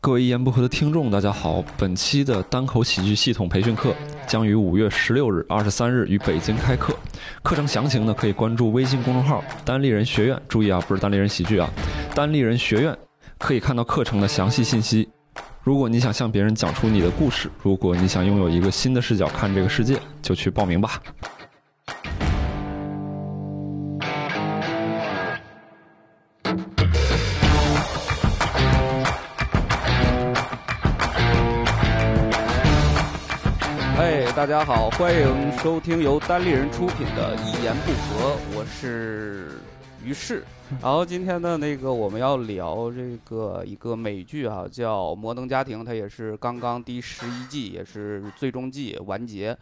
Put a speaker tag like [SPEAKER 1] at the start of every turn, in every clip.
[SPEAKER 1] 各位一言不合的听众，大家好！本期的单口喜剧系统培训课将于五月十六日、二十三日于北京开课。课程详情呢，可以关注微信公众号“单立人学院”，注意啊，不是单立人喜剧啊，单立人学院可以看到课程的详细信息。如果你想向别人讲出你的故事，如果你想拥有一个新的视角看这个世界，就去报名吧。
[SPEAKER 2] 哎，大家好，欢迎收听由单立人出品的《一言不合》，我是于 适。然后今天呢，那个我们要聊这个一个美剧啊，叫《摩登家庭》，它也是刚刚第十一季，也是最终季完结。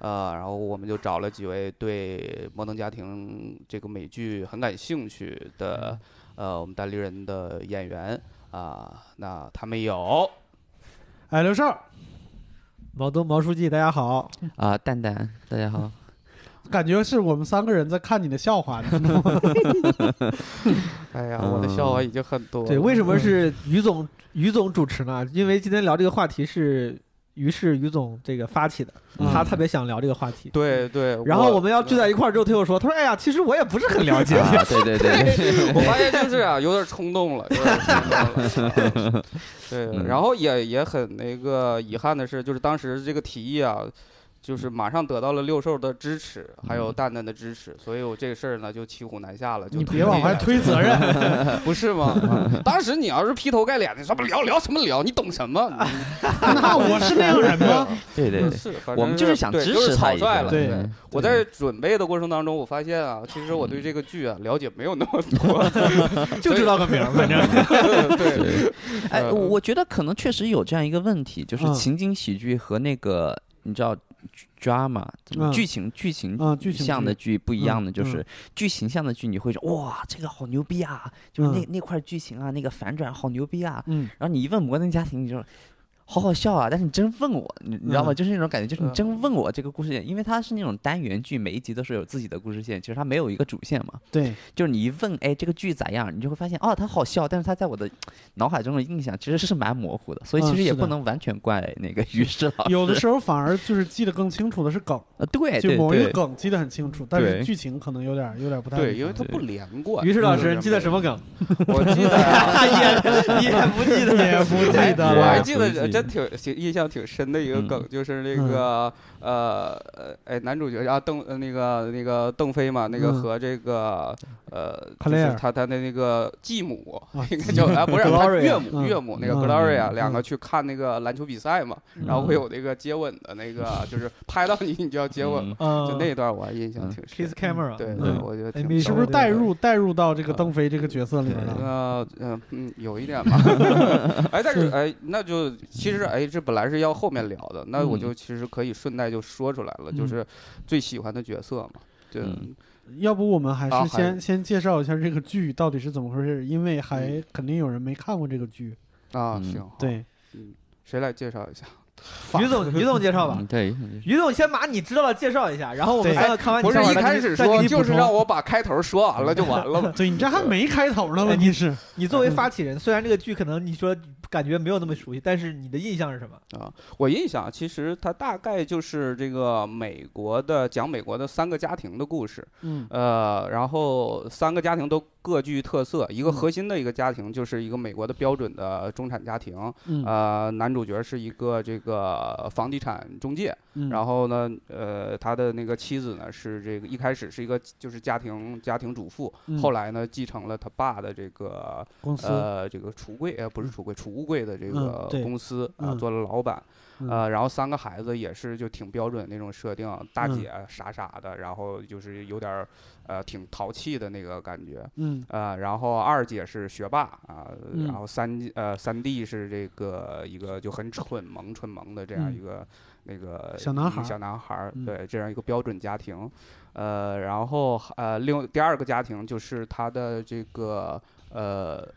[SPEAKER 2] 呃，然后我们就找了几位对《摩登家庭》这个美剧很感兴趣的，呃，我们单立人的演员啊、那他们有
[SPEAKER 3] 哎，刘少，毛东毛书记，大家好！
[SPEAKER 4] 啊，蛋蛋，大家好。
[SPEAKER 3] 感觉是我们三个人在看你的笑话，你知道吗？
[SPEAKER 2] 哎呀，我的笑话已经很多 了。
[SPEAKER 3] 对，为什么是于总于总主持呢？因为今天聊这个话题是于是于总这个发起的，
[SPEAKER 2] 嗯
[SPEAKER 3] 他特别想聊这个话题。
[SPEAKER 2] 对对，
[SPEAKER 3] 然后我们要聚在一块儿之后，他又说：“他说，哎呀，其实我也不是很 了解。
[SPEAKER 4] 啊，对对 对，
[SPEAKER 2] 我发现就是啊，有点冲动了，有点冲动 了。对，
[SPEAKER 1] 嗯
[SPEAKER 2] 然后也也很那个遗憾的是，就是当时这个提议啊，就是马上得到了六兽的支持，还
[SPEAKER 4] 嗯
[SPEAKER 2] 有蛋蛋的支持，所以我这个事儿呢就骑虎难下了。”就
[SPEAKER 3] 你
[SPEAKER 2] 同
[SPEAKER 3] 别
[SPEAKER 2] 意
[SPEAKER 3] 往
[SPEAKER 2] 了
[SPEAKER 3] 外，推责任，
[SPEAKER 2] 不是 吗？啊当时你要是劈头盖脸的说不聊聊什么聊，你懂什 么？
[SPEAKER 3] 那我是那样人吗？
[SPEAKER 4] 对对
[SPEAKER 2] 嗯
[SPEAKER 4] 对，
[SPEAKER 2] 是，反
[SPEAKER 4] 我
[SPEAKER 2] 正
[SPEAKER 4] 们就是想
[SPEAKER 2] 对
[SPEAKER 4] 支
[SPEAKER 2] 就是
[SPEAKER 4] 持他
[SPEAKER 2] 草
[SPEAKER 4] 一
[SPEAKER 2] 率
[SPEAKER 4] 个
[SPEAKER 2] 了。
[SPEAKER 3] 对
[SPEAKER 2] 对
[SPEAKER 4] 对
[SPEAKER 2] 我在准备的过程当中，我发现啊，其实我对这个剧啊了解没有那么多。
[SPEAKER 3] 就知道个名儿，反正
[SPEAKER 2] 对，
[SPEAKER 4] 对， 哎，
[SPEAKER 2] 呃
[SPEAKER 4] 我我觉得可能确实有这样一个问题，就是
[SPEAKER 3] 嗯
[SPEAKER 4] 情景喜剧和那个你知道 drama 怎么
[SPEAKER 3] 嗯
[SPEAKER 4] 剧情剧情
[SPEAKER 3] 啊，剧情
[SPEAKER 4] 像的剧不一样的，就
[SPEAKER 3] 嗯
[SPEAKER 4] 是剧情像的剧你会说哇这个好牛逼啊，就是那那块剧情啊那个反转好牛逼啊，
[SPEAKER 3] 嗯，
[SPEAKER 4] 然后你一问摩登家庭你就。好好笑啊！但是你真问我，你你知道吗？
[SPEAKER 3] 嗯
[SPEAKER 4] 就是那种感觉，就是你
[SPEAKER 2] 嗯
[SPEAKER 4] 真问我这个故事线，因为它是那种单元剧，每一集都是有自己的故事线，其实它没有一个主线嘛。
[SPEAKER 3] 对，
[SPEAKER 4] 就是你一问，哎，这个剧咋样？你就会发现，哦，它好笑，但是它在我的脑海中的印象其实是蛮模糊的，所以
[SPEAKER 3] 嗯
[SPEAKER 4] 其实也
[SPEAKER 3] 是的
[SPEAKER 4] 不能完全怪那个于适老师。
[SPEAKER 3] 有的时候反而就是记得更清楚的是梗，
[SPEAKER 4] 呃对
[SPEAKER 3] 就
[SPEAKER 4] 对
[SPEAKER 3] 某一个
[SPEAKER 4] 对，
[SPEAKER 3] 梗记得很清楚，但是
[SPEAKER 4] 对
[SPEAKER 3] 剧情可能有点有点不太
[SPEAKER 2] 对，因为它
[SPEAKER 4] 对
[SPEAKER 2] 不连贯。
[SPEAKER 3] 于是老
[SPEAKER 2] 就
[SPEAKER 3] 师，
[SPEAKER 2] 是
[SPEAKER 3] 你记得什么 梗？
[SPEAKER 2] 我记得啊、
[SPEAKER 3] 也也不记得，也不记
[SPEAKER 2] 哎
[SPEAKER 3] 得
[SPEAKER 2] 我
[SPEAKER 3] 了
[SPEAKER 2] 还。记得真挺挺印象挺深的一个
[SPEAKER 3] 嗯
[SPEAKER 2] 梗，就是那个呃呃，哎，男主角啊，邓呃那个那个邓飞嘛，那个
[SPEAKER 3] 嗯
[SPEAKER 2] 和这个呃，
[SPEAKER 3] 克
[SPEAKER 2] 就
[SPEAKER 3] 莱
[SPEAKER 2] 是
[SPEAKER 3] 尔
[SPEAKER 2] 他他的那个继母
[SPEAKER 3] 啊，
[SPEAKER 2] 应该叫啊，不是他
[SPEAKER 3] Gloria，
[SPEAKER 2] 岳母
[SPEAKER 3] 嗯
[SPEAKER 2] 岳母那个
[SPEAKER 3] 嗯
[SPEAKER 2] Gloria
[SPEAKER 3] 嗯
[SPEAKER 2] 两个去看那个篮球比赛嘛，然后会有那个接吻的那个，就是拍到你你就要接吻，
[SPEAKER 4] 嗯
[SPEAKER 3] 嗯
[SPEAKER 2] 就那段我还印象挺深
[SPEAKER 3] kiss。camera，
[SPEAKER 2] 对
[SPEAKER 3] 嗯
[SPEAKER 2] 对，
[SPEAKER 3] 嗯
[SPEAKER 2] 我觉得
[SPEAKER 3] 哎
[SPEAKER 2] 挺
[SPEAKER 3] 你是不
[SPEAKER 2] 逗
[SPEAKER 3] 是
[SPEAKER 2] 的
[SPEAKER 3] 带
[SPEAKER 2] 对
[SPEAKER 3] 入带入 到这个邓飞这个角色里面了？
[SPEAKER 2] 呃，嗯嗯，有一点吧。哎，但是哎，那就其实哎，这本来是要后面聊的，那我
[SPEAKER 4] 嗯
[SPEAKER 2] 就其实可以顺带就说出来了，就
[SPEAKER 3] 嗯
[SPEAKER 2] 是最喜欢的角色嘛。对，
[SPEAKER 4] 嗯
[SPEAKER 3] 要不我们还
[SPEAKER 2] 啊
[SPEAKER 3] 是
[SPEAKER 2] 还
[SPEAKER 3] 先先介绍一下这个剧到底是怎么回事，因为还肯定有人没看过这个剧。
[SPEAKER 2] 啊，
[SPEAKER 4] 嗯
[SPEAKER 2] 行，，嗯
[SPEAKER 3] 对，
[SPEAKER 2] 谁来介绍一下？
[SPEAKER 3] 于 总，于总介绍
[SPEAKER 4] 嗯。对，嗯
[SPEAKER 3] 于总先把你知道的介绍一下，然后我
[SPEAKER 5] 们
[SPEAKER 2] 三
[SPEAKER 3] 个看完？
[SPEAKER 2] 不是一开始说就是让我把开头说完了就完了吗
[SPEAKER 3] 对你这还没开头呢，问题是
[SPEAKER 5] 哎你作
[SPEAKER 2] 嗯
[SPEAKER 5] 为发起人，虽然这个剧可能你说感觉没有那么熟悉，但是你的印象是什么？
[SPEAKER 2] 啊，我印象其实它大概就是这个美国的讲美国的三个家庭的故事，
[SPEAKER 3] 嗯
[SPEAKER 2] 呃，然后三个家庭都各具特色。一个
[SPEAKER 3] 嗯
[SPEAKER 2] 核心的一个家庭就是一个美国的标准的中产家庭，
[SPEAKER 3] 嗯
[SPEAKER 2] 呃，男主角是一个这个房地产中介，
[SPEAKER 3] 嗯
[SPEAKER 2] 然后呢，呃，他的那个妻子呢是这个一开始是一个就是家庭家庭主妇，
[SPEAKER 3] 嗯
[SPEAKER 2] 后来呢继承了他爸的这个
[SPEAKER 3] 公司
[SPEAKER 2] 呃这个橱柜呃不是橱柜储物柜的这个
[SPEAKER 3] 嗯对
[SPEAKER 2] 公司啊、
[SPEAKER 3] 嗯
[SPEAKER 2] 做了老板，
[SPEAKER 3] 嗯
[SPEAKER 2] 呃，然后三个孩子也是就挺标准那种设定，大
[SPEAKER 3] 嗯
[SPEAKER 2] 姐啊傻傻的，然后就是有点儿呃挺淘气的那个感觉，
[SPEAKER 3] 嗯
[SPEAKER 2] 呃，然后二姐是学霸啊，
[SPEAKER 3] 嗯
[SPEAKER 2] 然后三姐呃三弟是这个一个就很蠢萌蠢萌的这样
[SPEAKER 3] 嗯
[SPEAKER 2] 一个、那个
[SPEAKER 3] 小男孩儿
[SPEAKER 2] 小男孩儿
[SPEAKER 3] 嗯
[SPEAKER 2] 对这样一个标准家庭，呃，然后呃另第二个家庭就是他的这个呃。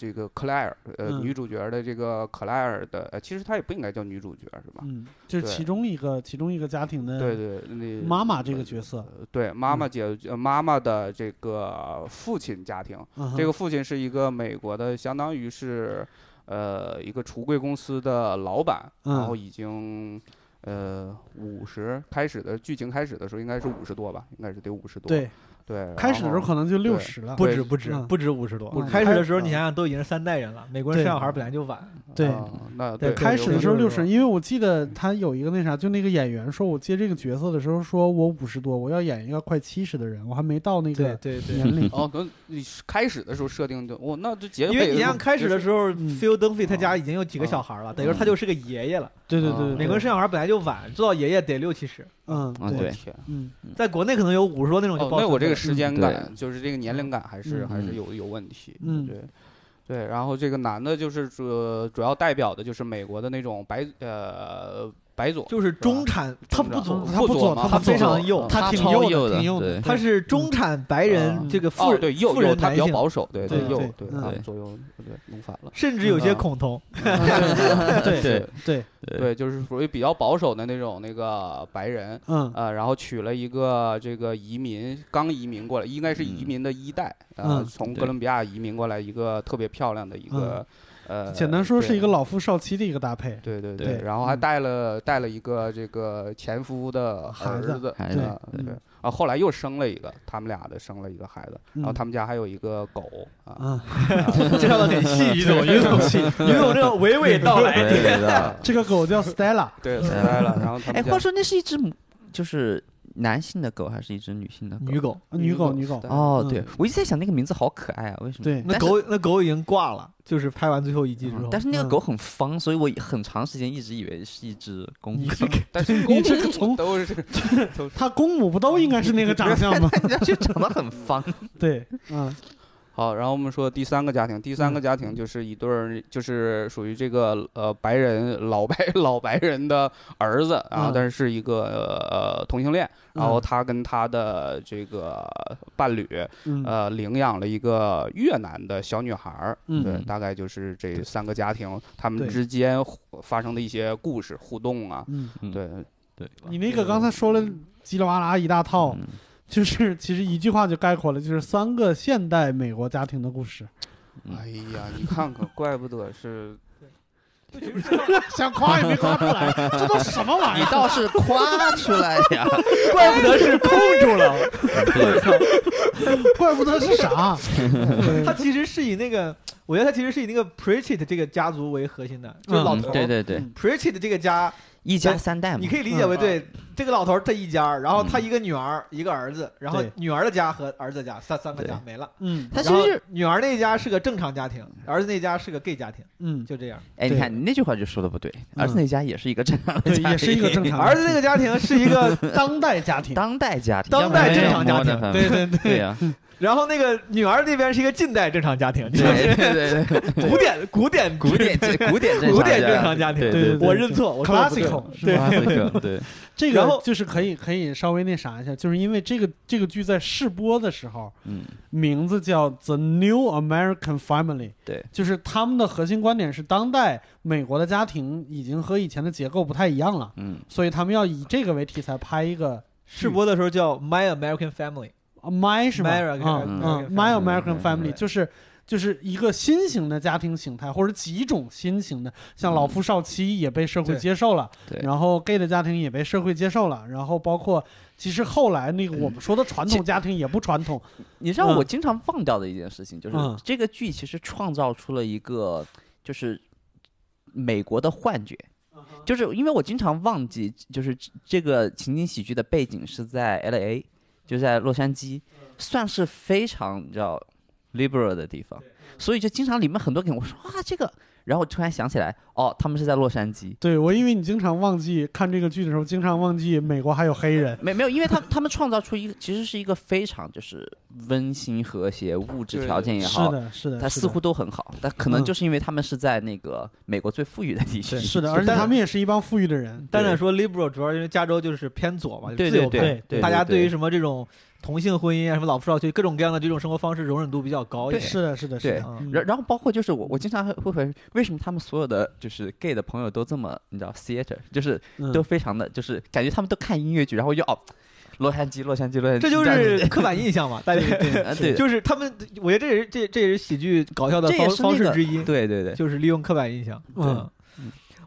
[SPEAKER 2] 这个克莱尔，呃，
[SPEAKER 3] 嗯
[SPEAKER 2] 女主角的这个克莱尔的，呃，其实她也不应该叫女主角，是吧？
[SPEAKER 3] 嗯，就是
[SPEAKER 2] 啊对
[SPEAKER 3] 其中一个其中一个家庭
[SPEAKER 2] 对
[SPEAKER 3] 的
[SPEAKER 2] 对，那
[SPEAKER 3] 嗯妈嗯妈这个角色，
[SPEAKER 2] 对妈妈姐、呃妈妈的这个父亲家庭，
[SPEAKER 3] 嗯哼
[SPEAKER 2] 这个父亲是一个美国的，相当于是呃一个橱柜公司的老板，
[SPEAKER 6] 嗯
[SPEAKER 2] 然后已经呃五十开始的剧情开始的时候应该是五十多吧，应该是得五十多。
[SPEAKER 5] 对，
[SPEAKER 2] 对，
[SPEAKER 5] 开始
[SPEAKER 6] 的时候可能就
[SPEAKER 2] 对
[SPEAKER 6] 六十了，
[SPEAKER 5] 不
[SPEAKER 2] 对
[SPEAKER 5] 止不止
[SPEAKER 6] 嗯
[SPEAKER 5] 不止五十多
[SPEAKER 6] 不，止
[SPEAKER 5] 开始的时候你
[SPEAKER 2] 嗯
[SPEAKER 5] 想想都已经是三代人了，美国人
[SPEAKER 6] 对
[SPEAKER 5] 生小孩本来就晚，
[SPEAKER 6] 对
[SPEAKER 2] 啊那
[SPEAKER 5] 对
[SPEAKER 2] 对
[SPEAKER 6] 开始的时
[SPEAKER 2] 候
[SPEAKER 6] 候
[SPEAKER 5] 有有
[SPEAKER 6] 六
[SPEAKER 5] 有
[SPEAKER 6] 十，因为我记得他有一个那啥，就那个演员说，我接这个角色的时候，说我五十多，我要演一个快七十的人，我还没到那
[SPEAKER 5] 对
[SPEAKER 6] 个
[SPEAKER 5] 对对。
[SPEAKER 6] 年龄。
[SPEAKER 2] 哦，可能你是开始的时候设定的，我那就结
[SPEAKER 5] 因
[SPEAKER 2] 尾
[SPEAKER 5] 为
[SPEAKER 2] 的
[SPEAKER 5] 你
[SPEAKER 2] 时候
[SPEAKER 5] 像开始的时候
[SPEAKER 6] 嗯
[SPEAKER 5] ，Phil Dunphy 他家已经有几个
[SPEAKER 2] 嗯
[SPEAKER 5] 小孩了，等于说他就是个爷爷了。
[SPEAKER 6] 对对
[SPEAKER 2] 啊
[SPEAKER 6] 对，
[SPEAKER 5] 美国人生小孩本来就晚，做到爷爷得六七十，
[SPEAKER 6] 嗯
[SPEAKER 2] 我
[SPEAKER 4] 啊对
[SPEAKER 2] 天，
[SPEAKER 6] 嗯
[SPEAKER 5] 在国内可能有五十多那种就
[SPEAKER 2] 哦，
[SPEAKER 5] 抱
[SPEAKER 2] 那
[SPEAKER 5] 孙
[SPEAKER 2] 我这
[SPEAKER 5] 子
[SPEAKER 2] 个
[SPEAKER 5] 了
[SPEAKER 2] 时间
[SPEAKER 4] 嗯
[SPEAKER 2] 感，就是这个年龄感还是还是
[SPEAKER 4] 嗯
[SPEAKER 2] 有有问题。
[SPEAKER 6] 嗯
[SPEAKER 2] 对，对。然后这个男的，就是主主要代表的就是美国的那种白呃白左，
[SPEAKER 5] 就是中产，他不
[SPEAKER 2] 中
[SPEAKER 5] 左，
[SPEAKER 2] 产
[SPEAKER 5] 他
[SPEAKER 2] 不左
[SPEAKER 5] 左，
[SPEAKER 2] 嘛
[SPEAKER 5] 他
[SPEAKER 2] 不
[SPEAKER 5] 非
[SPEAKER 2] 左
[SPEAKER 5] 常右，
[SPEAKER 4] 嗯
[SPEAKER 5] 他挺
[SPEAKER 4] 超
[SPEAKER 5] 右
[SPEAKER 4] 右
[SPEAKER 5] 的，挺右
[SPEAKER 4] 对
[SPEAKER 5] 他是中产白人
[SPEAKER 2] 嗯
[SPEAKER 5] 这个富
[SPEAKER 2] 哦
[SPEAKER 5] 人
[SPEAKER 2] 对右
[SPEAKER 5] 富
[SPEAKER 2] 右
[SPEAKER 5] 人
[SPEAKER 2] 他
[SPEAKER 5] 男
[SPEAKER 2] 比较
[SPEAKER 5] 性，
[SPEAKER 2] 保守，对
[SPEAKER 6] 对
[SPEAKER 2] 右
[SPEAKER 6] 对
[SPEAKER 2] 对
[SPEAKER 6] 嗯
[SPEAKER 2] 他
[SPEAKER 4] 对
[SPEAKER 2] 左右对弄反了，
[SPEAKER 5] 甚至有些
[SPEAKER 2] 嗯
[SPEAKER 5] 恐同。
[SPEAKER 6] 对
[SPEAKER 4] 对
[SPEAKER 6] 对，
[SPEAKER 2] 对，就是属于比较保守的那种那个白人。
[SPEAKER 6] 嗯
[SPEAKER 2] 呃，然后娶了一个这个移民，刚移民过来，应该是移
[SPEAKER 4] 嗯
[SPEAKER 2] 民的一代，呃，
[SPEAKER 6] 嗯
[SPEAKER 2] 从
[SPEAKER 4] 对
[SPEAKER 2] 哥伦比亚移民过来一个特别漂亮的一个，呃，
[SPEAKER 6] 嗯简单说是一
[SPEAKER 2] 对
[SPEAKER 6] 个老夫少妻的一个搭配。
[SPEAKER 2] 对对
[SPEAKER 6] 对
[SPEAKER 2] 然后还
[SPEAKER 6] 嗯
[SPEAKER 2] 带了带了一个这个前夫的
[SPEAKER 6] 孩
[SPEAKER 2] 儿
[SPEAKER 6] 子
[SPEAKER 2] 子，
[SPEAKER 4] 孩子
[SPEAKER 2] 啊
[SPEAKER 4] 对
[SPEAKER 2] 对啊，后来又生了一个，他们俩的生了一个孩子，然后
[SPEAKER 6] 嗯
[SPEAKER 2] 他们家还有一个狗啊，
[SPEAKER 6] 嗯，
[SPEAKER 5] 介绍的很细，于总，于总细，于总这种娓娓道来。
[SPEAKER 4] 对对的。
[SPEAKER 6] 这个狗叫 Stella，
[SPEAKER 2] 对，死在了，然后他
[SPEAKER 4] 哎，
[SPEAKER 2] 们家
[SPEAKER 4] 话说那是一只母就是男性的狗还是一只女性的狗？
[SPEAKER 5] 女狗，
[SPEAKER 6] 呃女狗女狗
[SPEAKER 2] 死，在了
[SPEAKER 4] 哦，
[SPEAKER 6] 嗯
[SPEAKER 4] 对，我一直在想那个名字好可爱啊，为什么？
[SPEAKER 6] 对
[SPEAKER 5] 那
[SPEAKER 4] 但是
[SPEAKER 5] 狗那狗已经挂了，就是拍完最后一季之
[SPEAKER 4] 嗯
[SPEAKER 5] 后
[SPEAKER 4] 但，是那个
[SPEAKER 6] 嗯
[SPEAKER 4] 狗很方，所以我很长时间一直以为是一只公
[SPEAKER 6] 你
[SPEAKER 4] 狗。
[SPEAKER 6] 这个
[SPEAKER 2] 但是
[SPEAKER 6] 你这
[SPEAKER 2] 公
[SPEAKER 6] 个从
[SPEAKER 2] 都 是都是
[SPEAKER 6] 它公母不都应该是那个长相吗？
[SPEAKER 4] 人家就长得 很方，
[SPEAKER 6] 对，嗯
[SPEAKER 2] 好，然后我们说第三个家庭，第三个家庭就是一对儿，就是属于这个呃白人老白 老白人的儿子，然后
[SPEAKER 6] 嗯
[SPEAKER 2] 但是是一个呃同性恋，然后
[SPEAKER 6] 嗯
[SPEAKER 2] 他跟他的这个伴侣，
[SPEAKER 6] 嗯
[SPEAKER 2] 呃，领养了一个越南的小女孩儿，
[SPEAKER 6] 嗯
[SPEAKER 2] 对，大概就是这三个家庭他们
[SPEAKER 6] 对
[SPEAKER 2] 之间互发生的一些故事互动啊，
[SPEAKER 6] 嗯，
[SPEAKER 4] 嗯
[SPEAKER 2] 对，
[SPEAKER 4] 对，
[SPEAKER 6] 你那个刚才说了叽里哇啦一大套，
[SPEAKER 4] 嗯
[SPEAKER 6] 就是其实一句话就概括了，就是三个现代美国家庭的故事。
[SPEAKER 4] 嗯
[SPEAKER 2] 哎呀，你看看，怪不得是，
[SPEAKER 6] 想夸也没夸出来，这都什么玩意
[SPEAKER 4] 你
[SPEAKER 6] 儿？
[SPEAKER 4] 倒是夸出来呀！
[SPEAKER 5] 怪不得是控住了。
[SPEAKER 4] 对
[SPEAKER 6] 怪不得是啥？
[SPEAKER 5] 他其实是以那个，我觉得他其实是以那个 Pritchett 这个家族为核心的，就是
[SPEAKER 6] 嗯
[SPEAKER 5] 老头
[SPEAKER 4] 对对对，
[SPEAKER 5] Pritchett 这个家，
[SPEAKER 4] 一家三代嘛
[SPEAKER 5] 你。可以理解为
[SPEAKER 2] 嗯
[SPEAKER 5] 对这个老头儿这一家，然后他
[SPEAKER 4] 嗯
[SPEAKER 5] 一个女儿一个儿子，然后
[SPEAKER 6] 对
[SPEAKER 5] 女儿的家和儿子家三三个家没了。
[SPEAKER 6] 嗯
[SPEAKER 4] 他其
[SPEAKER 5] 然后
[SPEAKER 4] 实是
[SPEAKER 5] 女儿那家是个正常家庭，儿子那家是个 gay 家庭，
[SPEAKER 6] 嗯，
[SPEAKER 5] 就这样。
[SPEAKER 4] 哎，你
[SPEAKER 6] 对
[SPEAKER 4] 看你那句话就说的不对，儿子
[SPEAKER 6] 嗯
[SPEAKER 4] 那家也是一个正常的
[SPEAKER 6] 对，
[SPEAKER 4] 家
[SPEAKER 6] 也是一个
[SPEAKER 4] 庭
[SPEAKER 6] 正常的
[SPEAKER 5] 儿子那个家庭是一 个，
[SPEAKER 6] 当代家庭。
[SPEAKER 4] 当代家庭，
[SPEAKER 5] 当
[SPEAKER 4] 要不然
[SPEAKER 5] 代
[SPEAKER 4] 这
[SPEAKER 5] 正
[SPEAKER 4] 种
[SPEAKER 5] 常家
[SPEAKER 4] modern
[SPEAKER 5] 庭
[SPEAKER 4] family
[SPEAKER 5] 对对对
[SPEAKER 4] 对呀，
[SPEAKER 5] 然后那个女儿那边是一个近代正常家庭，就
[SPEAKER 4] 对
[SPEAKER 5] 是
[SPEAKER 4] 对对对，
[SPEAKER 5] 古典古典
[SPEAKER 4] 古典 古典
[SPEAKER 5] 古典正常家
[SPEAKER 4] 家
[SPEAKER 5] 庭。
[SPEAKER 4] 对
[SPEAKER 6] 对
[SPEAKER 4] 对
[SPEAKER 6] 对
[SPEAKER 5] 我认错，我说的不对
[SPEAKER 6] Classical 是
[SPEAKER 5] 对
[SPEAKER 6] 吧
[SPEAKER 4] 对对对对，
[SPEAKER 6] 这
[SPEAKER 5] 然
[SPEAKER 6] 个
[SPEAKER 5] 后
[SPEAKER 6] 就是可以可以稍微那啥一下，就是因为这个这个剧在试播的时候，
[SPEAKER 4] 嗯，
[SPEAKER 6] 名字叫《The New American Family》，
[SPEAKER 4] 对，
[SPEAKER 6] 就是他们的核心观点是当代美国的家庭已经和以前的结构不太一样了，
[SPEAKER 4] 嗯，
[SPEAKER 6] 所以他们要以这个为题材拍一个
[SPEAKER 5] 试播的时候叫 My American Family，
[SPEAKER 6] 啊 My 是吧？
[SPEAKER 5] American-
[SPEAKER 6] 啊
[SPEAKER 4] 嗯
[SPEAKER 6] 嗯
[SPEAKER 5] American
[SPEAKER 6] ，My
[SPEAKER 4] family
[SPEAKER 6] American Family
[SPEAKER 5] 对
[SPEAKER 6] 就是就是一个新型的家庭形态，或者几种新型的，像老夫少妻也被社会
[SPEAKER 5] 对
[SPEAKER 6] 接受了，
[SPEAKER 4] 对
[SPEAKER 6] 然后 gay 的家庭也被社会接受了，然后包括其实后来那个我们说的传统家庭也不传统，
[SPEAKER 4] 你知道我
[SPEAKER 6] 嗯
[SPEAKER 4] 经常忘掉的一件事情，就是
[SPEAKER 6] 嗯
[SPEAKER 4] 这个剧其实创造出了一个就是美国的幻觉，
[SPEAKER 6] 嗯
[SPEAKER 4] 就是因为我经常忘记，就是这这个情景喜剧的背景是在 L A，就在洛杉矶，
[SPEAKER 6] 嗯
[SPEAKER 4] 算是非常你知道 liberal 的地方，所以就经常里面很多梗，我说啊这个，然后我突然想起来，哦，他们是在洛杉矶。
[SPEAKER 6] 对我因为你经常忘记看这个剧的时候，经常忘记美国还有 黑人，
[SPEAKER 4] 没没有，因为他他们创造出一个其实是一个非常就是温馨和谐，物质
[SPEAKER 2] 对
[SPEAKER 4] 条件也好，
[SPEAKER 6] 是的，是的，
[SPEAKER 4] 它
[SPEAKER 6] 是
[SPEAKER 4] 似
[SPEAKER 6] 的
[SPEAKER 4] 乎都很好，但可能
[SPEAKER 6] 嗯
[SPEAKER 4] 就是因为他们是在那个美国最富裕的地区，
[SPEAKER 6] 是的，而且
[SPEAKER 5] 但
[SPEAKER 6] 他们也是一帮富裕的人，
[SPEAKER 5] 单单说 liberal，主要因为加州就是偏左嘛，就是
[SPEAKER 4] 对
[SPEAKER 5] 自
[SPEAKER 4] 对
[SPEAKER 5] 由
[SPEAKER 4] 对
[SPEAKER 5] 派，
[SPEAKER 4] 对对，
[SPEAKER 5] 大家对于什么这种同性婚姻啊、什么老夫少妻各种各样的这种生活方式容忍度比较高一
[SPEAKER 4] 对
[SPEAKER 5] 点。
[SPEAKER 6] 是的，是的，是
[SPEAKER 4] 对
[SPEAKER 6] 的，
[SPEAKER 5] 嗯
[SPEAKER 6] 嗯
[SPEAKER 4] 然然后包括就是我，我经常会会怀疑为什么他们所有的就是 gay 的朋友都这么你知道 theater，就是
[SPEAKER 6] 嗯
[SPEAKER 4] 都非常的就是感觉他们都看音乐剧，然后又哦洛杉矶，洛杉矶，洛杉矶，
[SPEAKER 5] 这就是刻板印象嘛，大家
[SPEAKER 4] 对啊对
[SPEAKER 5] 就是他们，我觉得这也是这这也是喜剧搞笑的
[SPEAKER 4] 这也
[SPEAKER 5] 方
[SPEAKER 4] 是
[SPEAKER 5] 方
[SPEAKER 4] 那
[SPEAKER 5] 式
[SPEAKER 4] 个
[SPEAKER 5] 之一，
[SPEAKER 4] 对对对，
[SPEAKER 5] 就是利用刻板印象。嗯，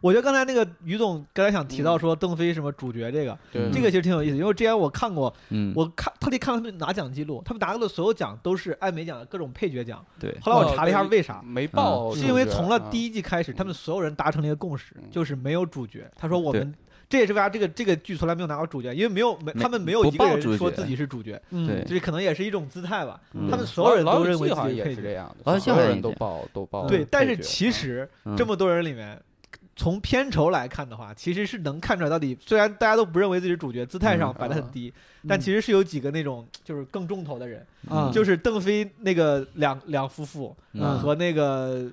[SPEAKER 5] 我觉得刚才那个于总刚才想提
[SPEAKER 4] 嗯
[SPEAKER 5] 到说邓飞什么主角这个，
[SPEAKER 2] 对
[SPEAKER 5] 这个其实挺有意思，因为之前我看过，
[SPEAKER 4] 嗯，
[SPEAKER 5] 我看特地看他们拿奖记录，他们拿到的所有奖都是艾美奖的各种配角奖。
[SPEAKER 4] 对
[SPEAKER 5] 后来
[SPEAKER 2] 哦
[SPEAKER 5] 我查了一下为啥，
[SPEAKER 2] 没报，
[SPEAKER 5] 嗯是因为从了第
[SPEAKER 2] 一，
[SPEAKER 5] 一季开始，
[SPEAKER 2] 哦嗯
[SPEAKER 5] 他们所有人达成了一个共识
[SPEAKER 2] 嗯，
[SPEAKER 5] 就是没有主角。他说我们。这也是为啥这个这个剧从来没有拿到主角，因为没有没
[SPEAKER 4] 没
[SPEAKER 5] 他们没有
[SPEAKER 4] 不
[SPEAKER 5] 一个
[SPEAKER 4] 报主
[SPEAKER 5] 人说
[SPEAKER 4] 角
[SPEAKER 5] 自己是主角，
[SPEAKER 3] 嗯
[SPEAKER 4] 对
[SPEAKER 5] 这可能也是一种姿态吧。
[SPEAKER 4] 嗯
[SPEAKER 5] 他们所有人
[SPEAKER 2] 老
[SPEAKER 5] 都
[SPEAKER 2] 友
[SPEAKER 5] 认为
[SPEAKER 2] 记
[SPEAKER 5] 自
[SPEAKER 2] 好像
[SPEAKER 5] 己
[SPEAKER 2] 也
[SPEAKER 5] 配
[SPEAKER 2] 是
[SPEAKER 5] 角
[SPEAKER 2] 这样
[SPEAKER 4] 老
[SPEAKER 2] 的，
[SPEAKER 4] 友记
[SPEAKER 2] 所有
[SPEAKER 4] 好像
[SPEAKER 2] 人
[SPEAKER 4] 也
[SPEAKER 2] 都
[SPEAKER 4] 这样
[SPEAKER 2] 报都报配角。嗯啊
[SPEAKER 5] 对，但是其实
[SPEAKER 4] 嗯
[SPEAKER 5] 这么多人里面，从片酬来看的话，其实是能看出来到底，虽然大家都不认为自己是主角，姿
[SPEAKER 2] 嗯
[SPEAKER 5] 态上摆得很低，但其实是有几个那种就是更重头的人，
[SPEAKER 3] 啊，
[SPEAKER 5] 就是邓飞那个两两夫妇
[SPEAKER 4] 嗯
[SPEAKER 5] 和那个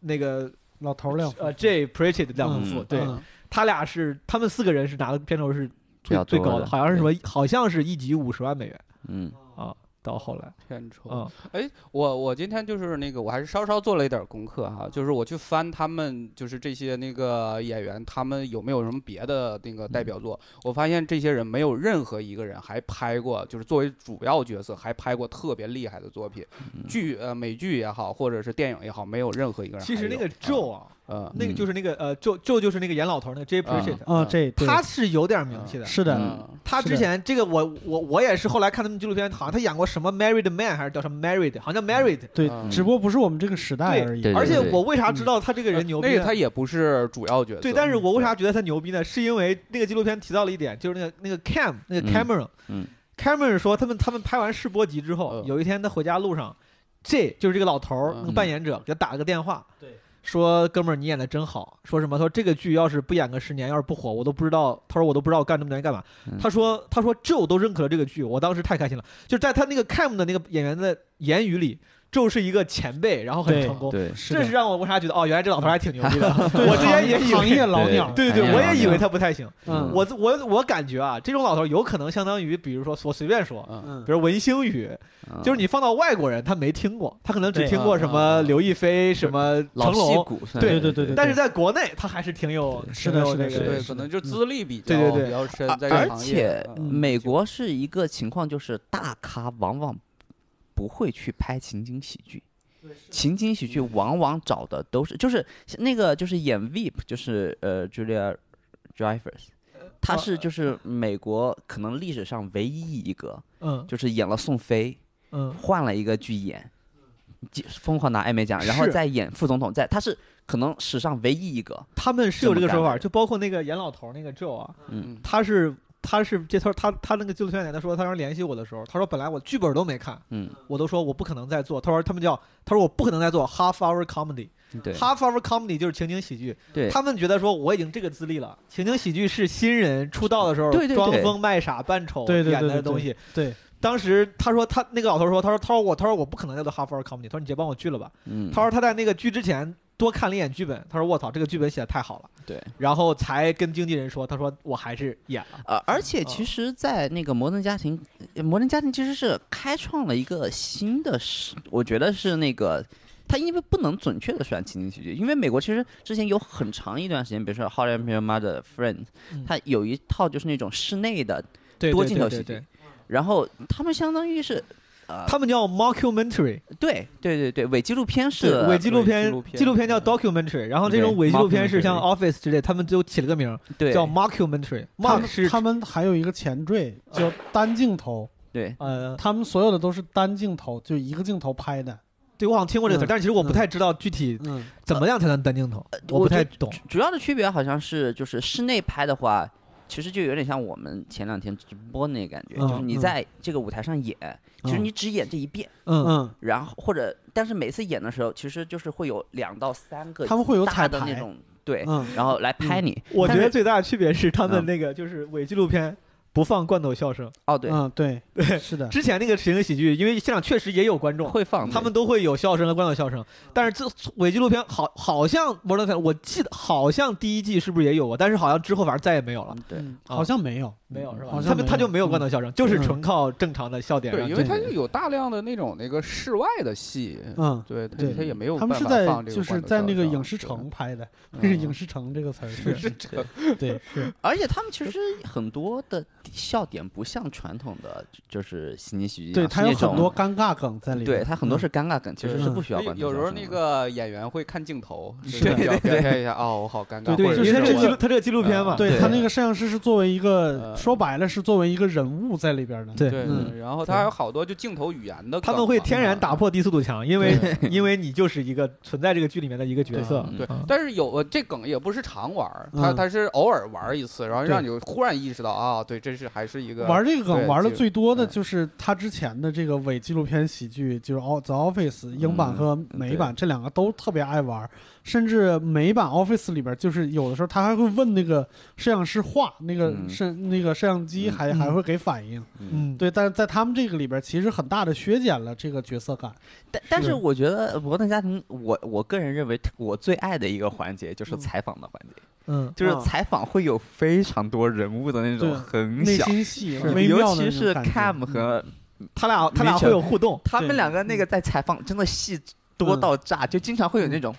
[SPEAKER 5] 那个
[SPEAKER 3] 老头儿了，
[SPEAKER 5] 呃 J Pritchett 两夫妇，
[SPEAKER 4] 嗯
[SPEAKER 5] 对
[SPEAKER 3] 嗯
[SPEAKER 5] 他俩是他们四个人是拿的片酬是
[SPEAKER 4] 比较
[SPEAKER 5] 最最
[SPEAKER 4] 多
[SPEAKER 5] 高
[SPEAKER 4] 的
[SPEAKER 5] 的，好像是什么，好像是一集五十万美元
[SPEAKER 4] 嗯
[SPEAKER 5] 啊。到后来，
[SPEAKER 2] 片酬，
[SPEAKER 5] 嗯，
[SPEAKER 2] 哎，我我今天就是那个，我还是稍稍做了一点儿功课哈，就是我去翻他们，就是这些那个演员，他们有没有什么别的那个代
[SPEAKER 5] 嗯
[SPEAKER 2] 表作？我发现这些人没有任何一个人还拍过，就是作为主要角色还拍过特别厉害的作品，
[SPEAKER 5] 嗯
[SPEAKER 4] 嗯
[SPEAKER 2] 剧呃美剧也好，或者是电影也好，没有任何一个人还有。
[SPEAKER 5] 其实那个 Joe 啊，
[SPEAKER 2] 嗯，
[SPEAKER 5] 那个就是那个呃，Joe Joe 就是那个演老头儿那个 J Pritchett，
[SPEAKER 3] 啊，
[SPEAKER 6] 哦
[SPEAKER 3] 这对
[SPEAKER 5] 他是有点名气的，
[SPEAKER 3] 是的，
[SPEAKER 4] 嗯
[SPEAKER 2] 呃嗯，
[SPEAKER 5] 他
[SPEAKER 3] 是
[SPEAKER 5] 之
[SPEAKER 3] 的
[SPEAKER 5] 前这个我我我也是后来看他们纪录片，好像他演过什么《Married Man》还是叫什么《Married》，好像叫《Married》。
[SPEAKER 3] 对
[SPEAKER 2] 嗯，
[SPEAKER 3] 只不过不是我们这个时代
[SPEAKER 5] 对
[SPEAKER 3] 而已。
[SPEAKER 4] 对
[SPEAKER 5] 而且
[SPEAKER 4] 对
[SPEAKER 5] 我为
[SPEAKER 3] 嗯
[SPEAKER 5] 啥知道他这个人
[SPEAKER 3] 呃
[SPEAKER 5] 牛逼
[SPEAKER 2] 呃那
[SPEAKER 5] 呢？
[SPEAKER 2] 个他也不是主要角色。
[SPEAKER 5] 对，但是我为啥觉得他牛逼呢？是因为那个纪录片提到了一点，就是那个那个 Cam 那个
[SPEAKER 4] 嗯
[SPEAKER 5] Cameron，
[SPEAKER 4] 嗯
[SPEAKER 5] c a m e r o n 说他们他们拍完试播集之后
[SPEAKER 2] 嗯，
[SPEAKER 5] 有一天他回家路上，J 就是这个老头儿
[SPEAKER 2] 嗯
[SPEAKER 5] 那个扮演者给他打了个电话，
[SPEAKER 3] 对，
[SPEAKER 5] 说哥们儿你演的真好，说什么？他说这个剧要是不演个十年，要是不火，我都不知道。他说我都不知道我干这么多年干嘛
[SPEAKER 4] 嗯。
[SPEAKER 5] 他说他说 Joe 都认可了这个剧，我当时太开心了。就在他那个 Cam 的那个演员的言语里，Joe 是一个前辈，然后很
[SPEAKER 3] 对
[SPEAKER 5] 成功。
[SPEAKER 4] 对
[SPEAKER 3] 是
[SPEAKER 5] 这是
[SPEAKER 3] 的，
[SPEAKER 5] 让我为啥觉得哦，原来这老头儿还挺牛 逼的。
[SPEAKER 3] 对
[SPEAKER 5] 我之前也以为
[SPEAKER 3] 行业老
[SPEAKER 4] 对
[SPEAKER 3] 鸟，
[SPEAKER 5] 对对对，
[SPEAKER 4] 哎呀
[SPEAKER 5] 我也以为他不太行。
[SPEAKER 3] 嗯
[SPEAKER 5] 我我我感觉啊，这种老头有可能相当于，比如说我随便说，
[SPEAKER 2] 嗯，
[SPEAKER 3] 嗯
[SPEAKER 5] 比如文星宇，
[SPEAKER 4] 嗯
[SPEAKER 5] 就是你放到外国人，他没听过，他可能只听过
[SPEAKER 3] 嗯
[SPEAKER 2] 对
[SPEAKER 5] 什么刘亦菲、什么
[SPEAKER 4] 老
[SPEAKER 5] 成
[SPEAKER 4] 戏
[SPEAKER 5] 龙，
[SPEAKER 4] 骨，
[SPEAKER 5] 对
[SPEAKER 3] 对对对
[SPEAKER 5] 但是在国内他还是挺有
[SPEAKER 3] 是的
[SPEAKER 5] 挺有
[SPEAKER 3] 是的
[SPEAKER 5] 这
[SPEAKER 3] 是
[SPEAKER 5] 个
[SPEAKER 3] 的
[SPEAKER 2] 对，可能就资历比较
[SPEAKER 5] 对对对
[SPEAKER 2] 比较深，在这个
[SPEAKER 4] 啊而
[SPEAKER 2] 行业
[SPEAKER 4] 且
[SPEAKER 2] 嗯
[SPEAKER 4] 美国是一个情况，就是大咖往往不会去拍情景喜剧。情景喜
[SPEAKER 2] 嗯
[SPEAKER 4] 剧往往找的都是，就是那个就是演 Veep，就是呃 Julia Drivers，她
[SPEAKER 2] 呃哦
[SPEAKER 4] 是就是美国可能历史上唯一一个，
[SPEAKER 5] 嗯
[SPEAKER 4] 就是演了宋飞，
[SPEAKER 5] 嗯
[SPEAKER 4] 换了一个剧演，
[SPEAKER 2] 嗯
[SPEAKER 4] 即疯狂拿艾美奖，然后
[SPEAKER 5] 是
[SPEAKER 4] 再演副总统，在她是可能史上唯一一个，
[SPEAKER 5] 他们是有这个说
[SPEAKER 4] 这么
[SPEAKER 5] 法，
[SPEAKER 4] 干
[SPEAKER 5] 就包括那个演老头儿那个 Joe 啊，
[SPEAKER 2] 嗯
[SPEAKER 5] 他是他是这头他他那个纪录片里他说，他当时联系我的时候，他说本来我剧本都没看，
[SPEAKER 4] 嗯，
[SPEAKER 5] 我都说我不可能再做，他说他们叫他说我不可能再做 half hour comedy，
[SPEAKER 2] 嗯
[SPEAKER 4] 对
[SPEAKER 5] half hour comedy 就是情景喜剧，
[SPEAKER 4] 对
[SPEAKER 5] 他们觉得说我已经这个资历了，情景喜剧是新人出道的时候
[SPEAKER 4] 对对对
[SPEAKER 5] 装疯卖傻扮丑
[SPEAKER 3] 对对对
[SPEAKER 5] 演
[SPEAKER 3] 对
[SPEAKER 5] 的
[SPEAKER 3] 对
[SPEAKER 5] 东西。
[SPEAKER 3] 对，
[SPEAKER 5] 当时他说他那个老头说，他说他说我他说我不可能再做 half hour comedy，他说你直接帮我剧了吧。
[SPEAKER 4] 嗯，
[SPEAKER 5] 他说他在那个剧之前多看了一眼剧本，他说我操这个剧本写的太好了，
[SPEAKER 4] 对，
[SPEAKER 5] 然后才跟经纪人说，他说我还是演了。
[SPEAKER 4] 呃，而
[SPEAKER 5] 哦
[SPEAKER 4] 且其实，在那个《摩登家庭》，呃《摩登家庭》其实是开创了一个新的时，我觉得是那个。它因为不能准确的算情景喜剧，因为美国其实之前有很长一段时间，比如说《How I Met Your Mother》《Friends》，
[SPEAKER 5] 嗯
[SPEAKER 4] 它有一套就是那种室内的，
[SPEAKER 5] 对
[SPEAKER 4] 多镜头
[SPEAKER 5] 对
[SPEAKER 4] 喜剧
[SPEAKER 5] 对对对
[SPEAKER 4] 然后他们相当于是，呃，
[SPEAKER 5] 他们叫 mockumentary，
[SPEAKER 4] 对对对对，伪纪录片式
[SPEAKER 5] 对，
[SPEAKER 4] 的，
[SPEAKER 5] 伪纪录
[SPEAKER 2] 伪
[SPEAKER 5] 片
[SPEAKER 2] 纪录，片
[SPEAKER 5] 纪录片叫 documentary，然后这种
[SPEAKER 4] 对
[SPEAKER 5] 伪纪录片是
[SPEAKER 4] mockumentary
[SPEAKER 5] 像 Office 之类，他们就起了个名儿
[SPEAKER 4] 对
[SPEAKER 5] 叫 mockumentary，mock
[SPEAKER 3] 他
[SPEAKER 5] 是
[SPEAKER 3] 们他们还有一个前缀
[SPEAKER 2] 啊
[SPEAKER 3] 叫单镜头，
[SPEAKER 4] 对
[SPEAKER 5] 呃
[SPEAKER 3] 他们所有的都是单镜头，就一个镜头拍的。
[SPEAKER 5] 对，我好像听过这个词儿，
[SPEAKER 3] 嗯
[SPEAKER 5] 但是其实我不
[SPEAKER 3] 嗯
[SPEAKER 5] 太知道具体
[SPEAKER 3] 嗯，
[SPEAKER 5] 怎么样才能单镜头，我
[SPEAKER 4] 我
[SPEAKER 5] 不
[SPEAKER 4] 觉
[SPEAKER 5] 太
[SPEAKER 4] 得
[SPEAKER 5] 懂。
[SPEAKER 4] 主要的区别好像是，就是室内拍的话，其实就有点像我们前两天直播那个感觉，
[SPEAKER 5] 嗯
[SPEAKER 4] 就是你
[SPEAKER 3] 嗯
[SPEAKER 4] 在这个舞台上演，其实你只演这一遍，
[SPEAKER 5] 嗯，
[SPEAKER 3] 嗯，
[SPEAKER 4] 然后或者但是每次演的时候，其实就是会有两到三个
[SPEAKER 3] 他们会有
[SPEAKER 4] 大
[SPEAKER 3] 彩
[SPEAKER 4] 的那
[SPEAKER 3] 排，
[SPEAKER 4] 种对，
[SPEAKER 3] 嗯，
[SPEAKER 4] 然后来拍你。
[SPEAKER 5] 嗯我觉
[SPEAKER 4] 但是
[SPEAKER 5] 得最大的区别是他们
[SPEAKER 4] 嗯
[SPEAKER 5] 那个就是伪纪录片不放罐头笑声，
[SPEAKER 4] 哦对，
[SPEAKER 3] 嗯，对，是的，
[SPEAKER 5] 之前那个情景喜剧，因为现场确实也有观众。
[SPEAKER 4] 会放
[SPEAKER 5] 他
[SPEAKER 4] 对
[SPEAKER 5] 们都嗯会有笑声和罐头笑声，但是这伪纪录片好，好像摩登我记得好像第一季是不是也有过？但是好像之后反正再也没有了，
[SPEAKER 4] 对
[SPEAKER 3] 嗯
[SPEAKER 5] 啊
[SPEAKER 3] 好像没有，
[SPEAKER 5] 没有是吧
[SPEAKER 3] 好？像
[SPEAKER 5] 他们
[SPEAKER 3] 没
[SPEAKER 5] 他就
[SPEAKER 3] 有
[SPEAKER 5] 没有罐头笑声，就是
[SPEAKER 3] 嗯
[SPEAKER 5] 纯靠正常的笑点让
[SPEAKER 2] 对，
[SPEAKER 5] 你。
[SPEAKER 2] 因为
[SPEAKER 4] 对
[SPEAKER 2] 它
[SPEAKER 4] 对
[SPEAKER 2] 有大量的那种那个室外的戏，
[SPEAKER 3] 嗯。
[SPEAKER 2] 对，它
[SPEAKER 3] 对
[SPEAKER 2] 它也没有
[SPEAKER 3] 他
[SPEAKER 2] 办
[SPEAKER 3] 们是
[SPEAKER 2] 法
[SPEAKER 3] 在
[SPEAKER 2] 放这个
[SPEAKER 3] 就是
[SPEAKER 2] 罐头
[SPEAKER 3] 在
[SPEAKER 2] 照
[SPEAKER 3] 那个
[SPEAKER 2] 相
[SPEAKER 3] 影视
[SPEAKER 2] 对
[SPEAKER 3] 城拍的，
[SPEAKER 2] 嗯
[SPEAKER 3] 这个影视城这个词儿是
[SPEAKER 2] 是这个
[SPEAKER 3] 对是
[SPEAKER 4] 而且他们其实很多的笑点不像传统的就是情景喜剧一样，
[SPEAKER 6] 对
[SPEAKER 4] 是
[SPEAKER 6] 他有
[SPEAKER 4] 那种
[SPEAKER 6] 很多尴尬梗在里面。
[SPEAKER 4] 对他很多是尴尬梗，其实是
[SPEAKER 6] 嗯
[SPEAKER 4] 不需要观众
[SPEAKER 2] 有时候
[SPEAKER 4] 笑声
[SPEAKER 2] 那
[SPEAKER 4] 的
[SPEAKER 2] 个演员会看镜头，
[SPEAKER 6] 是
[SPEAKER 2] 对
[SPEAKER 6] 的
[SPEAKER 2] 表表现一下，哦，我好尴尬，
[SPEAKER 6] 对
[SPEAKER 2] 或者
[SPEAKER 6] 就是
[SPEAKER 5] 因为他这
[SPEAKER 6] 这种
[SPEAKER 5] 纪录他这个纪录片嘛，
[SPEAKER 6] 对
[SPEAKER 4] 对
[SPEAKER 6] 他那个摄像师是作为一个
[SPEAKER 2] 呃
[SPEAKER 6] 说白了是作为一个人物在里边的。
[SPEAKER 3] 对
[SPEAKER 2] 对，
[SPEAKER 6] 嗯
[SPEAKER 2] 然后他还有好多就镜头语言的，
[SPEAKER 5] 他们会天然打。破低速度墙，因为 因为你就是一个存在这个剧里面的一个角色，
[SPEAKER 4] 嗯
[SPEAKER 2] 对
[SPEAKER 5] 嗯，
[SPEAKER 2] 但是有呃这梗也不是常玩儿，他
[SPEAKER 6] 嗯
[SPEAKER 2] 他是偶尔玩儿一次，然后
[SPEAKER 6] 对
[SPEAKER 2] 让你忽然意识到啊，对，这是还是一个
[SPEAKER 6] 玩这个
[SPEAKER 2] 对
[SPEAKER 6] 梗玩的
[SPEAKER 2] 就
[SPEAKER 6] 最多的
[SPEAKER 2] 嗯
[SPEAKER 6] 就是他之前的这个伪纪录片喜剧，就是《All The Office》英版
[SPEAKER 4] 嗯
[SPEAKER 6] 和美版这两个都特别爱玩，甚至美版 Office 里边就是有的时候他还会问那个摄像师话，那个
[SPEAKER 4] 嗯
[SPEAKER 6] 摄那个摄像机
[SPEAKER 4] 嗯
[SPEAKER 6] 还还会给反应。
[SPEAKER 4] 嗯，
[SPEAKER 5] 嗯，
[SPEAKER 6] 对，但是在他们这个里边其实很大的削减了这个角色感。
[SPEAKER 4] 但但
[SPEAKER 6] 是
[SPEAKER 4] 是我觉得《摩登家庭》，我我个人认为我最爱的一个环节就是采访的环节，
[SPEAKER 5] 嗯，
[SPEAKER 4] 就是
[SPEAKER 6] 啊
[SPEAKER 4] 采访会有非常多人物的那种
[SPEAKER 6] 对
[SPEAKER 4] 很
[SPEAKER 6] 内
[SPEAKER 4] 小，
[SPEAKER 6] 心戏，
[SPEAKER 4] 尤
[SPEAKER 6] 微
[SPEAKER 4] 尤
[SPEAKER 6] 妙的
[SPEAKER 4] 其
[SPEAKER 6] 那
[SPEAKER 4] 是
[SPEAKER 6] 种感觉嗯
[SPEAKER 4] Cam 和
[SPEAKER 5] 他俩他俩会有互动，
[SPEAKER 4] 他们两个那个
[SPEAKER 6] 嗯
[SPEAKER 4] 在采访，真的戏多到炸，就经常会有那种，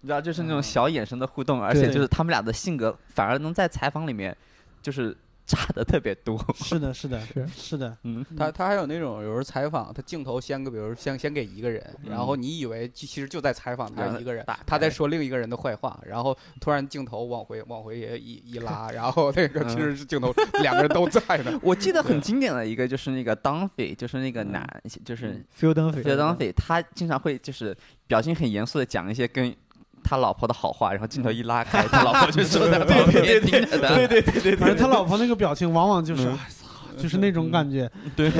[SPEAKER 4] 你知道，就是
[SPEAKER 6] 嗯
[SPEAKER 4] 那种小眼神的互动，而且就是他们俩的性格反而能在采访里面就是炸的特别多。
[SPEAKER 6] 是的，是的，
[SPEAKER 5] 是
[SPEAKER 6] 是的，
[SPEAKER 4] 嗯，
[SPEAKER 2] 他他还有那种有时候采访，他镜头先给，比如先先给一个人，然
[SPEAKER 5] 嗯
[SPEAKER 2] 后你以为其其实就在采访他
[SPEAKER 4] 然后
[SPEAKER 2] 一个人
[SPEAKER 4] 打，
[SPEAKER 2] 他
[SPEAKER 6] 哎
[SPEAKER 2] 在
[SPEAKER 4] 开
[SPEAKER 2] 说另一个人的坏话，然后突然镜头往回往回也一一 拉，然后那个
[SPEAKER 4] 嗯
[SPEAKER 2] 其实是镜头两个人都在呢。
[SPEAKER 4] 我记得很经典的一个就是那个 Dunphy，就是那个
[SPEAKER 6] 嗯
[SPEAKER 4] 男，就是
[SPEAKER 5] ，feel 灯
[SPEAKER 4] Phil Dunphy，他经常会就是表情很严肃的讲一些跟。他老婆的好话，然后镜头一拉开，他老婆就坐在旁边盯着他。
[SPEAKER 5] 对对对对
[SPEAKER 6] 而
[SPEAKER 5] 对，
[SPEAKER 6] 他老婆那个表情往往就是
[SPEAKER 4] 嗯
[SPEAKER 6] 哎操，就是那种感嗯觉，
[SPEAKER 5] 嗯
[SPEAKER 6] 对，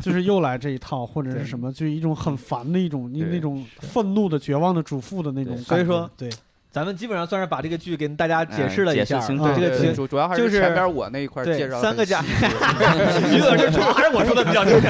[SPEAKER 6] 就是又来这一套，或者是什么，就是一种很烦的一种
[SPEAKER 4] 对
[SPEAKER 6] 那种愤怒的、绝望的主妇的那种
[SPEAKER 4] 对
[SPEAKER 6] 感觉。
[SPEAKER 5] 所以说
[SPEAKER 6] 对，
[SPEAKER 5] 咱们基本上算是把这个剧给大家解释了一下啊
[SPEAKER 4] 嗯解释，清
[SPEAKER 6] 楚
[SPEAKER 5] 对这个
[SPEAKER 2] 对
[SPEAKER 5] 剧
[SPEAKER 2] 主主要还
[SPEAKER 5] 就是是
[SPEAKER 2] 前边我那一块儿介
[SPEAKER 5] 对
[SPEAKER 2] 绍
[SPEAKER 5] 三
[SPEAKER 2] 很
[SPEAKER 5] 个家
[SPEAKER 2] 细，
[SPEAKER 5] 于总这主要还是我说的比较重要，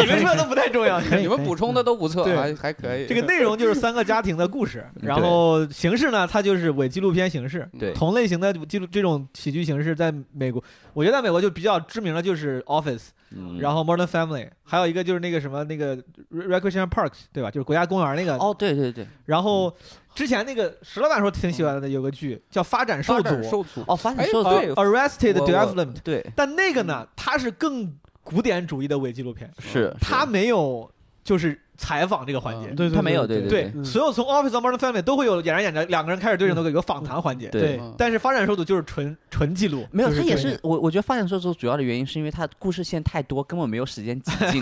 [SPEAKER 5] 你们说的都不太重要。
[SPEAKER 2] 你们补充的都不错，
[SPEAKER 5] 嗯对
[SPEAKER 2] 还还 可以。
[SPEAKER 5] 这个内容就是三个家庭的 故事，
[SPEAKER 2] 嗯
[SPEAKER 5] 然后形式呢，它就是伪纪录片形式。
[SPEAKER 4] 对
[SPEAKER 5] 同类型的记录这种喜剧形式，在美国，我觉得在美国就比较知名的就是《Office》，
[SPEAKER 4] 嗯
[SPEAKER 5] 然后《Modern Family》，还有一个就是那个什么那个《Recreation Parks》，对吧？就是国家公园那个。
[SPEAKER 4] 哦，对对对，
[SPEAKER 5] 然
[SPEAKER 2] 嗯
[SPEAKER 5] 后之前那个石老板说挺喜欢的有个剧叫《发展受
[SPEAKER 2] 发
[SPEAKER 5] 阻
[SPEAKER 2] 展》受阻，
[SPEAKER 4] 哦，发现
[SPEAKER 2] 哎
[SPEAKER 4] 说
[SPEAKER 2] 对
[SPEAKER 4] 对
[SPEAKER 5] a r r e s t e d
[SPEAKER 2] 我嗯我
[SPEAKER 5] Development），
[SPEAKER 4] 对，
[SPEAKER 5] 但那个呢，它是更古典主义的伪纪录片，
[SPEAKER 4] 是
[SPEAKER 5] 它没有就是采访这个环节
[SPEAKER 2] 嗯。
[SPEAKER 6] 对，
[SPEAKER 4] 他没有对
[SPEAKER 5] 对，
[SPEAKER 6] 嗯
[SPEAKER 5] 所有从 Office 到 Modern Family 都会有演着演着两个人开始对着都有一个访谈环节，
[SPEAKER 4] 对
[SPEAKER 6] 对
[SPEAKER 2] 嗯
[SPEAKER 5] 但是发展受阻就是纯纯记录，
[SPEAKER 4] 没有，
[SPEAKER 6] 就
[SPEAKER 4] 他
[SPEAKER 6] 是
[SPEAKER 4] 也
[SPEAKER 6] 这
[SPEAKER 4] 是我，我觉得发展受阻主要的原因是因为他故事线太多，根本没有时间挤 进，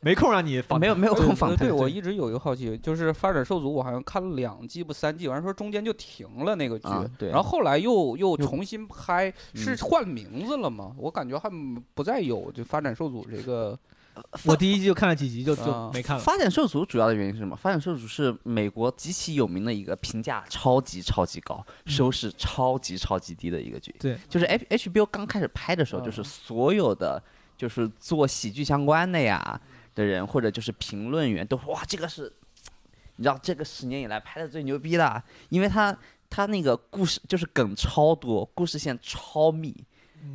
[SPEAKER 5] 没空让你访谈
[SPEAKER 4] 没有 没有空
[SPEAKER 2] 呃
[SPEAKER 4] 访谈。
[SPEAKER 2] 对我一直有一个好奇，就是《发展受阻》，我好像看了两季不三季，完了说中间就停了那个剧，
[SPEAKER 4] 啊对
[SPEAKER 2] 然后后来又又重新拍，是
[SPEAKER 4] 嗯
[SPEAKER 2] 换名字了吗？我感觉还不再有就《发展受阻》这个，
[SPEAKER 5] 我第一季就看了几集就就
[SPEAKER 2] 啊
[SPEAKER 5] 没看了。
[SPEAKER 4] 发展受阻主要的原因是什么？发展受阻是美国极其有名的一个评价超级超级高、收视超级超级低的一个剧。
[SPEAKER 5] 对，
[SPEAKER 4] 就是 H HBO 刚开始拍的时候，就是
[SPEAKER 2] 嗯
[SPEAKER 4] 所有的就是做喜剧相关的呀的人，或者就是评论员都说哇，这个是你知道这个十年以来拍的最牛逼的，因为他他那个故事就是梗超多，故事线超密，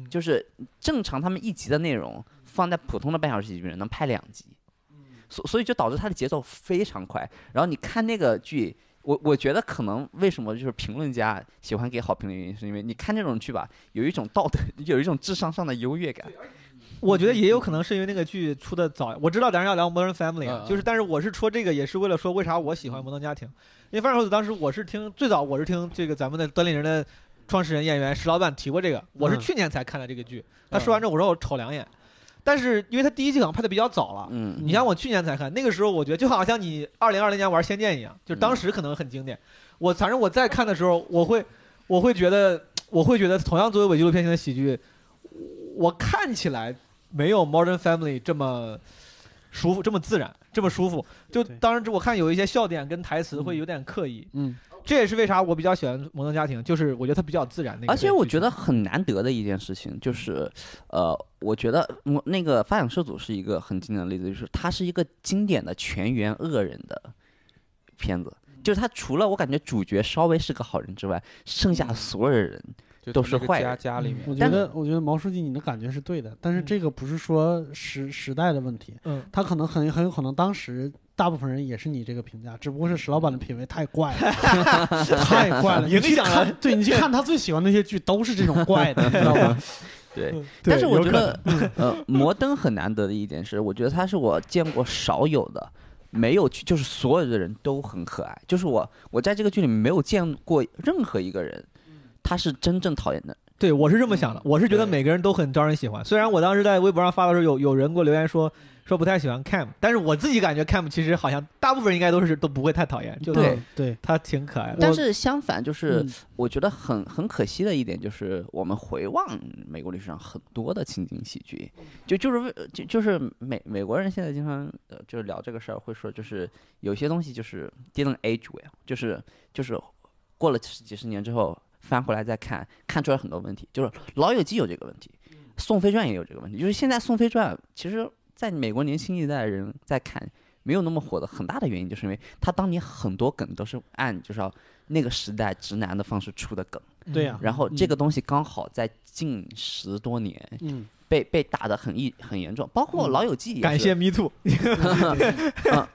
[SPEAKER 4] 就是正常他们一集的内容放在普通的半小时喜剧里面能拍两集，所所以就导致它的节奏非常快。然后你看那个剧，我我觉得可能为什么就是评论家喜欢给好评的原因，是因为你看这种剧吧，有一种道德， 有一种智商上的优越感。
[SPEAKER 5] 我觉得也有可能是因为那个剧出的早，我知道咱要聊《Modern Family》啊
[SPEAKER 2] 嗯，嗯
[SPEAKER 5] 就是但是我是说这个也是为了说为啥我喜欢《摩登家庭》，因为发展受阻当时我是听最早我是听这个咱们的锻炼人的创始人演员石老板提过这个，我是
[SPEAKER 6] 嗯
[SPEAKER 5] 去年才看的这个剧，
[SPEAKER 4] 嗯
[SPEAKER 5] 他说完之后我说我瞅两眼，但是因为他第一季好像拍的比较早了，
[SPEAKER 4] 嗯，
[SPEAKER 5] 啊你像我去年才看，那个时候我觉得就好像你二零二零年玩《仙剑》一样，就当
[SPEAKER 4] 嗯
[SPEAKER 5] 时可能很经典。我反正我在看的时候，我会我会觉得我会觉得同样作为伪纪录片型的喜剧，我看起来没有《Modern Family》这么舒服，这么自然，这么舒服。就
[SPEAKER 6] 对
[SPEAKER 5] 当然我看有一些笑点跟台词会有点刻意，
[SPEAKER 6] 嗯，
[SPEAKER 5] 这也是为啥我比较喜欢《摩登家庭》，就是我觉得它比较自然那个
[SPEAKER 4] 而
[SPEAKER 5] 剧情。
[SPEAKER 4] 且我觉得很难得的一件事情就是，呃，我觉得我那个发展受阻是一个很经典的例子，就是它是一个经典的全员恶人的片子。就是它除了我感觉主角稍微是个好人之外，剩下
[SPEAKER 2] 嗯
[SPEAKER 4] 所有的人
[SPEAKER 2] 就
[SPEAKER 4] 都
[SPEAKER 2] 从
[SPEAKER 4] 是
[SPEAKER 2] 那个
[SPEAKER 4] 坏
[SPEAKER 2] 家
[SPEAKER 4] 人
[SPEAKER 2] 家里面
[SPEAKER 6] 我觉
[SPEAKER 4] 但
[SPEAKER 6] 得，我觉得毛书记你的感觉是对的，但是
[SPEAKER 5] 嗯
[SPEAKER 6] 这个不是说时时代的问题，
[SPEAKER 5] 嗯，
[SPEAKER 6] 他可能很很有可能当时大部分人也是你这个评价，只不过是石老板的品味太怪 了，太怪了，
[SPEAKER 5] 影响了
[SPEAKER 6] 你去看。对你去看他最喜欢那些剧都是这种怪的，你知道吧？
[SPEAKER 4] 对，
[SPEAKER 6] 对
[SPEAKER 4] 但是我
[SPEAKER 6] 有
[SPEAKER 4] 觉
[SPEAKER 6] 可
[SPEAKER 4] 得，呃，摩登很难得的一点是，我觉得他是我见过少有的，没有去，就是所有的人都很可爱，就是我我在这个剧里面没有见过任何一个人，他是真正讨厌的。
[SPEAKER 5] 对，我是这么想的，我是觉得
[SPEAKER 2] 对
[SPEAKER 5] 每个人都很招人喜欢。虽然我当时在微博上发的时候，有有人给我留言说说不太喜欢 Cam，但是我自己感觉 Cam 其实好像大部分人应该都是都不会太讨
[SPEAKER 6] 嗯
[SPEAKER 5] 厌，就
[SPEAKER 4] 对
[SPEAKER 5] 是
[SPEAKER 6] 对，
[SPEAKER 5] 他挺可爱的。
[SPEAKER 4] 但
[SPEAKER 5] 我
[SPEAKER 4] 是相反，就是
[SPEAKER 6] 嗯
[SPEAKER 4] 我觉得很很可惜的一点，就是我们回望美国历史上很多的情景喜剧，就就是为就就是美美国人现在经常呃就是聊这个事儿，会说就是有些东西就是 didn't age well，就是就是过了十几十年之后翻回来再看，看出来很多问题，就是《老友记》有这个问题，《宋飞传》也有这个问题，就是现在《宋飞传》其实在美国年轻一代的人在看。没有那么火的很大的原因，就是因为他当年很多梗都是按就是要那个时代直男的方式出的梗，
[SPEAKER 6] 对呀
[SPEAKER 4] 然后这
[SPEAKER 6] 嗯
[SPEAKER 4] 个东西刚好在近十多年
[SPEAKER 6] 嗯，
[SPEAKER 4] 被被打得很一很严重，包括《
[SPEAKER 6] 嗯
[SPEAKER 4] 老友记》也
[SPEAKER 5] 感
[SPEAKER 4] 是
[SPEAKER 5] 谢 Me Too，
[SPEAKER 4] 嗯，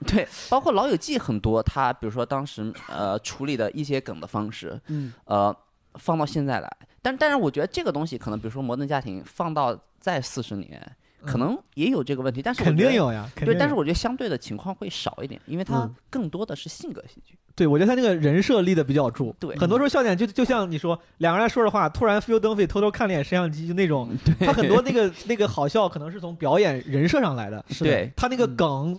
[SPEAKER 4] 对，包括《老友记》很多，他比如说当时呃处理的一些梗的方式，
[SPEAKER 6] 嗯，
[SPEAKER 4] 呃，放到现在来，但但是我觉得这个东西可能，比如说《摩登家庭》放到再四十年，可能也有这个问题，但是
[SPEAKER 5] 嗯
[SPEAKER 4] 我
[SPEAKER 5] 肯
[SPEAKER 4] 觉
[SPEAKER 5] 定
[SPEAKER 4] 得。
[SPEAKER 5] 有呀，肯定
[SPEAKER 4] 对，
[SPEAKER 5] 有
[SPEAKER 4] 但是我觉得相对的情况会少一点，因为它
[SPEAKER 6] 嗯
[SPEAKER 4] 更多的是性格喜剧。
[SPEAKER 5] 对我觉得他那个人设立的比较住，
[SPEAKER 4] 对
[SPEAKER 5] 很多时候笑点就就像你说两个人在说着话，突然 Phil Dunphy 偷偷看了一眼摄像机，就那种
[SPEAKER 4] 嗯
[SPEAKER 5] 他很多那个那个好笑可能是从表演人设上来的，
[SPEAKER 6] 是的
[SPEAKER 4] 对，
[SPEAKER 5] 他那个梗。呃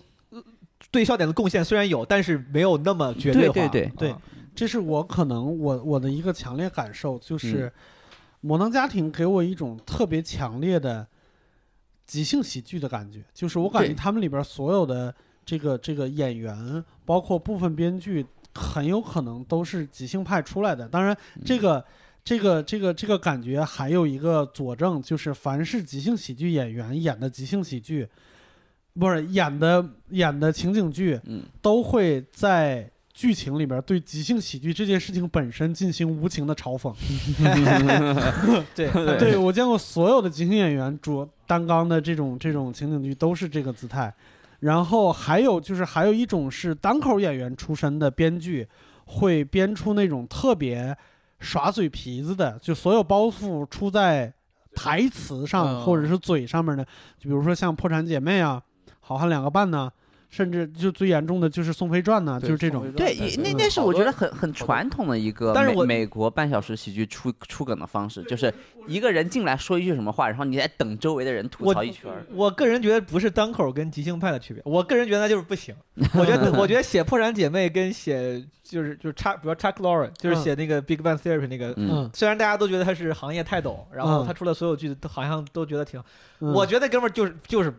[SPEAKER 5] 对笑点的贡献虽然有，但是没有那么绝化。
[SPEAKER 4] 对对
[SPEAKER 6] 对
[SPEAKER 5] 啊
[SPEAKER 6] 这是我可能我我的一个强烈感受，就是《摩登家庭》给我一种特别强烈的即兴喜剧的感觉，就是我感觉
[SPEAKER 4] 对
[SPEAKER 6] 他们里边所有的这个这个演员，包括部分编剧，很有可能都是即兴派出来的。当然，这个。这个这个这个感觉还有一个佐证，就是凡是即兴喜剧演员演的即兴喜剧，不是演的演的情景剧，
[SPEAKER 4] 嗯，
[SPEAKER 6] 都会在剧情里边对即兴喜剧这件事情本身进行无情的嘲 讽。
[SPEAKER 5] 对
[SPEAKER 4] 对
[SPEAKER 6] 对我见过所有的即兴演员主担纲的这种这种情景剧都是这个姿态。然后还有就是还有一种是单口演员出身的编剧，会编出那种特别耍嘴皮子的，就所有包袱出在台词上
[SPEAKER 5] 嗯
[SPEAKER 6] 或者是嘴上面的，就比如说像《破产姐妹》啊，《好汉两个半》呐，甚至就最严重的就是《宋飞传》呐，啊就是这种。
[SPEAKER 4] 对，也那
[SPEAKER 6] 嗯
[SPEAKER 4] 那是我觉得很很传统的一个美，
[SPEAKER 5] 但是我
[SPEAKER 4] 美国半小时喜剧出出梗的方式，就是一个人进来说一句什么话，然后你再等周围的人吐
[SPEAKER 5] 我
[SPEAKER 4] 槽一圈儿。
[SPEAKER 5] 我个人觉得不是单口跟即兴派的区别，我个人觉得那就是不行。我 觉得我觉得写《破产姐妹》跟写就是就是查，比如 Chuck Lorre，就是写那个 Big Bang Theory 那个，
[SPEAKER 4] 嗯，
[SPEAKER 6] 嗯，
[SPEAKER 5] 虽然大家都觉得他是行业泰斗，然后
[SPEAKER 6] 嗯
[SPEAKER 5] 他出了所有剧都好像都觉得挺，
[SPEAKER 6] 嗯
[SPEAKER 5] 我觉得哥们儿就是就是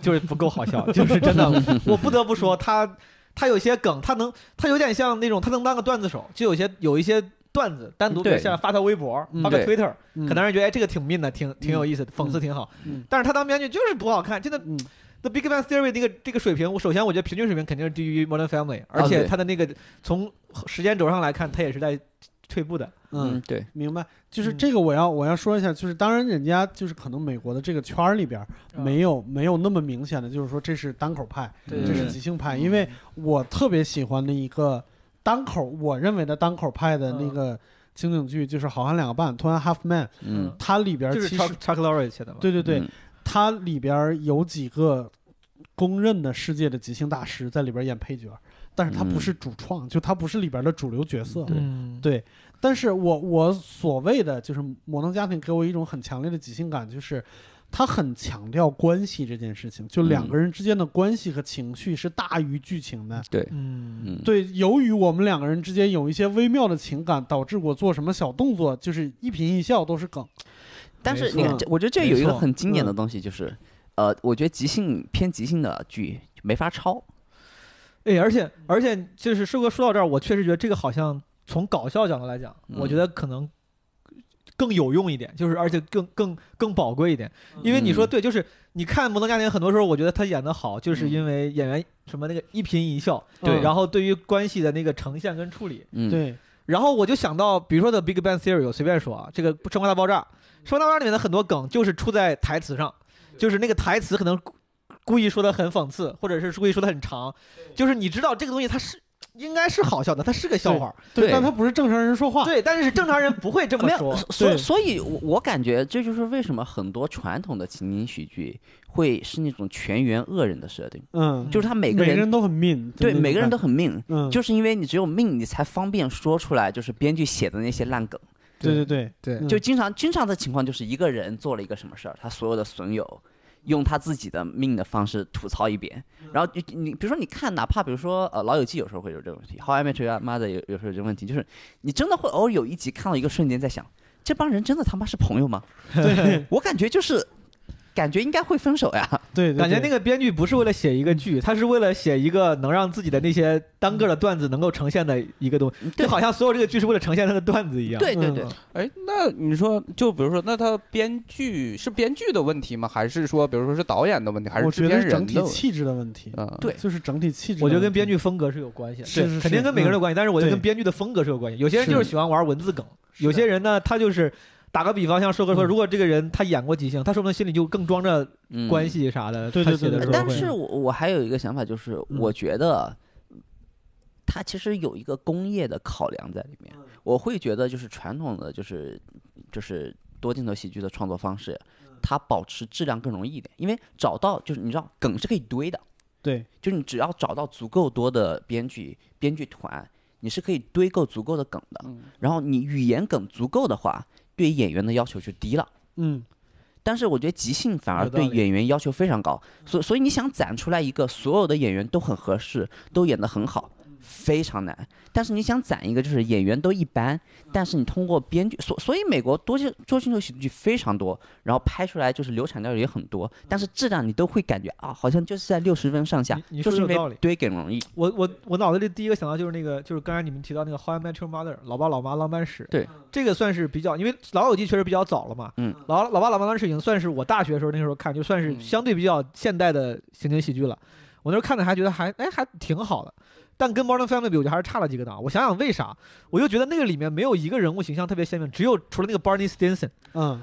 [SPEAKER 5] 就是不够好 笑，就是真的，我不得不说他他有些梗，他能他有点像那种他能当个段子手，就有些有一些段子单独
[SPEAKER 4] 对
[SPEAKER 5] 像发条微博
[SPEAKER 6] 嗯、
[SPEAKER 5] 发个
[SPEAKER 4] 对
[SPEAKER 5] Twitter，
[SPEAKER 6] 嗯
[SPEAKER 5] 可能让人觉得哎这个挺 mean 的，挺挺有意思的，讽刺挺好
[SPEAKER 6] 嗯。
[SPEAKER 5] 但是他当编剧就是不好看，真的。
[SPEAKER 6] 嗯
[SPEAKER 5] The Big Bang Theory 那个这个水平，我首先我觉得平均水平肯定是低于 Modern Family，而且
[SPEAKER 4] 啊对
[SPEAKER 5] 他的那个从时间轴上来看，他也是在退步的。
[SPEAKER 6] 嗯，
[SPEAKER 4] 对，
[SPEAKER 6] 明白，就是
[SPEAKER 5] 嗯
[SPEAKER 6] 这个我要我要说一下，就是当然人家就是可能美国的这个圈儿里边儿没有、没有那么明显的，就是说这是单口派，
[SPEAKER 4] 嗯
[SPEAKER 5] 对
[SPEAKER 6] 这
[SPEAKER 5] 对
[SPEAKER 6] 是
[SPEAKER 5] 对
[SPEAKER 6] 即兴
[SPEAKER 2] 嗯
[SPEAKER 6] 派，因为我特别喜欢的一个单口，我认为的单口派的那个情景剧就是《好汉两个半》（Two and a Half Man），
[SPEAKER 4] 嗯，
[SPEAKER 6] 它里边儿
[SPEAKER 5] 就是
[SPEAKER 6] 其
[SPEAKER 5] Chuck
[SPEAKER 6] 实
[SPEAKER 5] Chuck Lorre 写的嘛。
[SPEAKER 6] 对对对，
[SPEAKER 4] 嗯，
[SPEAKER 6] 它里边儿有几个公认的世界的即兴大师在里边儿演配角儿，但是他不
[SPEAKER 4] 嗯
[SPEAKER 6] 是主创，就他不是里边儿的主流角色。
[SPEAKER 5] 嗯，
[SPEAKER 6] 对，但是我我所谓的就是《摩登家庭》给我一种很强烈的即兴感，就是他很强调关系这件事情，就两
[SPEAKER 4] 嗯
[SPEAKER 6] 个人之间的关系和情绪是大于剧情的。
[SPEAKER 4] 对，
[SPEAKER 5] 嗯，
[SPEAKER 4] 嗯，
[SPEAKER 6] 对，由于我们两个人之间有一些微妙的情感，导致我做什么小动作，就是一颦一笑都是梗。
[SPEAKER 4] 但是
[SPEAKER 5] 没
[SPEAKER 4] 你看
[SPEAKER 6] 错，嗯
[SPEAKER 4] 这我觉得这有一
[SPEAKER 5] 没
[SPEAKER 4] 个
[SPEAKER 5] 错
[SPEAKER 4] 很经典的东西，就是，呃，我觉得即兴偏即兴的剧就没法抄。
[SPEAKER 5] 哎，而且而且就是师哥说到这儿，我确实觉得这个好像从搞笑角度来讲，
[SPEAKER 4] 嗯
[SPEAKER 5] 我觉得可能更有用一点，就是而且更更更宝贵一点，因为你说
[SPEAKER 4] 嗯
[SPEAKER 5] 对，就是你看《摩登家庭》，很多时候我觉得他演的好，就是因为演员什么那个一颦一笑，
[SPEAKER 6] 嗯
[SPEAKER 4] 对
[SPEAKER 5] 然后对于关系的那个呈现跟处理，
[SPEAKER 4] 嗯，
[SPEAKER 6] 对，
[SPEAKER 5] 然后我就想到，比如说《The Big Bang Theory》，我随便说啊，这个《生活大爆炸》，《
[SPEAKER 4] 嗯
[SPEAKER 5] 生活大爆炸》里面的很多梗就是出在台词上，就是那个台词可能故故意说的很讽刺，或者是故意说的很长，就是你知道这个东西它是应该是好笑的，它是个笑话，
[SPEAKER 4] 对
[SPEAKER 6] 但他不是正常人说话，
[SPEAKER 5] 对，但是正常人不会这么
[SPEAKER 4] 啊没有
[SPEAKER 5] 说，，
[SPEAKER 4] 所
[SPEAKER 6] 对
[SPEAKER 4] 所以我，我感觉这就是为什么很多传统的情景喜剧会是那种全员恶人的设定，
[SPEAKER 6] 嗯，
[SPEAKER 4] 就是他每
[SPEAKER 6] 每
[SPEAKER 4] 个人
[SPEAKER 6] 都很 mean，
[SPEAKER 4] 对
[SPEAKER 6] 就那
[SPEAKER 4] 每个人
[SPEAKER 6] 种
[SPEAKER 4] 都很命，
[SPEAKER 6] 感觉嗯，
[SPEAKER 4] 就是因为你只有命，你才方便说出来，就是编剧写的那些烂梗。
[SPEAKER 6] 对对对
[SPEAKER 5] 对
[SPEAKER 6] 嗯
[SPEAKER 4] 就经常经常的情况就是一个人做了一个什么事儿，他所有的损友用他自己的命的方式吐槽一遍，然后你你比如说你看，哪怕比如说呃《老友记》有时候会有这个问题，《How I Met Your Mother》有有时候有这个问题，就是你真的会偶尔有一集看到一个瞬间在想，这帮人真的他妈是朋友吗？ 我感觉就是感觉应该会分手呀。
[SPEAKER 6] 对，
[SPEAKER 5] 感觉那
[SPEAKER 6] 个
[SPEAKER 5] 个编剧不是为了写一个
[SPEAKER 6] 嗯
[SPEAKER 5] 剧，他是为了写一个能让自己的那些单个的段子能够呈现的一个东西，
[SPEAKER 4] 嗯对
[SPEAKER 5] 就好像所有这个剧是为了呈现他的段子一样。
[SPEAKER 4] 对对对，
[SPEAKER 2] 哎，那你说，就比如说，那他编剧是编剧的问题吗？还是说，比如说是导演的问题，还
[SPEAKER 6] 我
[SPEAKER 2] 制
[SPEAKER 6] 觉得
[SPEAKER 2] 片
[SPEAKER 6] 是
[SPEAKER 2] 人
[SPEAKER 6] 整
[SPEAKER 2] 的
[SPEAKER 6] 体
[SPEAKER 2] 问题？
[SPEAKER 6] 气质的问题，
[SPEAKER 2] 嗯，
[SPEAKER 4] 对
[SPEAKER 6] 就是整体气质的
[SPEAKER 5] 我
[SPEAKER 6] 问题，
[SPEAKER 5] 觉得跟编剧风格是有关系的，
[SPEAKER 6] 是
[SPEAKER 5] 对
[SPEAKER 6] 是是
[SPEAKER 5] 肯定跟每个人
[SPEAKER 6] 嗯
[SPEAKER 5] 有关系。但是我觉得
[SPEAKER 6] 对
[SPEAKER 5] 跟编剧的风格是有关系。有些人
[SPEAKER 6] 是
[SPEAKER 5] 就是喜欢玩文字梗，
[SPEAKER 6] 是的
[SPEAKER 5] 有些人呢，他就是打个比方，像说哥说，
[SPEAKER 6] 嗯
[SPEAKER 5] 如果这个人他演过即兴，他说不定心里就更装着
[SPEAKER 4] 嗯
[SPEAKER 5] 关系啥的。
[SPEAKER 6] 对
[SPEAKER 5] 他
[SPEAKER 6] 对
[SPEAKER 5] 写
[SPEAKER 6] 对
[SPEAKER 5] 的时
[SPEAKER 6] 对
[SPEAKER 5] 候
[SPEAKER 4] 但
[SPEAKER 5] 会嗯
[SPEAKER 4] 是我我还有一个想法，就是我觉得它其实有一个工业的考量在里面。
[SPEAKER 5] 嗯
[SPEAKER 4] 我会觉得就是传统的就是就是多镜头喜剧的创作方式，
[SPEAKER 5] 嗯
[SPEAKER 4] 它保持质量更容易一点，因为找到就是你知道梗是可以堆的，
[SPEAKER 6] 对
[SPEAKER 4] 就是你只要找到足够多的编剧编剧团，你是可以堆够足够的梗的。
[SPEAKER 2] 嗯
[SPEAKER 4] 然后你语言梗足够的话，对演员的要求就低了。
[SPEAKER 6] 嗯
[SPEAKER 4] 但是我觉得即兴反而
[SPEAKER 5] 有道
[SPEAKER 4] 对
[SPEAKER 5] 理嗯
[SPEAKER 4] 演员要求非常高，所所以你想攒出来一个所有的演员都很合适，都演得很好，
[SPEAKER 5] 嗯
[SPEAKER 4] 非常难。但是你想攒一个就是演员都一般，
[SPEAKER 5] 嗯
[SPEAKER 4] 但是你通过编剧，所所以美国多镜多镜头喜剧非常多，然后拍出来就是流产掉也很
[SPEAKER 5] 嗯
[SPEAKER 4] 多，但是质量你都会感觉啊，好像就是在六十分上下
[SPEAKER 5] 你你，
[SPEAKER 4] 就
[SPEAKER 5] 说
[SPEAKER 4] 是因
[SPEAKER 5] 的有道
[SPEAKER 4] 为
[SPEAKER 5] 理
[SPEAKER 4] 堆梗容易。
[SPEAKER 5] 我我我脑子里第一个想到就是那个，就是刚才你们提到那个《How I Met Your Mother》，老爸老妈浪漫史。
[SPEAKER 4] 对，
[SPEAKER 5] 这个算是比较，因为《老友记》确实比较早了嘛。
[SPEAKER 4] 嗯，
[SPEAKER 5] 老老爸老妈浪漫史已经算是我大学时候那时候看，就算是
[SPEAKER 2] 嗯
[SPEAKER 5] 相对比较现代的情景喜剧了。我那时候看的还觉得还哎还挺好的，但跟《Modern Family》比，我觉得还是差了几个档。我想想为啥，我就觉得那个里面没有一个人物形象特别鲜明，只有除了那个 Barney Stinson，Barney
[SPEAKER 6] 嗯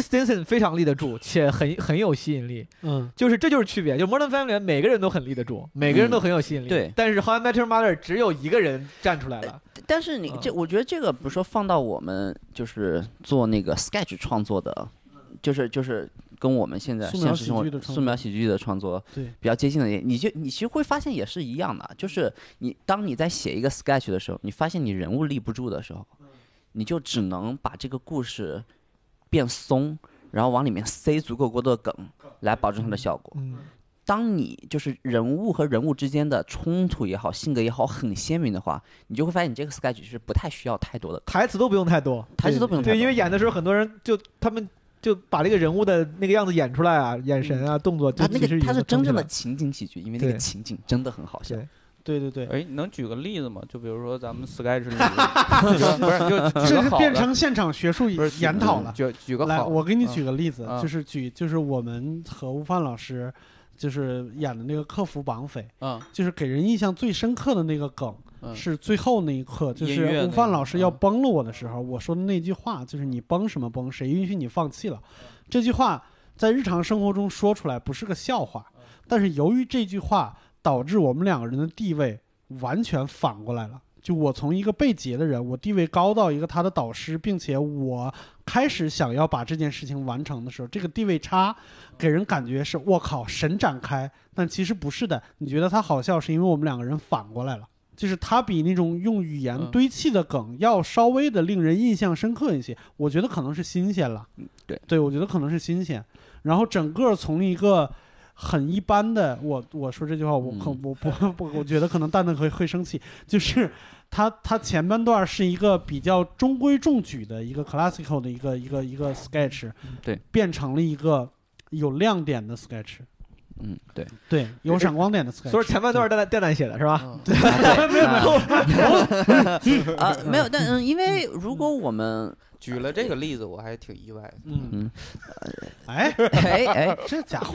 [SPEAKER 5] Stinson 非常立得住，且很很有吸引力。
[SPEAKER 6] 嗯，
[SPEAKER 5] 就是这就是区别，就 Modern Family 里面每个人都很立得住，每个人都很有吸引力。
[SPEAKER 4] 嗯对哎
[SPEAKER 5] 但是 How I Met Your Mother 只有一个人站出来了。
[SPEAKER 4] 但是
[SPEAKER 6] 嗯
[SPEAKER 4] 你这，我觉得这个，比如说放到我们就是做那个 sketch 创作的，就是就是跟我们现在
[SPEAKER 6] 素描
[SPEAKER 4] 现实生活
[SPEAKER 6] 喜剧的创作
[SPEAKER 4] 素描喜剧的创作
[SPEAKER 6] 对
[SPEAKER 4] 比较接近的，你就你其实会发现也是一样的，就是你当你在写一个 sketch 的时候，你发现你人物立不住的时候，
[SPEAKER 6] 嗯
[SPEAKER 4] 你就只能把这个故事变松，然后往里面塞足够多的梗，来保证它的效果。
[SPEAKER 5] 嗯，
[SPEAKER 4] 当你就是人物和人物之间的冲突也好，性格也好，很鲜明的话，你就会发现你这个 sketch 是不太需要太多的，
[SPEAKER 5] 台词都不用太多。
[SPEAKER 4] 台词都不用太多。
[SPEAKER 5] 对，因为演的时候很多人就他们就把这个人物的那个样子演出来啊，眼神啊、动作就
[SPEAKER 4] 嗯他
[SPEAKER 5] 其
[SPEAKER 4] 那
[SPEAKER 5] 实已经
[SPEAKER 4] 个他是
[SPEAKER 5] 很
[SPEAKER 4] 真正
[SPEAKER 5] 出来
[SPEAKER 4] 的
[SPEAKER 5] 了
[SPEAKER 4] 情景喜剧，因为那个
[SPEAKER 5] 对
[SPEAKER 4] 情景真的很好笑
[SPEAKER 5] 对。
[SPEAKER 6] 对对对，
[SPEAKER 2] 哎，你能举个例子吗？就比如说咱们 sketch 里就，不是就举
[SPEAKER 6] 这
[SPEAKER 2] 个
[SPEAKER 6] 是
[SPEAKER 2] 嗯好
[SPEAKER 6] 变
[SPEAKER 2] 的，
[SPEAKER 6] 成现场学术
[SPEAKER 2] 不是
[SPEAKER 6] 研讨了。
[SPEAKER 2] 举嗯举个
[SPEAKER 6] 来，
[SPEAKER 2] 好的，
[SPEAKER 6] 我给你举个例子，
[SPEAKER 2] 嗯
[SPEAKER 6] 就是举就是我们和吴范老师就是演的那个客服绑匪，
[SPEAKER 2] 嗯
[SPEAKER 6] 就是给人印象最深刻的那个梗，
[SPEAKER 2] 嗯
[SPEAKER 6] 是最后那一刻，就
[SPEAKER 2] 音乐那
[SPEAKER 6] 是
[SPEAKER 2] 个嗯
[SPEAKER 6] 吴范老师要崩了我的时候，我说的那句话，就是你崩什么崩，谁允许你放弃了？这句话在日常生活中说出来不是个笑话，
[SPEAKER 2] 嗯
[SPEAKER 6] 但是由于这句话导致我们两个人的地位完全反过来了。就我从一个被劫的人，我地位高到一个他的导师，并且我开始想要把这件事情完成的时候，这个地位差给人感觉是我靠神展开，但其实不是的。你觉得他好笑，是因为我们两个人反过来了，就是他比那种用语言
[SPEAKER 2] 嗯
[SPEAKER 6] 堆砌的梗要稍微的令人印象深刻一些。我觉得可能是新鲜了，
[SPEAKER 4] 对，
[SPEAKER 6] 对我觉得可能是新鲜。然后整个从一个很一般的，我我说这句话，我可
[SPEAKER 4] 嗯
[SPEAKER 6] 我不不，我觉得可能蛋蛋会会生气，就是他他前半段是一个比较中规中矩的一个 classical 的一个一个一个 sketch，
[SPEAKER 4] 嗯对，
[SPEAKER 6] 变成了一个有亮点的 sketch，
[SPEAKER 4] 嗯，对，
[SPEAKER 6] 对，有闪光点的 sketch，
[SPEAKER 5] 所以前半段是蛋蛋蛋蛋写的是吧？
[SPEAKER 2] 嗯
[SPEAKER 4] 没有没有 啊，没有，但嗯，因为如果我们
[SPEAKER 2] 举了这个例子，我还挺意外的。
[SPEAKER 6] 嗯，
[SPEAKER 4] 嗯，
[SPEAKER 6] 哎，
[SPEAKER 4] 哎哎，
[SPEAKER 6] 这家伙，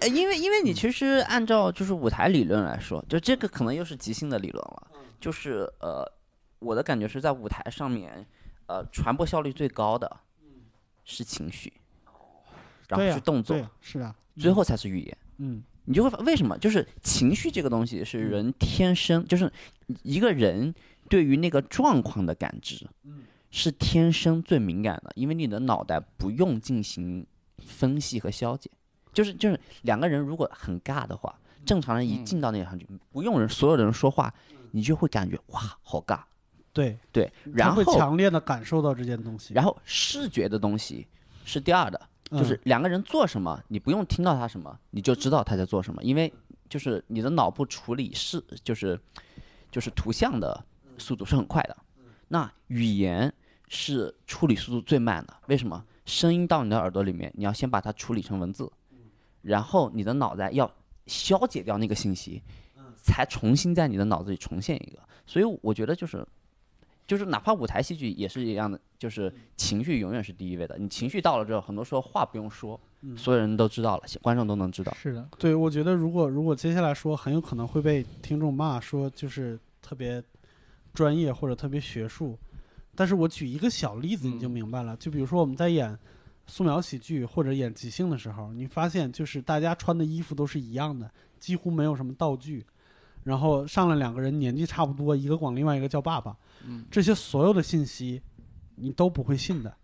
[SPEAKER 4] 呃因为因为
[SPEAKER 6] 嗯
[SPEAKER 4] 你其实按照就是舞台理论来说，就这个可能又是即兴的理论了，
[SPEAKER 6] 嗯
[SPEAKER 4] 就是呃，我的感觉是在舞台上面，呃，传播效率最高的是情绪，然后
[SPEAKER 6] 对呀
[SPEAKER 4] 是动作
[SPEAKER 6] 嗯哦对，，是啊，
[SPEAKER 4] 最后才是语言。
[SPEAKER 6] 嗯，
[SPEAKER 4] 你就会发为什么？就是情绪这个东西是人天生，就是一个人对于那个状况的感知，是天生最敏感的，因为你的脑袋不用进行分析和消解。就是就是两个人如果很尬的话，正常人一
[SPEAKER 2] 嗯
[SPEAKER 4] 进到那个场景，不用人所有人说话，你就会感觉哇好尬。
[SPEAKER 6] 对，
[SPEAKER 4] 对，
[SPEAKER 6] 嗯他
[SPEAKER 4] 然
[SPEAKER 6] 会
[SPEAKER 4] 后
[SPEAKER 6] 强烈的感受到这件东西，嗯
[SPEAKER 4] 然后视觉的东西是第二的，就是两个人做什么，你不用听到他什么，你就知道他在做什么，因为就是你的脑部处理是就是就是图像的速度是很快的，那语言是处理速度最慢的，为什么？声音到你的耳朵里面，你要先把它处理成文字，然后你的脑袋要消解掉那个信息，
[SPEAKER 6] 嗯
[SPEAKER 4] 才重新在你的脑子里重现一个。所以我觉得就是。就是哪怕舞台戏剧也是一样的，就是情绪永远是第一位的。你情绪到了之后，很多时候话不用说，
[SPEAKER 6] 嗯
[SPEAKER 4] 所有人都知道了，观众都能知道。
[SPEAKER 5] 嗯是的，
[SPEAKER 6] 对，我觉得如果如果接下来说，很有可能会被听众骂说就是特别专业或者特别学术。但是我举一个小例子你就
[SPEAKER 2] 嗯
[SPEAKER 6] 明白了，就比如说我们在演素描喜剧或者演即兴的时候，你发现就是大家穿的衣服都是一样的，几乎没有什么道具。然后上来两个人年纪差不多，一个管另外一个叫爸爸，
[SPEAKER 2] 嗯
[SPEAKER 6] 这些所有的信息你都不会信的，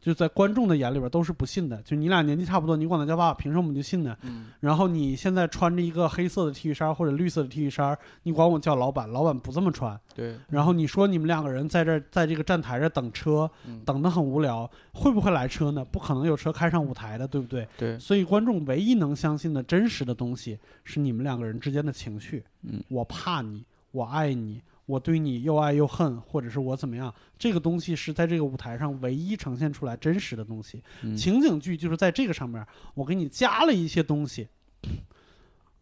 [SPEAKER 6] 就在观众的眼里边都是不信的。就你俩年纪差不多，你管他叫爸爸，凭什么你就信呢？
[SPEAKER 2] 嗯
[SPEAKER 6] 然后你现在穿着一个黑色的 T 恤衫或者绿色的 T 恤衫，你管我叫老板，老板不这么穿。
[SPEAKER 2] 对，
[SPEAKER 6] 然后你说你们两个人在这儿在这个站台这儿等车，
[SPEAKER 2] 嗯
[SPEAKER 6] 等得很无聊，会不会来车呢？不可能有车开上舞台的，对不对？
[SPEAKER 2] 对
[SPEAKER 6] 所以观众唯一能相信的真实的东西是你们两个人之间的情绪。
[SPEAKER 4] 嗯，
[SPEAKER 6] 我怕你，我爱你，我对你又爱又恨，或者是我怎么样，这个东西是在这个舞台上唯一呈现出来真实的东西。
[SPEAKER 4] 嗯
[SPEAKER 6] 情景剧就是在这个上面，我给你加了一些东西。
[SPEAKER 4] 嗯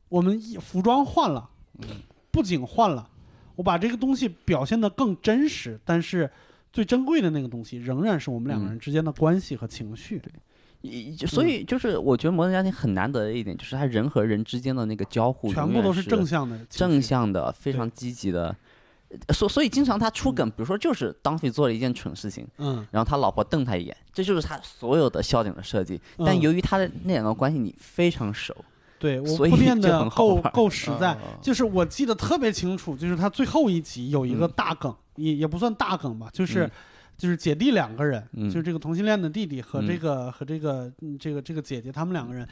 [SPEAKER 6] 我们一服装换了，布景换了，我把这个东西表现得更真实，但是最珍贵的那个东西仍然是我们
[SPEAKER 4] 嗯
[SPEAKER 6] 两个人之间的关系和情绪。
[SPEAKER 4] 一就所
[SPEAKER 6] 嗯
[SPEAKER 4] 以就是我觉得《摩登家庭》很难得的一点，就是他人和人之间的那个交互，
[SPEAKER 6] 全部都
[SPEAKER 4] 是
[SPEAKER 6] 正向的，
[SPEAKER 4] 正。向的，非常积极的。呃所所以经常他出梗，比如说就是当飞做了一件蠢事情，
[SPEAKER 6] 嗯，
[SPEAKER 4] 然后他老婆瞪他一眼，这就是他所有的笑点的设计。但
[SPEAKER 6] 嗯
[SPEAKER 4] 由于他的那两个关系你非常熟，
[SPEAKER 6] 对我
[SPEAKER 4] 所以
[SPEAKER 6] 铺垫
[SPEAKER 4] 就
[SPEAKER 6] 的
[SPEAKER 4] 很好
[SPEAKER 6] 够
[SPEAKER 4] 玩
[SPEAKER 6] 够实在
[SPEAKER 2] 嗯，嗯嗯
[SPEAKER 6] 就是我记得特别清楚，就是他最后一集有一个大梗，也也不算大梗吧，就是、
[SPEAKER 4] 嗯
[SPEAKER 6] 就是姐弟两个人，
[SPEAKER 4] 嗯
[SPEAKER 6] 就是这个同性恋的弟弟和
[SPEAKER 4] 嗯
[SPEAKER 6] 这个、和这个嗯这个这个姐姐他们两个人，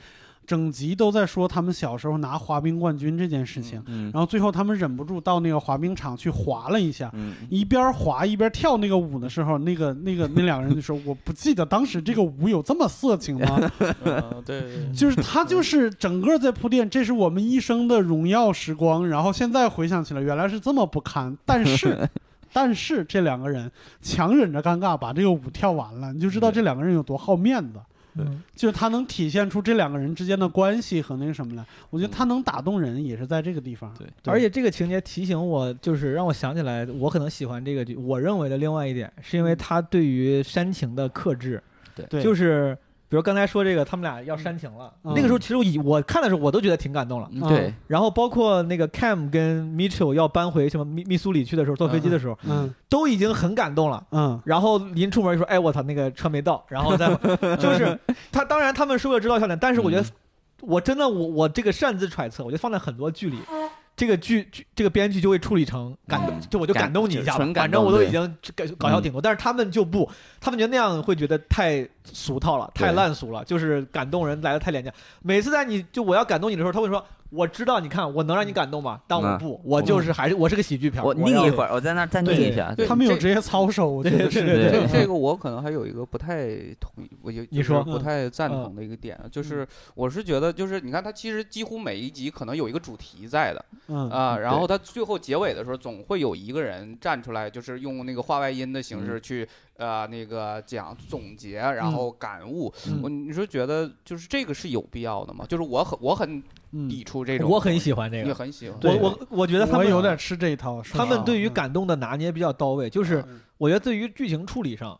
[SPEAKER 6] 整集都在说他们小时候拿滑冰冠军这件事情，
[SPEAKER 4] 嗯
[SPEAKER 6] 然后最后他们忍不住到那个滑冰场去滑了一下。
[SPEAKER 4] 嗯，
[SPEAKER 6] 一边滑一边跳那个舞的时候，那个那个那两个人就说：“ 我不记得当时这个舞有这么色情吗？”
[SPEAKER 2] 嗯 对对
[SPEAKER 6] 就是他就是整个在铺垫，这是我们一生的荣耀时光。然后现在回想起来，原来是这么不堪。但是，但是这两个人强忍着尴尬把这个舞跳完了，你就知道这两个人有多好面子。
[SPEAKER 5] 嗯
[SPEAKER 6] 就是他能体现出这两个人之间的关系和那个什么来，我觉得他能打动人也是在这个地方。
[SPEAKER 1] 对
[SPEAKER 5] 而且这个情节提醒我，就是让我想起来，我可能喜欢这个剧。我认为的另外一点，是因为他对于煽情的克制，
[SPEAKER 6] 嗯对，
[SPEAKER 5] 就是比如刚才说这个，他们俩要煽情了，
[SPEAKER 6] 嗯
[SPEAKER 5] 那个时候其实我以我看的时候，我都觉得挺感动了。
[SPEAKER 4] 嗯
[SPEAKER 6] 啊
[SPEAKER 4] 对，
[SPEAKER 5] 然后包括那个 Cam 跟 Mitchell 要搬回什么密密苏里去的时候，坐飞机的时候，
[SPEAKER 6] 嗯
[SPEAKER 5] 都已经很感动了。
[SPEAKER 6] 嗯
[SPEAKER 5] 然后临出门就说：“哎，我操，那个车没到。”然后再就是他，当然他们是为了知道笑点，但是我觉得，我真的我我这个擅自揣测，我觉得放在很多剧里，这个剧剧这个编剧就会处理成感动，就我就
[SPEAKER 4] 感
[SPEAKER 5] 感动你一下吧
[SPEAKER 4] 纯，感
[SPEAKER 5] 反正我
[SPEAKER 4] 动
[SPEAKER 5] 都
[SPEAKER 4] 对
[SPEAKER 5] 已经搞搞笑顶多，但是他们就不，他们觉得那样会觉得太俗套了，太
[SPEAKER 4] 对
[SPEAKER 5] 烂俗了，就是感动人来的太廉价。每次在你就我要感动你的时候，他会说：“我知道，你看我能让你感动吗？但我
[SPEAKER 4] 嗯
[SPEAKER 5] 不，我就是还是我是个喜剧片儿，
[SPEAKER 4] 我
[SPEAKER 5] 啊我
[SPEAKER 4] 拧
[SPEAKER 5] 要
[SPEAKER 4] 一会儿，我在那儿再拧
[SPEAKER 6] 对
[SPEAKER 4] 一下。
[SPEAKER 2] 对
[SPEAKER 6] 他们有
[SPEAKER 2] 这
[SPEAKER 6] 职业操守，我觉得是
[SPEAKER 2] 这
[SPEAKER 5] 对
[SPEAKER 4] 对
[SPEAKER 2] 这个我可能还有一个不太同意，我有
[SPEAKER 5] 你
[SPEAKER 2] 就是
[SPEAKER 5] 说
[SPEAKER 2] 不
[SPEAKER 6] 嗯
[SPEAKER 2] 太赞
[SPEAKER 5] 嗯
[SPEAKER 2] 同的一个点，啊就是我是觉得就是你看它其实几乎每一集可能有一个主题在的
[SPEAKER 6] 嗯
[SPEAKER 5] 呃
[SPEAKER 2] 啊，然
[SPEAKER 4] 对
[SPEAKER 2] 后它最后结尾的时候总会有一个人站出来，就是用那个话外音的形
[SPEAKER 5] 嗯
[SPEAKER 2] 式去呃那个讲总结，然后感悟。
[SPEAKER 6] 嗯
[SPEAKER 2] 我你说觉得就是这个是有必要的吗？就是我很我很
[SPEAKER 6] 嗯，
[SPEAKER 2] 抵触这种，
[SPEAKER 5] 我很喜欢这
[SPEAKER 2] 你
[SPEAKER 5] 个。”
[SPEAKER 2] 很喜欢，
[SPEAKER 5] 我
[SPEAKER 6] 对
[SPEAKER 5] 我我觉得他
[SPEAKER 6] 我
[SPEAKER 5] 们
[SPEAKER 6] 有点吃这一套。说
[SPEAKER 5] 他们
[SPEAKER 6] 实
[SPEAKER 2] 嗯
[SPEAKER 6] 话
[SPEAKER 5] 对于感动的拿捏比较到位，就是
[SPEAKER 6] 嗯
[SPEAKER 5] 我觉得对于剧情处理上，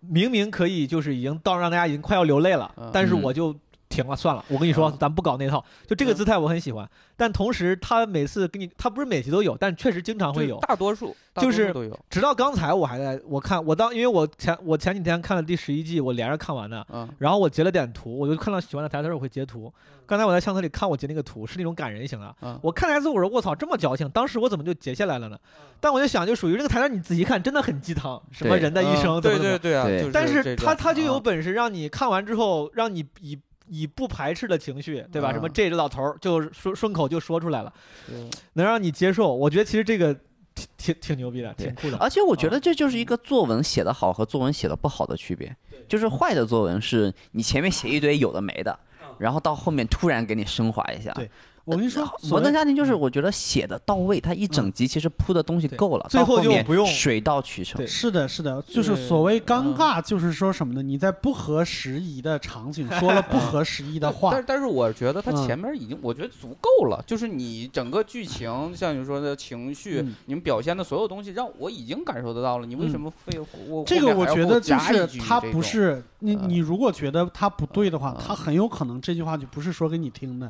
[SPEAKER 5] 明明可以就是已经到让大家已经快要流泪了
[SPEAKER 2] 嗯，
[SPEAKER 5] 但是我就停了，算了，我跟你说，咱不搞那套。就这个姿态我很喜欢，但同时他每次给你，他不是每集都有，但确实经常会有。
[SPEAKER 2] 大多数大
[SPEAKER 5] 就
[SPEAKER 2] 多数
[SPEAKER 5] 是
[SPEAKER 2] 都有，
[SPEAKER 5] 直到刚才我还在我看我当，因为我前我前几天看了第十一季，我连着看完的，
[SPEAKER 2] 嗯，
[SPEAKER 5] 然后我截了点图，我就看到喜欢的台词儿我会截图。刚才我在相册里看我截那个图，是那种感人型的。
[SPEAKER 2] 嗯
[SPEAKER 5] 我看台词我说卧槽这么矫情，当时我怎么就截下来了呢？但我就想，就属于这个台词儿你仔细看真的很鸡汤，什么
[SPEAKER 4] 对
[SPEAKER 5] 人的一生，
[SPEAKER 2] 嗯
[SPEAKER 5] 怎
[SPEAKER 2] 嗯对
[SPEAKER 5] 么怎么
[SPEAKER 2] 对对啊，
[SPEAKER 4] 对
[SPEAKER 2] 就
[SPEAKER 5] 但是
[SPEAKER 2] 这
[SPEAKER 5] 他
[SPEAKER 2] 种
[SPEAKER 5] 他就有
[SPEAKER 2] 啊
[SPEAKER 5] 本事让你看完之后，让你以以不排斥的情绪，对吧？什么
[SPEAKER 2] 嗯
[SPEAKER 5] 这老头儿就顺顺口就说出来了，
[SPEAKER 2] 是
[SPEAKER 5] 能让你接受。我觉得其实这个挺挺挺牛逼的，
[SPEAKER 4] 对
[SPEAKER 5] 挺酷的。
[SPEAKER 4] 而且我
[SPEAKER 6] 啊
[SPEAKER 4] 觉得这就是一个作文写得好和作文写得不好的区别，就是坏的作文是你前面写一堆有的没的，然后到后面突然给你升华一下。
[SPEAKER 6] 啊
[SPEAKER 4] 呃
[SPEAKER 6] 对嗯我跟你说，所
[SPEAKER 4] 摩登
[SPEAKER 6] 谓嗯
[SPEAKER 4] 家庭就是我觉得写的到位，它一整集其实铺的东西
[SPEAKER 5] 对
[SPEAKER 4] 够了，
[SPEAKER 5] 最
[SPEAKER 4] 到
[SPEAKER 5] 后
[SPEAKER 4] 后
[SPEAKER 5] 就
[SPEAKER 4] 面
[SPEAKER 5] 不用
[SPEAKER 4] 水到渠成
[SPEAKER 5] 对。
[SPEAKER 6] 是的，是的，就是
[SPEAKER 2] 对嗯
[SPEAKER 6] 所谓尴尬，就是说什么呢？你在不合时宜的场景说了不合时宜的 话
[SPEAKER 2] 但，但是我觉得他
[SPEAKER 6] 嗯
[SPEAKER 2] 前面已经，我觉得足够了。就是你整个剧情，像你说的情绪，
[SPEAKER 6] 嗯
[SPEAKER 2] 你们表现的所有东西，让我已经感受得到了。你为什么非我
[SPEAKER 6] 这个
[SPEAKER 2] 我
[SPEAKER 6] 我觉得就是
[SPEAKER 2] 他
[SPEAKER 6] 他不是你，
[SPEAKER 2] 嗯
[SPEAKER 6] 你如果觉得他不对的话
[SPEAKER 2] 嗯，
[SPEAKER 6] 他很有可能这句话就不是说给你听的，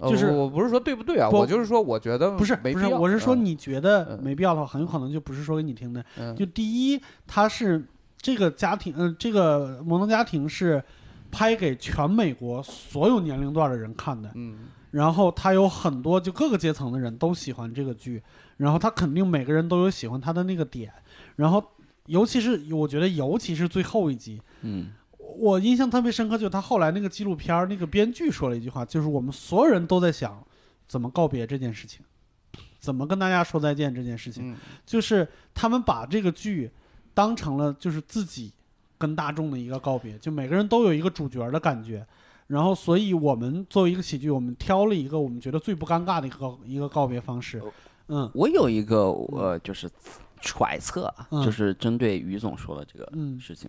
[SPEAKER 6] 就是
[SPEAKER 2] 呃我不是说对不对啊，
[SPEAKER 6] 不
[SPEAKER 2] 我就是说我觉得
[SPEAKER 6] 不是
[SPEAKER 2] 没
[SPEAKER 6] 不是，
[SPEAKER 2] 必要
[SPEAKER 6] 我是说
[SPEAKER 2] 嗯
[SPEAKER 6] 你觉得
[SPEAKER 2] 嗯
[SPEAKER 6] 没必要的话，很有可能就不是说给你听的。
[SPEAKER 2] 嗯
[SPEAKER 6] 就第一，他是这个家庭，嗯、这个摩登家庭是拍给全美国所有年龄段的人看的，
[SPEAKER 2] 嗯
[SPEAKER 6] 然后他有很多就各个阶层的人都喜欢这个剧，然后他肯定每个人都有喜欢他的那个点，然后尤其是我觉得尤其是最后一集，
[SPEAKER 4] 嗯，
[SPEAKER 6] 我印象特别深刻，就是他后来那个纪录片儿那个编剧说了一句话，就是我们所有人都在想怎么告别这件事情，怎么跟大家说再见这件事情，
[SPEAKER 2] 嗯
[SPEAKER 6] 就是他们把这个剧当成了就是自己跟大众的一个告别，就每个人都有一个主角的感觉。然后，所以我们作为一个喜剧，我们挑了一个我们觉得最不尴尬的一个告一个告别方式。嗯
[SPEAKER 4] 我有一个呃，就是揣测啊，
[SPEAKER 6] 嗯
[SPEAKER 4] 就是针对于总说的这个
[SPEAKER 6] 嗯
[SPEAKER 4] 事情，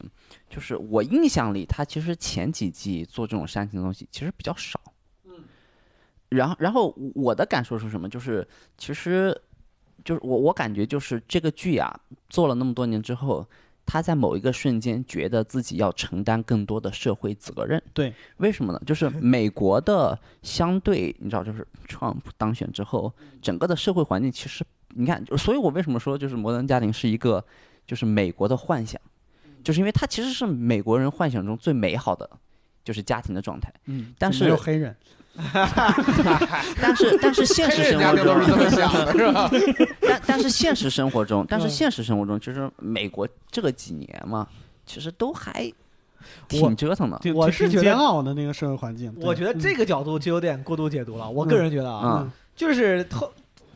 [SPEAKER 4] 就是我印象里他其实前几季做这种煽情的东西其实比较少。然后，然后我的感受是什么？就是其实，就是我我感觉就是这个剧啊，做了那么多年之后，他在某一个瞬间觉得自己要承担更多的社会责任。
[SPEAKER 6] 对，
[SPEAKER 4] 为什么呢？就是美国的相对，你知道，就是特朗普当选之后，整个的社会环境其实，你看，所以我为什么说就是《摩登家庭》是一个就是美国的幻想，就是因为它其实是美国人幻想中最美好的就是家庭的状 态。
[SPEAKER 6] 嗯，
[SPEAKER 4] 但
[SPEAKER 6] 就是没有黑人，
[SPEAKER 4] 但是但是现实生
[SPEAKER 2] 家
[SPEAKER 4] 活
[SPEAKER 2] 庭都是这
[SPEAKER 4] 中，
[SPEAKER 2] 么想 的，是吧？
[SPEAKER 6] 嗯
[SPEAKER 4] 但但是现实生 活中，但是现实生活中，就是美国这个几年嘛，其实都还
[SPEAKER 6] 我
[SPEAKER 4] 挺折腾的。
[SPEAKER 6] 对
[SPEAKER 5] 我
[SPEAKER 6] 挺
[SPEAKER 5] 是觉
[SPEAKER 6] 挺煎
[SPEAKER 5] 得
[SPEAKER 6] 熬的那个社会环境。对嗯
[SPEAKER 5] 我觉得这个角度就有点过度解读了。我个人觉得啊，
[SPEAKER 4] 啊，
[SPEAKER 5] 就是后，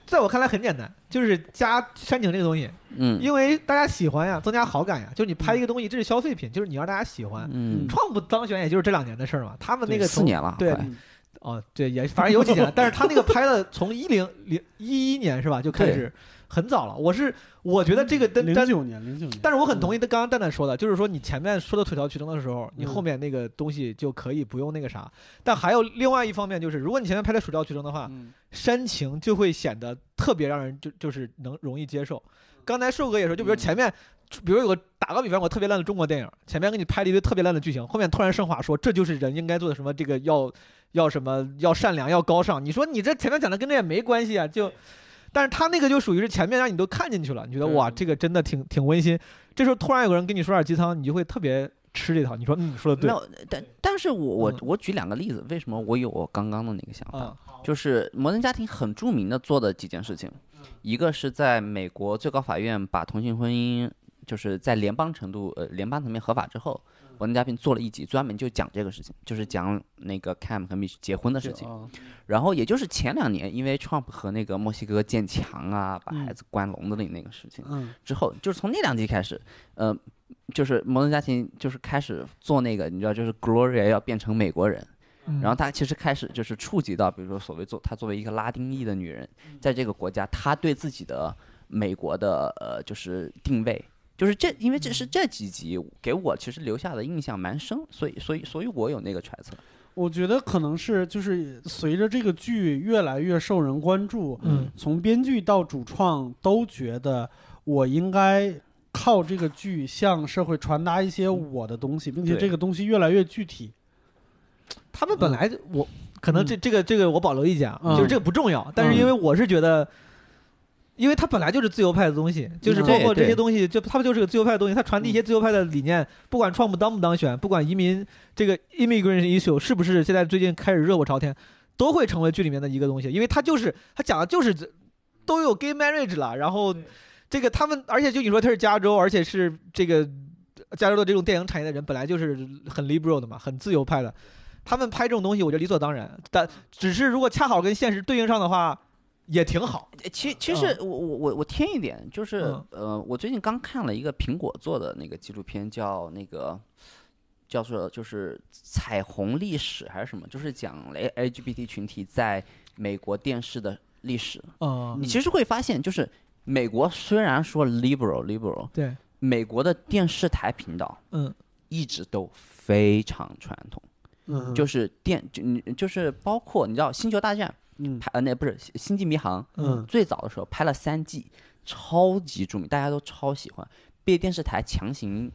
[SPEAKER 5] 在我看来很简单，就是加煽情这个东西，
[SPEAKER 4] 嗯
[SPEAKER 5] 因为大家喜欢呀，增加好感呀。就是你拍一个东西，这是消费品，就是你让大家喜欢。
[SPEAKER 4] 嗯，
[SPEAKER 5] 创不当选也就是这两年的事儿嘛，他们那个
[SPEAKER 4] 四
[SPEAKER 5] 从
[SPEAKER 4] 年了，
[SPEAKER 5] 对
[SPEAKER 4] 快
[SPEAKER 6] 嗯
[SPEAKER 5] 哦，对，也反正有几年了，但是他那个拍的从一零零一一年是吧就开始很早了。我是我觉得这个跟
[SPEAKER 6] 嗯零
[SPEAKER 5] 但
[SPEAKER 6] 九年，零九年，
[SPEAKER 5] 但是我很同意刚刚蛋蛋说的，就是说你前面说的腿到渠成的时候，你
[SPEAKER 6] 嗯
[SPEAKER 5] 后面那个东西就可以不用那个啥。但还有另外一方面就是，如果你前面拍的水到渠成的话，
[SPEAKER 2] 嗯
[SPEAKER 5] 煽情就会显得特别让人就就是能容易接受。刚才瘦哥也说，就比如
[SPEAKER 2] 嗯
[SPEAKER 5] 前面，比如有个打个比方，我特别烂的中国电影，前面给你拍了一堆特别烂的剧情，后面突然升华说这就是人应该做的什么，这个要要什么要善良要高尚。你说你这前面讲的跟这也没关系啊，就。但是他那个就属于是前面让你都看进去了，你觉得
[SPEAKER 2] 对
[SPEAKER 5] 哇，这个真的挺挺温馨。这时候突然有个人跟你说点鸡汤，你就会特别吃这套。你说嗯，说的
[SPEAKER 4] 没
[SPEAKER 5] 对
[SPEAKER 4] 有，但但是我我
[SPEAKER 5] 嗯
[SPEAKER 4] 我举两个例子，为什么我有我刚刚的那个想法？
[SPEAKER 5] 啊，
[SPEAKER 4] 就是摩登家庭很著名的做的几件事情，一个是在美国最高法院把同性婚姻就是在联邦程度呃联邦层面合法之后，摩登家庭做了一集专门就讲这个事情，就是讲那个 Cam 和 Mitch 结婚的事情。
[SPEAKER 2] 啊
[SPEAKER 4] 然后也就是前两年，因为 Trump 和那个墨西哥建墙啊，把
[SPEAKER 6] 嗯
[SPEAKER 4] 孩子关笼子里那个事情
[SPEAKER 6] 嗯，
[SPEAKER 4] 之后，就是从那两集开始，呃，就是摩登家庭就是开始做那个，你知道，就是 Gloria 要变成美国人。
[SPEAKER 5] 嗯
[SPEAKER 4] 然后他其实开始就是触及到，比如说所谓做她作为一个拉丁裔的女人，在这个国家，她对自己的美国的呃就是定位，就是这，因为这是这几集给我其实留下的印象蛮深，所以所以所以我有那个揣测，
[SPEAKER 6] 我觉得可能是就是随着这个剧越来越受人关注，
[SPEAKER 5] 嗯
[SPEAKER 6] 从编剧到主创都觉得我应该靠这个剧向社会传达一些我的东西，并且
[SPEAKER 4] 对
[SPEAKER 6] 这个东西越来越具体。
[SPEAKER 5] 他们本来就我可能这这个这个我保留意见啊，
[SPEAKER 6] 嗯
[SPEAKER 5] 就是这个不重要，但是因为我是觉得。因为它本来就是自由派的东西，就是包括这
[SPEAKER 4] 对嗯
[SPEAKER 5] 些
[SPEAKER 4] 对
[SPEAKER 5] 东西，就它就是个自由派的东西，它传递一些自由派的理念，不管 Trump 当不当选，不管移民这个 immigration issue 是不是现在最近开始热火朝天，都会成为剧里面的一个东西，因为它就是它讲的就是这都有 gay marriage 了，然后这个他们，而且就你说他是加州，而且是这个呃加州的这种电影产业的人，本来就是很 liberal 的嘛，很自由派的，他们拍这种东西，我觉得理所当然。但只是如果恰好跟现实对应上的话，也挺好。
[SPEAKER 4] 其其实我我我我添一点，就是、
[SPEAKER 5] 嗯
[SPEAKER 4] 呃，我最近刚看了一个苹果做的那个纪录片，叫那个叫做就是彩虹历史还是什么，就是讲 L LGBT 群体在美国电视的历史。
[SPEAKER 5] 嗯
[SPEAKER 4] 你其实会发现，就是美国虽然说 liberal liberal，
[SPEAKER 5] 对，
[SPEAKER 4] 美国的电视台频道，
[SPEAKER 5] 嗯，
[SPEAKER 4] 一直都非常传统，
[SPEAKER 6] 嗯
[SPEAKER 4] 就是电就你就是包括你知道《星球大战》
[SPEAKER 6] 嗯
[SPEAKER 4] 拍呃那不是《星星际迷航》，
[SPEAKER 6] 嗯
[SPEAKER 4] 最早的时候拍了三季，超级著名，大家都超喜欢，被电视台强行，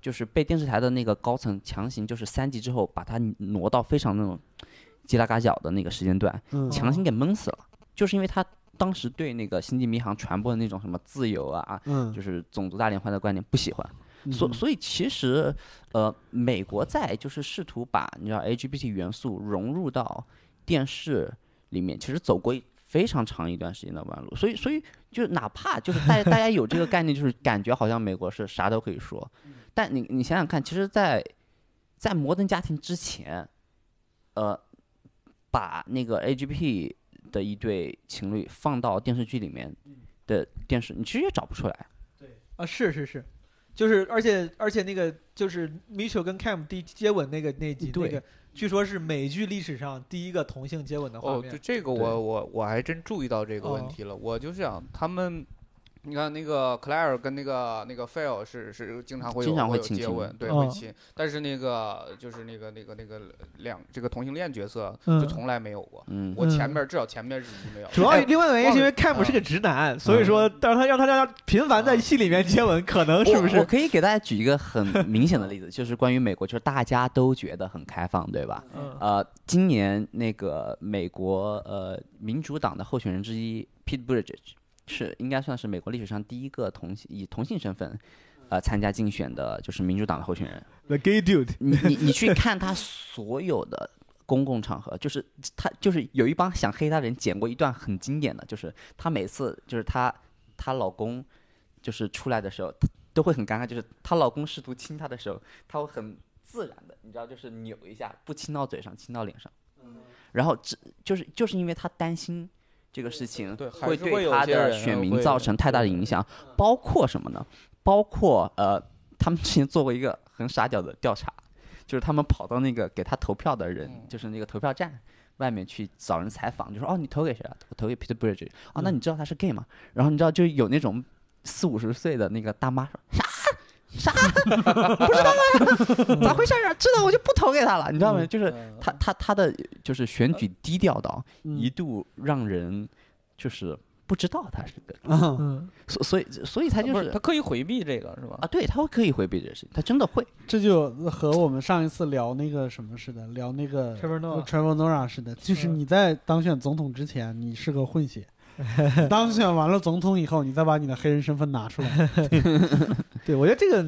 [SPEAKER 4] 就是被电视台的那个高层强行，就是三季之后把它挪到非常那种叽啦嘎角的那个时间段，
[SPEAKER 6] 嗯
[SPEAKER 4] 强行给闷死了，就是因为他当时对那个《星际迷航》传播的那种什么自由啊啊，
[SPEAKER 6] 嗯
[SPEAKER 4] 就是种族大联欢的观点不喜欢。所
[SPEAKER 6] 嗯
[SPEAKER 4] 所以其实，呃，美国在就是试图把你知道 LGBT 元素融入到电视里面，其实走过一非常长一段时间的弯路。所以所以就哪怕就是大家大家有这个概念，就是感觉好像美国是啥都可以说，但你你想想看，其实在，在摩登家庭之前，呃，把那个 LGBT 的一对情侣放到电视剧里面的电视，你其实也找不出来。
[SPEAKER 5] 啊，是是是，就是而且而且那个就是 Mitchell 跟 Cam 第接吻那个那集，那
[SPEAKER 4] 对
[SPEAKER 5] 个据说是美剧历史上第一个同性接吻的画
[SPEAKER 2] 哦，就
[SPEAKER 5] 面。
[SPEAKER 2] 这个
[SPEAKER 4] 对
[SPEAKER 2] 我我我还真注意到这个问
[SPEAKER 5] 哦
[SPEAKER 2] 题了。我就想他们，你看那个 Claire 跟那个那个 Phil 是是经常会有
[SPEAKER 4] 经常
[SPEAKER 2] 会
[SPEAKER 4] 会
[SPEAKER 2] 有
[SPEAKER 4] 亲
[SPEAKER 2] 接
[SPEAKER 4] 亲
[SPEAKER 2] 吻，对，
[SPEAKER 5] 哦
[SPEAKER 2] 会亲。但是那个就是那个那个那个两这个同性恋角色
[SPEAKER 5] 嗯
[SPEAKER 2] 就从来没有过。
[SPEAKER 4] 嗯，
[SPEAKER 2] 我前
[SPEAKER 5] 嗯
[SPEAKER 2] 面至少前面是一没有。
[SPEAKER 5] 主要
[SPEAKER 2] 哎
[SPEAKER 5] 另外一个原因是因为 Cam
[SPEAKER 2] 嗯
[SPEAKER 5] 是个直男，所以说让他让他让他频繁在戏里面接吻，可能是不
[SPEAKER 4] 我？我
[SPEAKER 5] 是？
[SPEAKER 4] 可以给大家举一个很明显的例子， 就是关于美国，就是大家都觉得很开放，对吧？
[SPEAKER 5] 嗯
[SPEAKER 4] 呃，今年那个美国呃民主党的候选人之一 Pete Buttigieg 是应该算是美国历史上第一个同性以同性身份。呃，参加竞选的就是民主党的候选人。
[SPEAKER 5] ，The Gay Dude，
[SPEAKER 4] 你你你去看他所有的公共场合，就是他就是有一帮想黑他的人剪过一段很经典的，就是她每次就是她她老公就是出来的时候，她都会很尴尬，就是她老公试图亲她的时候，她会很自然的，你知道，就是扭一下，不亲到嘴上，亲到脸上。然后只就是就是因为她担心这个事情
[SPEAKER 2] 对还
[SPEAKER 4] 会
[SPEAKER 2] 是会
[SPEAKER 4] 对
[SPEAKER 2] 有
[SPEAKER 4] 她
[SPEAKER 2] 些
[SPEAKER 4] 的
[SPEAKER 2] 人
[SPEAKER 4] 选
[SPEAKER 2] 呃
[SPEAKER 4] 民
[SPEAKER 2] 会
[SPEAKER 4] 造
[SPEAKER 2] 有
[SPEAKER 4] 成太大的影响，包括什么呢？包括呃，他们之前做过一个很傻屌的调查，就是他们跑到那个给他投票的人
[SPEAKER 2] 嗯，
[SPEAKER 4] 就是那个投票站。外面去找人采访，就说哦，你投给谁啊？我投给 Peter Bridge 啊，
[SPEAKER 6] 嗯
[SPEAKER 4] 那你知道他是 gay 吗？然后你知道就有那种四五十岁的那个大妈说啥啥不知道啊，咋回事啊？知道我就不投给他了，你知
[SPEAKER 6] 嗯
[SPEAKER 4] 道吗？就是他他他的就是选举低调到
[SPEAKER 6] 嗯
[SPEAKER 4] 一度让人就是不知道他是个，
[SPEAKER 6] 啊
[SPEAKER 5] 嗯，
[SPEAKER 4] 所所以所以他就
[SPEAKER 2] 不
[SPEAKER 4] 是
[SPEAKER 2] 他刻意回避这个是吧
[SPEAKER 4] 啊，？对他会刻意回避这个事情，他真的会。
[SPEAKER 6] 这就和我们上一次聊那个什么似的，聊那个
[SPEAKER 5] Trevor Noah
[SPEAKER 6] Trevor Noah 似的，就是
[SPEAKER 5] 嗯
[SPEAKER 6] 你在当选总统之前，你是个混血。你当选完了总统以后，你再把你的黑人身份拿出来。
[SPEAKER 5] 对，我觉得这个，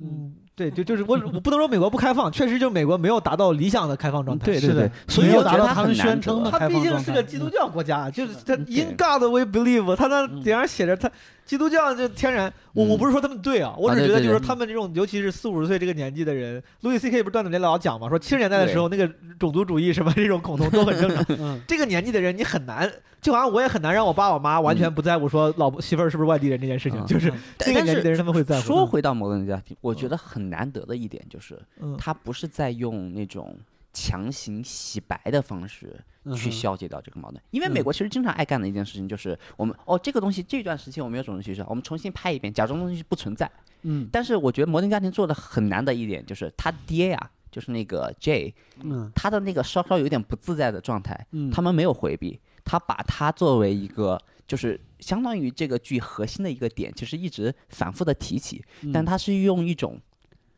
[SPEAKER 5] 嗯，对，就就是我我不能说美国不开放，确实就是美国没有达到理想的开放状态。
[SPEAKER 4] 对对
[SPEAKER 6] 是的
[SPEAKER 4] 对，所以
[SPEAKER 6] 没有
[SPEAKER 4] 我觉
[SPEAKER 6] 达
[SPEAKER 4] 得
[SPEAKER 6] 到
[SPEAKER 4] 他
[SPEAKER 6] 他
[SPEAKER 4] 很
[SPEAKER 6] 们
[SPEAKER 4] 难
[SPEAKER 6] 宣
[SPEAKER 4] 得
[SPEAKER 6] 称的
[SPEAKER 5] 他
[SPEAKER 6] 开
[SPEAKER 5] 毕
[SPEAKER 6] 放
[SPEAKER 5] 竟
[SPEAKER 6] 状
[SPEAKER 5] 是
[SPEAKER 6] 态
[SPEAKER 5] 个基督教国家，就是他
[SPEAKER 4] 嗯
[SPEAKER 5] In God we believe，他那顶上写着他基督教就天然。我
[SPEAKER 4] 嗯
[SPEAKER 5] 我不是说他们对啊，我只是觉
[SPEAKER 4] 啊
[SPEAKER 5] 得
[SPEAKER 4] 对对
[SPEAKER 5] 就是
[SPEAKER 4] 对
[SPEAKER 5] 他们这种，尤其是四五十岁这个年纪的人，路易 C K 不是段子里面老讲嘛，说七十年代的时候那个种族主义什么这种恐同都很正常。
[SPEAKER 6] 嗯
[SPEAKER 5] 这个年纪的人你很难，就好像我也很难让我爸我妈完全不在乎说老婆媳妇儿是不是外地人这件事情，
[SPEAKER 4] 嗯
[SPEAKER 5] 就是
[SPEAKER 4] 但
[SPEAKER 5] 那个
[SPEAKER 4] 但
[SPEAKER 5] 年纪的
[SPEAKER 4] 是
[SPEAKER 5] 人他们会在乎。
[SPEAKER 6] 嗯
[SPEAKER 4] 说回到摩登家庭，我觉得很难得的一点就是，
[SPEAKER 5] 嗯
[SPEAKER 4] 他不是在用那种强行洗白的方式
[SPEAKER 6] 嗯
[SPEAKER 4] 去
[SPEAKER 6] 哼
[SPEAKER 4] 消解掉这个矛盾，因为美
[SPEAKER 6] 嗯
[SPEAKER 4] 国其实经常爱干的一件事情就是，我们哦这个东西这段时期我们有种族歧视，我们重新拍一遍，假装东西不存在。
[SPEAKER 6] 嗯
[SPEAKER 4] 但是我觉得摩登家庭做的很难的一点就是，他爹呀、就是那个 J，
[SPEAKER 6] 嗯
[SPEAKER 4] 他的那个稍稍有点不自在的状态，
[SPEAKER 6] 嗯，
[SPEAKER 4] 他们没有回避，他把它作为一个就是相当于这个剧核心的一个点，其实一直反复的提起，但
[SPEAKER 6] 嗯
[SPEAKER 4] 他是用一种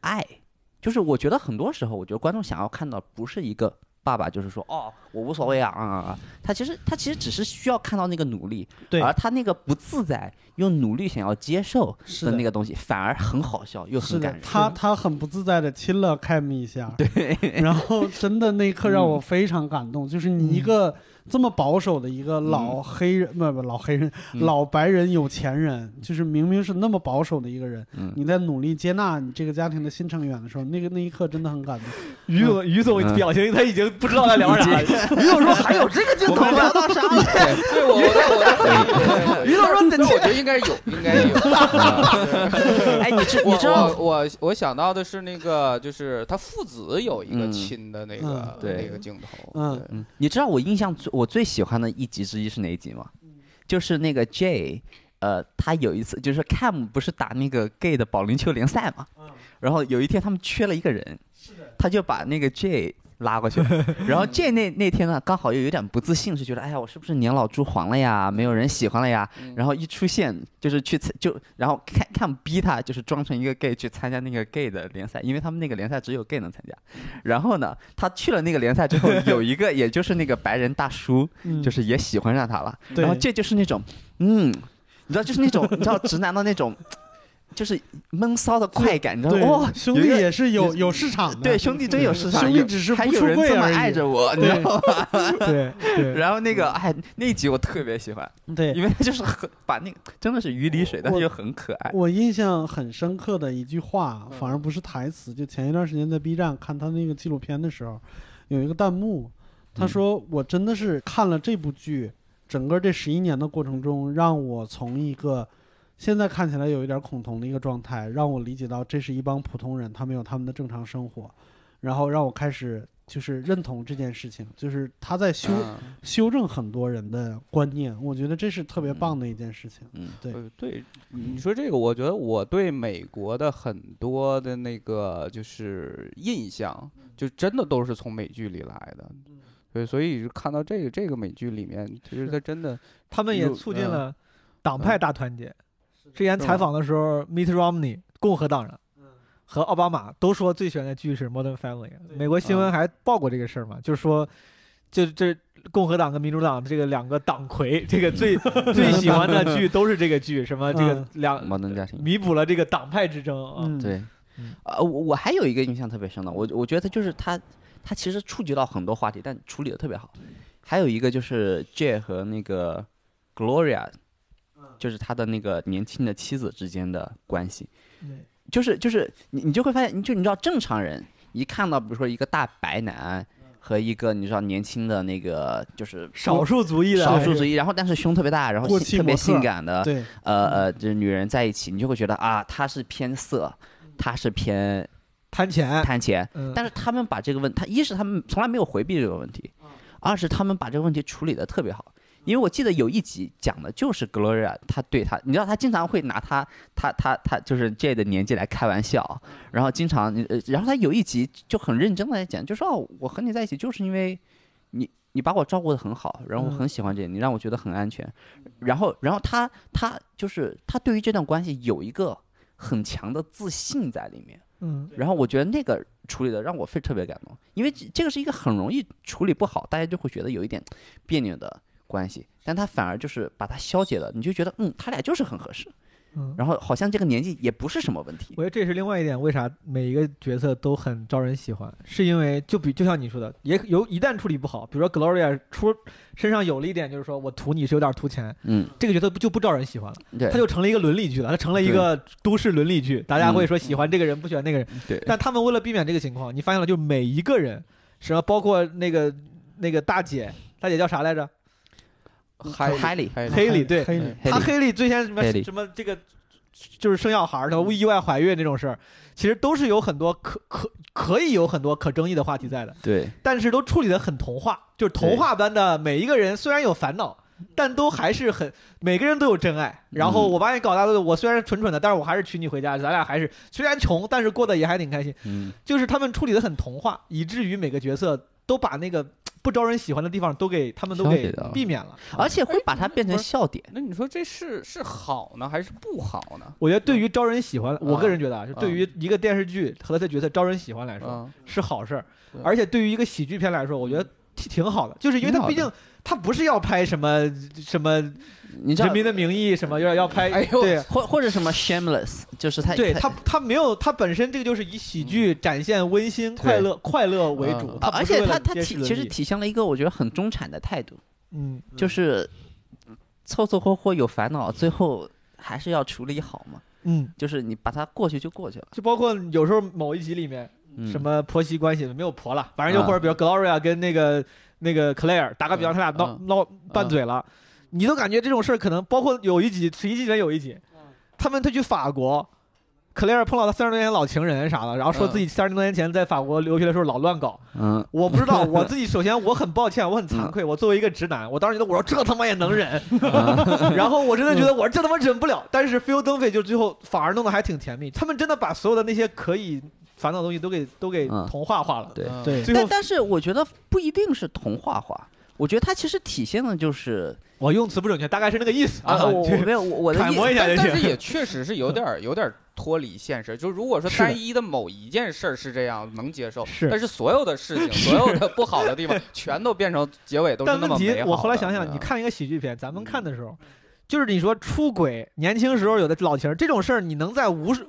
[SPEAKER 4] 爱就是我觉得很多时候，我觉得观众想要看到不是一个爸爸，就是说哦，我无所谓啊啊啊啊！他其实他其实只是需要看到那个努力，
[SPEAKER 6] 对
[SPEAKER 4] 而他那个不自在又努力想要接受
[SPEAKER 6] 是
[SPEAKER 4] 的那
[SPEAKER 6] 的，
[SPEAKER 4] 个东西，反而很好笑又
[SPEAKER 6] 是
[SPEAKER 4] 很感
[SPEAKER 6] 的，
[SPEAKER 4] 人。
[SPEAKER 6] 他 他很不自在的亲了凯米一下，对， 然后真的那一刻让我非常感动，就是你一
[SPEAKER 4] 嗯
[SPEAKER 6] 个这么保守的一个老黑人，不不老黑人，
[SPEAKER 4] 嗯
[SPEAKER 6] 老白人有钱人，就是明明是那么保守的一个人，
[SPEAKER 4] 嗯
[SPEAKER 6] 你在努力接纳你这个家庭的新成员的时候，那个那一刻真的很感动。
[SPEAKER 5] 于总于总
[SPEAKER 4] 嗯
[SPEAKER 5] 表情他已经不知道在聊啥 了。于总说还有这个镜头吗？
[SPEAKER 2] 对我我的我的，于总说，但我觉得应该有，应该有。
[SPEAKER 4] 哎，你知 你
[SPEAKER 2] 我
[SPEAKER 4] 知道
[SPEAKER 2] 我我我想到的是那个，就是他父子有一个
[SPEAKER 4] 嗯
[SPEAKER 2] 亲的那个
[SPEAKER 6] 嗯
[SPEAKER 2] 那
[SPEAKER 4] 对
[SPEAKER 2] 个镜头，
[SPEAKER 6] 嗯
[SPEAKER 2] 对，
[SPEAKER 4] 嗯，你知道我印象最我最喜欢的一集之一是哪一集吗？就是那个 J，呃，他有一次就是 Cam 不是打那个 gay 的保龄球联赛嘛，然后有一天他们缺了一个人，他就把那个 J 拉过去了，然后 J 那那天呢刚好又有点不自信，是觉得哎呀我是不是年老珠黄了呀，没有人喜欢了呀，
[SPEAKER 2] 嗯
[SPEAKER 4] 然后一出现就是去参就然后看看逼他就是装成一个 gay 去参加那个 gay 的联赛，因为他们那个联赛只有 gay 能参加。然后呢，他去了那个联赛之后，有一 个也就是那个白人大叔，
[SPEAKER 6] 嗯
[SPEAKER 4] 就是也喜欢上他了。
[SPEAKER 6] 对
[SPEAKER 4] 然后这就是那种，嗯，你知道，就是那种你知道直男的那种，就是闷骚的快感，你知道
[SPEAKER 6] 对，
[SPEAKER 4] 吗？哇，
[SPEAKER 6] 哦兄
[SPEAKER 4] 有
[SPEAKER 6] 弟
[SPEAKER 4] 一个
[SPEAKER 6] 也是有有市场的，
[SPEAKER 4] 对兄弟真有市场，
[SPEAKER 6] 兄弟
[SPEAKER 4] 有
[SPEAKER 6] 只是
[SPEAKER 4] 还
[SPEAKER 6] 不
[SPEAKER 4] 有
[SPEAKER 6] 出
[SPEAKER 4] 人
[SPEAKER 6] 柜
[SPEAKER 4] 这么
[SPEAKER 6] 而已
[SPEAKER 4] 爱着我，你知
[SPEAKER 6] 对
[SPEAKER 4] 道吗？
[SPEAKER 6] 对对
[SPEAKER 4] 然后那个哎，那集我特别喜欢。
[SPEAKER 6] 对，
[SPEAKER 4] 因为他就是很把那个真的是鱼离水，但是又很可爱。
[SPEAKER 6] 我印象很深刻的一句话，
[SPEAKER 5] 嗯
[SPEAKER 6] 反而不是台词，就前一段时间在 B 站看他那个纪录片的时候，
[SPEAKER 5] 嗯
[SPEAKER 6] 有一个弹幕，他说：“我真的是看了这部剧，整个这十一年的过程中，让我从一个现在看起来有一点恐同的一个状态，让我理解到这是一帮普通人，他们有他们的正常生活，然后让我开始就是认同这件事情，就是他在修、
[SPEAKER 2] 嗯
[SPEAKER 6] 修正很多人的观念，我觉得这是特别棒的一件事情。
[SPEAKER 4] 嗯，
[SPEAKER 6] 对
[SPEAKER 2] 呃，对，你说这个，我觉得我对美国的很多的那个就是印象，就真的都是从美剧里来的。对，所以就看到这个这个美剧里面，其实
[SPEAKER 5] 是
[SPEAKER 2] 它真的，
[SPEAKER 5] 他们也促
[SPEAKER 4] 嗯
[SPEAKER 5] 进了党派大团结。之前采访的时候，Mitt Romney 共和党人和奥巴马都说最喜欢的剧是《Modern Family》。美国新闻
[SPEAKER 4] 嗯
[SPEAKER 5] 还报过这个事儿嘛，就是说，就这共和党跟民主党这个两个党魁，这个 最最喜欢的剧都是这个剧，什么这个
[SPEAKER 6] 嗯
[SPEAKER 5] 两
[SPEAKER 4] 摩登家庭。
[SPEAKER 5] 弥补了这个党派之争啊。
[SPEAKER 6] 嗯，
[SPEAKER 4] 对
[SPEAKER 5] 嗯，
[SPEAKER 4] 呃，我我还有一个印象特别深的，我我觉得他就是他，他其实触及到很多话题，但处理的特别好。还有一个就是 J 和那个 Gloria，就是他的那个年轻的妻子之间的关系，
[SPEAKER 5] 嗯
[SPEAKER 4] 就是就是你你就会发现，你就你知道正常人一看到比如说一个大白男和一个你知道年轻的那个就是
[SPEAKER 5] 少数族裔的
[SPEAKER 4] 少数族裔，然后但是胸特别大，然后
[SPEAKER 6] 过
[SPEAKER 4] 性
[SPEAKER 6] 气
[SPEAKER 4] 特别
[SPEAKER 6] 模特
[SPEAKER 4] 性感的，
[SPEAKER 6] 对，
[SPEAKER 4] 呃呃，就是女人在一起，你就会觉得啊，她是偏色，她是偏
[SPEAKER 5] 贪钱，
[SPEAKER 4] 贪钱。
[SPEAKER 5] 嗯
[SPEAKER 4] 但是他们把这个问，他一是他们从来没有回避这个问题，二是他们把这个问题处理的特别好。因为我记得有一集讲的就是 Gloria，她对她，你知道她经常会拿她她她她就是 J 的年纪来开玩笑，然后经常，呃然后她有一集就很认真的在讲，就说哦，我和你在一起就是因为你你把我照顾的很好，然后我很喜欢这你，让我觉得很安全，然后然后她她就是她对于这段关系有一个很强的自信在里面。
[SPEAKER 5] 嗯
[SPEAKER 4] 然后我觉得那个处理的让我非特别感动，因为这这个是一个很容易处理不好，大家就会觉得有一点别扭的关系，但他反而就是把它消解了，你就觉得嗯，他俩就是很合适，
[SPEAKER 5] 嗯。
[SPEAKER 4] 然后好像这个年纪也不是什么问题
[SPEAKER 5] 我，觉得这是另外一点，为啥每一个角色都很招人喜欢，是因为就比就像你说的，也有一旦处理不好，比如说 Gloria 出身上有了一点，就是说我图你是有点图钱，
[SPEAKER 4] 嗯，
[SPEAKER 5] 这个角色不就不招人喜欢了，
[SPEAKER 4] 对
[SPEAKER 5] 他，就成了一个伦理剧了，他成了一个都市伦理剧，大家会说喜欢这个人不喜欢那个人，
[SPEAKER 4] 对，
[SPEAKER 5] 但他们为了避免这个情况，你发现了，就每一个人，什么包括那个那个大姐，大姐叫啥来着？
[SPEAKER 2] 嗨
[SPEAKER 4] 海里
[SPEAKER 2] 嗨
[SPEAKER 5] 黑里对
[SPEAKER 6] 黑里，
[SPEAKER 4] 黑
[SPEAKER 5] 他
[SPEAKER 4] 里
[SPEAKER 5] 黑利最先什么
[SPEAKER 4] 黑利
[SPEAKER 5] 什么这个，就是生小孩儿，什
[SPEAKER 4] 嗯
[SPEAKER 5] 么意外怀孕这种事儿，其实都是有很多可可可以有很多可争议的话题在的，
[SPEAKER 4] 对，
[SPEAKER 5] 但是都处理的很童话，就是童话般的每一个人虽然有烦恼。但都还是很，每个人都有真爱。然后
[SPEAKER 4] 嗯
[SPEAKER 5] 我把你搞大了，我虽然蠢蠢的，但是我还是娶你回家。咱俩还是虽然穷，但是过得也还挺开心。
[SPEAKER 4] 嗯，
[SPEAKER 5] 就是他们处理的很童话，以至于每个角色都把那个不招人喜欢的地方都给他们都
[SPEAKER 4] 消
[SPEAKER 5] 给
[SPEAKER 4] 解掉了
[SPEAKER 5] 避免了。
[SPEAKER 4] 而且会把它变成笑点。
[SPEAKER 2] 那你说这是是好呢，还是不好呢？
[SPEAKER 5] 我觉得对于招人喜欢，
[SPEAKER 4] 嗯
[SPEAKER 5] 我
[SPEAKER 2] 啊
[SPEAKER 5] 个人觉得啊，就对于一个电视剧和他的角色招人喜欢来说，
[SPEAKER 2] 嗯，
[SPEAKER 5] 是好事儿
[SPEAKER 2] 对，
[SPEAKER 5] 而且对于一个喜剧片来说，我觉得挺挺好的，就是因为
[SPEAKER 4] 嗯挺
[SPEAKER 5] 它
[SPEAKER 4] 好
[SPEAKER 5] 毕
[SPEAKER 4] 的
[SPEAKER 5] 竟它不是要拍什么什么《
[SPEAKER 4] 你知道
[SPEAKER 5] 人，民的名义》什么，要要拍，
[SPEAKER 2] 哎呦
[SPEAKER 5] 对
[SPEAKER 4] 或或者什么 shameless，就是啊它
[SPEAKER 5] 对，
[SPEAKER 4] 它
[SPEAKER 5] 它它没有，它本身这个就是以喜
[SPEAKER 4] 嗯
[SPEAKER 5] 剧展现温馨、快乐、快乐为主
[SPEAKER 2] 嗯，
[SPEAKER 5] 它
[SPEAKER 4] 啊而
[SPEAKER 5] 不是
[SPEAKER 4] 且
[SPEAKER 5] 为了
[SPEAKER 4] 它它
[SPEAKER 5] 揭示
[SPEAKER 4] 体
[SPEAKER 5] 伦
[SPEAKER 4] 其实
[SPEAKER 5] 理
[SPEAKER 4] 体现了一个我觉得很中产的态度，
[SPEAKER 5] 嗯，
[SPEAKER 4] 就是凑凑合合有烦恼，最后还是要处理好嘛。
[SPEAKER 5] 嗯，
[SPEAKER 4] 就是你把它过去就过去了。
[SPEAKER 5] 就包括有时候某一集里面
[SPEAKER 4] 嗯、
[SPEAKER 5] 什么婆媳关系没有婆了，反正就
[SPEAKER 4] 啊
[SPEAKER 5] 或者比如 Gloria 跟那个那个 Claire 打个比方，
[SPEAKER 2] 嗯
[SPEAKER 5] 他俩闹
[SPEAKER 2] 嗯
[SPEAKER 5] 闹拌嘴了，你都感觉这种事儿可能包括有一集，十一集里面有一集，他们他去法国。克莱尔碰到他三十多年前老情人啥的，然后说自己三十多年前在法国留学的时候老乱搞。
[SPEAKER 4] 嗯，
[SPEAKER 5] 我不知道，我 自己首先我很抱歉，我很惭愧，我作为一个直男，我当时觉得我说这他妈也能 忍，
[SPEAKER 4] 啊
[SPEAKER 5] 然后我真的觉
[SPEAKER 4] 嗯
[SPEAKER 5] 得我这他妈忍不了。但是 Phil d u n p h y 就最后反而弄得还挺甜蜜，他们真的把所有的那些可以烦恼的东西都给都给
[SPEAKER 4] 嗯
[SPEAKER 5] 同化化了。
[SPEAKER 4] 对
[SPEAKER 2] 嗯，
[SPEAKER 6] 对，
[SPEAKER 5] 最
[SPEAKER 4] 但
[SPEAKER 5] 后
[SPEAKER 4] 但是我觉得不一定是童话化，我觉得它其实体现的就是
[SPEAKER 5] 我用词不准确，大概是那个意思
[SPEAKER 4] 啊，我
[SPEAKER 5] 就
[SPEAKER 4] 我没有我我的
[SPEAKER 5] 揣
[SPEAKER 4] 意
[SPEAKER 5] 摩一下
[SPEAKER 2] 但
[SPEAKER 5] 就
[SPEAKER 2] 但是
[SPEAKER 5] 行。
[SPEAKER 2] 也确实是有点儿有点儿脱离现实。就如果说
[SPEAKER 5] 是的
[SPEAKER 2] 单一的某一件事儿是这样，能接受。
[SPEAKER 5] 是
[SPEAKER 2] 但是所有的事情，所有的不好的地方，全都变成结尾都是
[SPEAKER 5] 但
[SPEAKER 2] 那
[SPEAKER 5] 问
[SPEAKER 2] 么
[SPEAKER 5] 题
[SPEAKER 2] 美好的。
[SPEAKER 5] 我后来想想，
[SPEAKER 2] 嗯
[SPEAKER 5] 你，看一个喜剧片，咱们看的时候，就是你说出轨，年轻时候有的老情人这种事儿，你能在无数。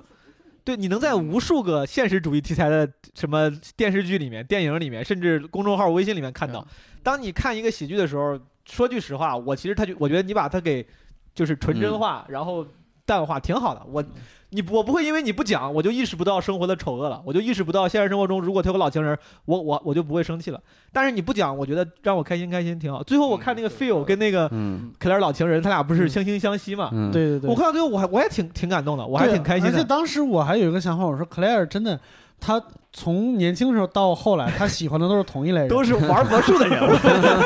[SPEAKER 5] 对，你能在
[SPEAKER 2] 嗯
[SPEAKER 5] 无数个现实主义题材的什么电视剧里面、电影里面，甚至公众号、微信里面看到。
[SPEAKER 2] 嗯
[SPEAKER 5] 当你看一个喜剧的时候，说句实话，我其实他就我觉得你把它给就是纯
[SPEAKER 2] 嗯
[SPEAKER 5] 真化，然后淡化，挺好的。我你不我不会因为你不讲，我就意识不到生活的丑恶了，我就意识不到现实生活中如果他有个老情人，我我我就不会生气了。但是你不讲，我觉得让我开心开心挺好。最后我看那个
[SPEAKER 2] 嗯
[SPEAKER 5] Phil 跟那个
[SPEAKER 4] 嗯
[SPEAKER 5] 克莱尔老情人，他俩不是
[SPEAKER 6] 嗯
[SPEAKER 5] 惺惺相惜嘛？
[SPEAKER 4] 嗯，
[SPEAKER 6] 对对对，
[SPEAKER 5] 我看到最后我还我还挺挺感动的，我还
[SPEAKER 6] 对
[SPEAKER 5] 挺开心
[SPEAKER 6] 而且
[SPEAKER 5] 的。
[SPEAKER 6] 当时我还有一个想法，我说 Claire 真的，她从年轻时候到后来，她喜欢的都是同一 类人，
[SPEAKER 5] 都是玩魔术的人，我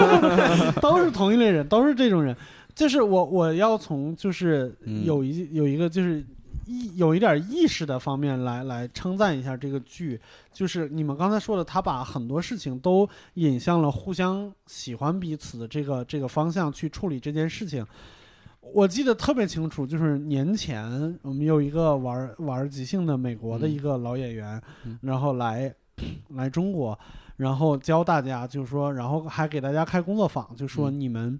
[SPEAKER 6] 都是同一类人，都是这种人。就是我我要从就是
[SPEAKER 4] 嗯
[SPEAKER 6] 有一、有一个就是意有一点意识的方面来来称赞一下这个剧，就是你们刚才说的，他把很多事情都引向了互相喜欢彼此的这个这个方向去处理这件事情。我记得特别清楚，就是年前我们有一个玩玩即兴的美国的一个老演员，
[SPEAKER 4] 嗯
[SPEAKER 6] 然后来来中国，然后教大家，就是说，然后还给大家开工作坊，就说你们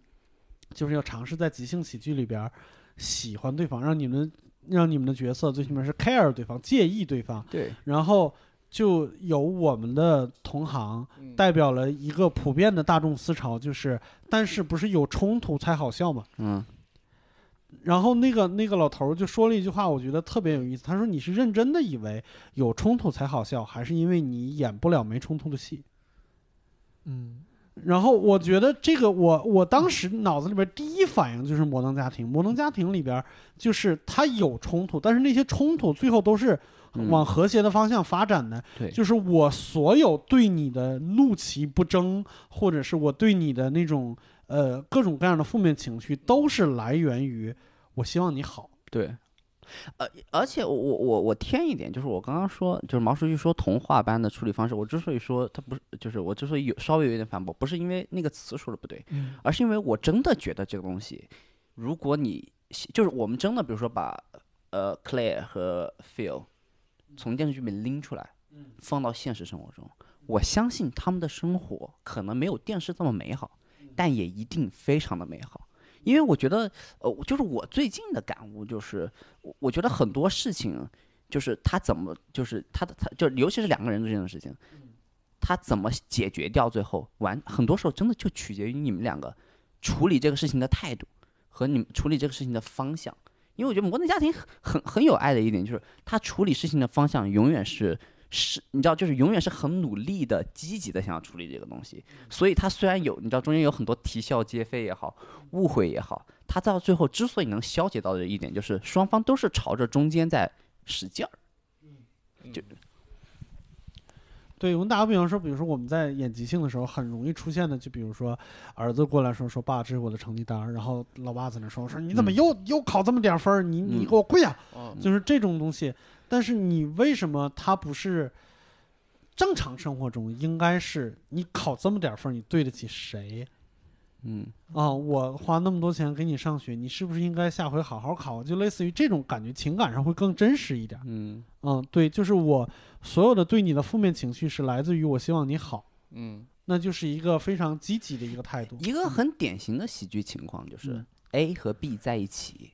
[SPEAKER 6] 就是要尝试在即兴喜剧里边儿喜欢对方，让你们让你们的角色最起码是 care 对方，介意对方，
[SPEAKER 4] 对，
[SPEAKER 6] 然后就有我们的同行
[SPEAKER 2] 嗯
[SPEAKER 6] 代表了一个普遍的大众思潮，就是但是不是有冲突才好笑吗？
[SPEAKER 4] 嗯
[SPEAKER 6] 然后那个那个老头儿就说了一句话，我觉得特别有意思。他说：“你是认真的以为有冲突才好笑，还是因为你演不了没冲突的戏？”
[SPEAKER 5] 嗯，
[SPEAKER 6] 然后我觉得这个我我当时脑子里边第一反应就是《摩登家庭》，《摩登家庭》里边就是它有冲突，但是那些冲突最后都是
[SPEAKER 4] 嗯
[SPEAKER 6] 往和谐的方向发展的。
[SPEAKER 4] 对
[SPEAKER 6] 就是我所有对你的怒其不争，或者是我对你的那种呃各种各样的负面情绪，都是来源于我希望你好。
[SPEAKER 4] 对。而而且我我我我添一点，就是我刚刚说，就是毛书记说童话般的处理方式，我之所以说他不是，就是我之所以有稍微有一点反驳，不是因为那个词说的不对，
[SPEAKER 5] 嗯
[SPEAKER 4] 而是因为我真的觉得这个东西，如果你喜就是我们真的，比如说把呃 Claire 和 Phil 从电视剧里面拎出来，放到现实生活中，我相信他们的生活可能没有电视这么美好，但也一定非常的美好。因为我觉得，呃，就是我最近的感悟就是，我我觉得很多事情，就是他怎么，就是他的他，就尤其是两个人之间的事情，他怎么解决掉，最后完，很多时候真的就取决于你们两个处理这个事情的态度和你们处理这个事情的方向。因为我觉得《摩登家庭很》很很有爱的一点就是，他处理事情的方向永远是是，你知道，就是永远是很努力的、积极的想要处理这个东西。所以他虽然有，你知道中间有很多啼笑皆非也好，误会也好，他到最后之所以能消解到的一点，就是双方都是朝着中间在使劲儿。就
[SPEAKER 6] 对，我们打个比方说，比如说我们在演即兴的时候，很容易出现的，就比如说儿子过来说说爸，这是我的成绩单儿，然后老爸在那说说你怎么
[SPEAKER 4] 嗯
[SPEAKER 6] 又、又考这么点儿分儿，你你
[SPEAKER 4] 嗯
[SPEAKER 6] 给我跪下，啊
[SPEAKER 2] 嗯
[SPEAKER 6] 就是这种东西。但是你为什么他不是正常生活中应该是你考这么点儿分儿，你对得起谁？
[SPEAKER 4] 嗯，
[SPEAKER 6] 啊、我花那么多钱给你上学，你是不是应该下回好好考？就类似于这种感觉，情感上会更真实一点。
[SPEAKER 4] 嗯
[SPEAKER 6] 嗯，对，就是我所有的对你的负面情绪是来自于我希望你好，
[SPEAKER 2] 嗯，
[SPEAKER 6] 那就是一个非常积极的一个态度。
[SPEAKER 4] 一个很典型的喜剧情况就是、
[SPEAKER 6] 嗯
[SPEAKER 4] A 和 B 在一起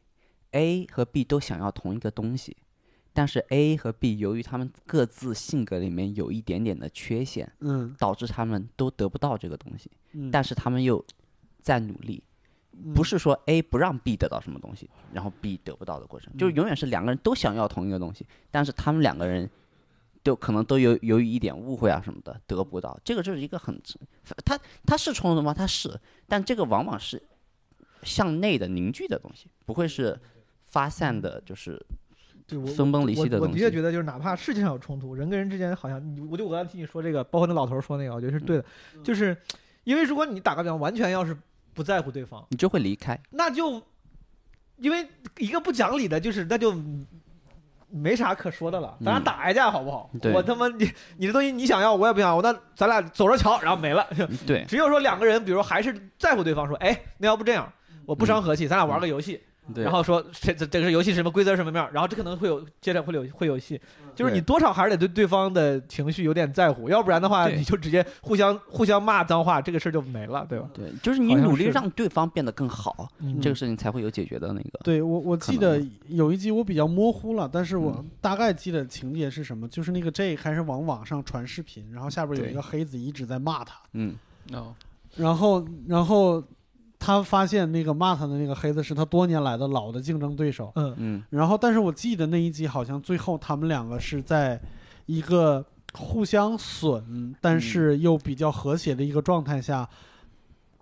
[SPEAKER 4] ，A 和 B 都想要同一个东西，但是 A 和 B 由于他们各自性格里面有一点点的缺陷，
[SPEAKER 6] 嗯
[SPEAKER 4] 导致他们都得不到这个东西，
[SPEAKER 6] 嗯，
[SPEAKER 4] 但是他们又在努力。
[SPEAKER 5] 嗯
[SPEAKER 4] 不是说 A 不让 B 得到什么东西，然后 B 得不到的过程，就是
[SPEAKER 6] 嗯
[SPEAKER 4] 永远是两个人都想要同一个东西，但是他们两个人都可能都有由于一点误会啊什么的得不到，这个就是一个很，他他是冲突吗？他是，但这个往往是向内的凝聚的东西，不会是发散的，就是
[SPEAKER 5] 对我
[SPEAKER 4] 分崩离析的
[SPEAKER 5] 我我
[SPEAKER 4] 东
[SPEAKER 5] 的确
[SPEAKER 4] 西。
[SPEAKER 5] 觉得，就是哪怕世界上有冲突，人跟人之间好像，你我就我刚才听你说这个，包括那老头儿说那个，我觉得是对的，就是因为如果你打个比方，完全要是不在乎对方，
[SPEAKER 4] 你就会离开，
[SPEAKER 5] 那就因为一个不讲理的，就是那就。没啥可说的了，咱俩
[SPEAKER 4] 嗯
[SPEAKER 5] 打一架好不好？
[SPEAKER 4] 对
[SPEAKER 5] 我他妈你你的东西你想要，我也不想要，那咱俩走着瞧，然后没了。
[SPEAKER 4] 嗯 对，
[SPEAKER 5] 只有说两个人，比如还是在乎对方，说，哎，那要不这样，我不伤和气，咱俩玩个游戏，
[SPEAKER 4] 嗯对
[SPEAKER 5] 然后说这这这个游戏是什么规则什么样儿，然后这可能会有接着会有会有戏，就是你多少还是得对对方的情绪有点在乎，要不然的话
[SPEAKER 4] 对
[SPEAKER 5] 你就直接互相互相骂脏话，这个事儿就没了，对吧？
[SPEAKER 4] 对，就是你
[SPEAKER 5] 好像
[SPEAKER 4] 努力
[SPEAKER 5] 是
[SPEAKER 4] 让对方变得更好，
[SPEAKER 5] 嗯
[SPEAKER 4] 这个事情才会有解决的那个。
[SPEAKER 6] 对我我
[SPEAKER 4] 可
[SPEAKER 6] 记
[SPEAKER 4] 能嗯
[SPEAKER 6] 得有一集我比较模糊了，但是我大概记得情节是什么，就是那个 J 开始往网上传视频，然后下边有一
[SPEAKER 4] 对
[SPEAKER 6] 个黑子一直在骂他，
[SPEAKER 4] 嗯，
[SPEAKER 2] 哦，
[SPEAKER 6] 然后然后他发现那个骂他的那个黑子是他多年来的老的竞争对手，
[SPEAKER 4] 嗯
[SPEAKER 6] 然后，但是我记得那一集好像最后他们两个是在一个互相损，但是又比较和谐的一个状态下，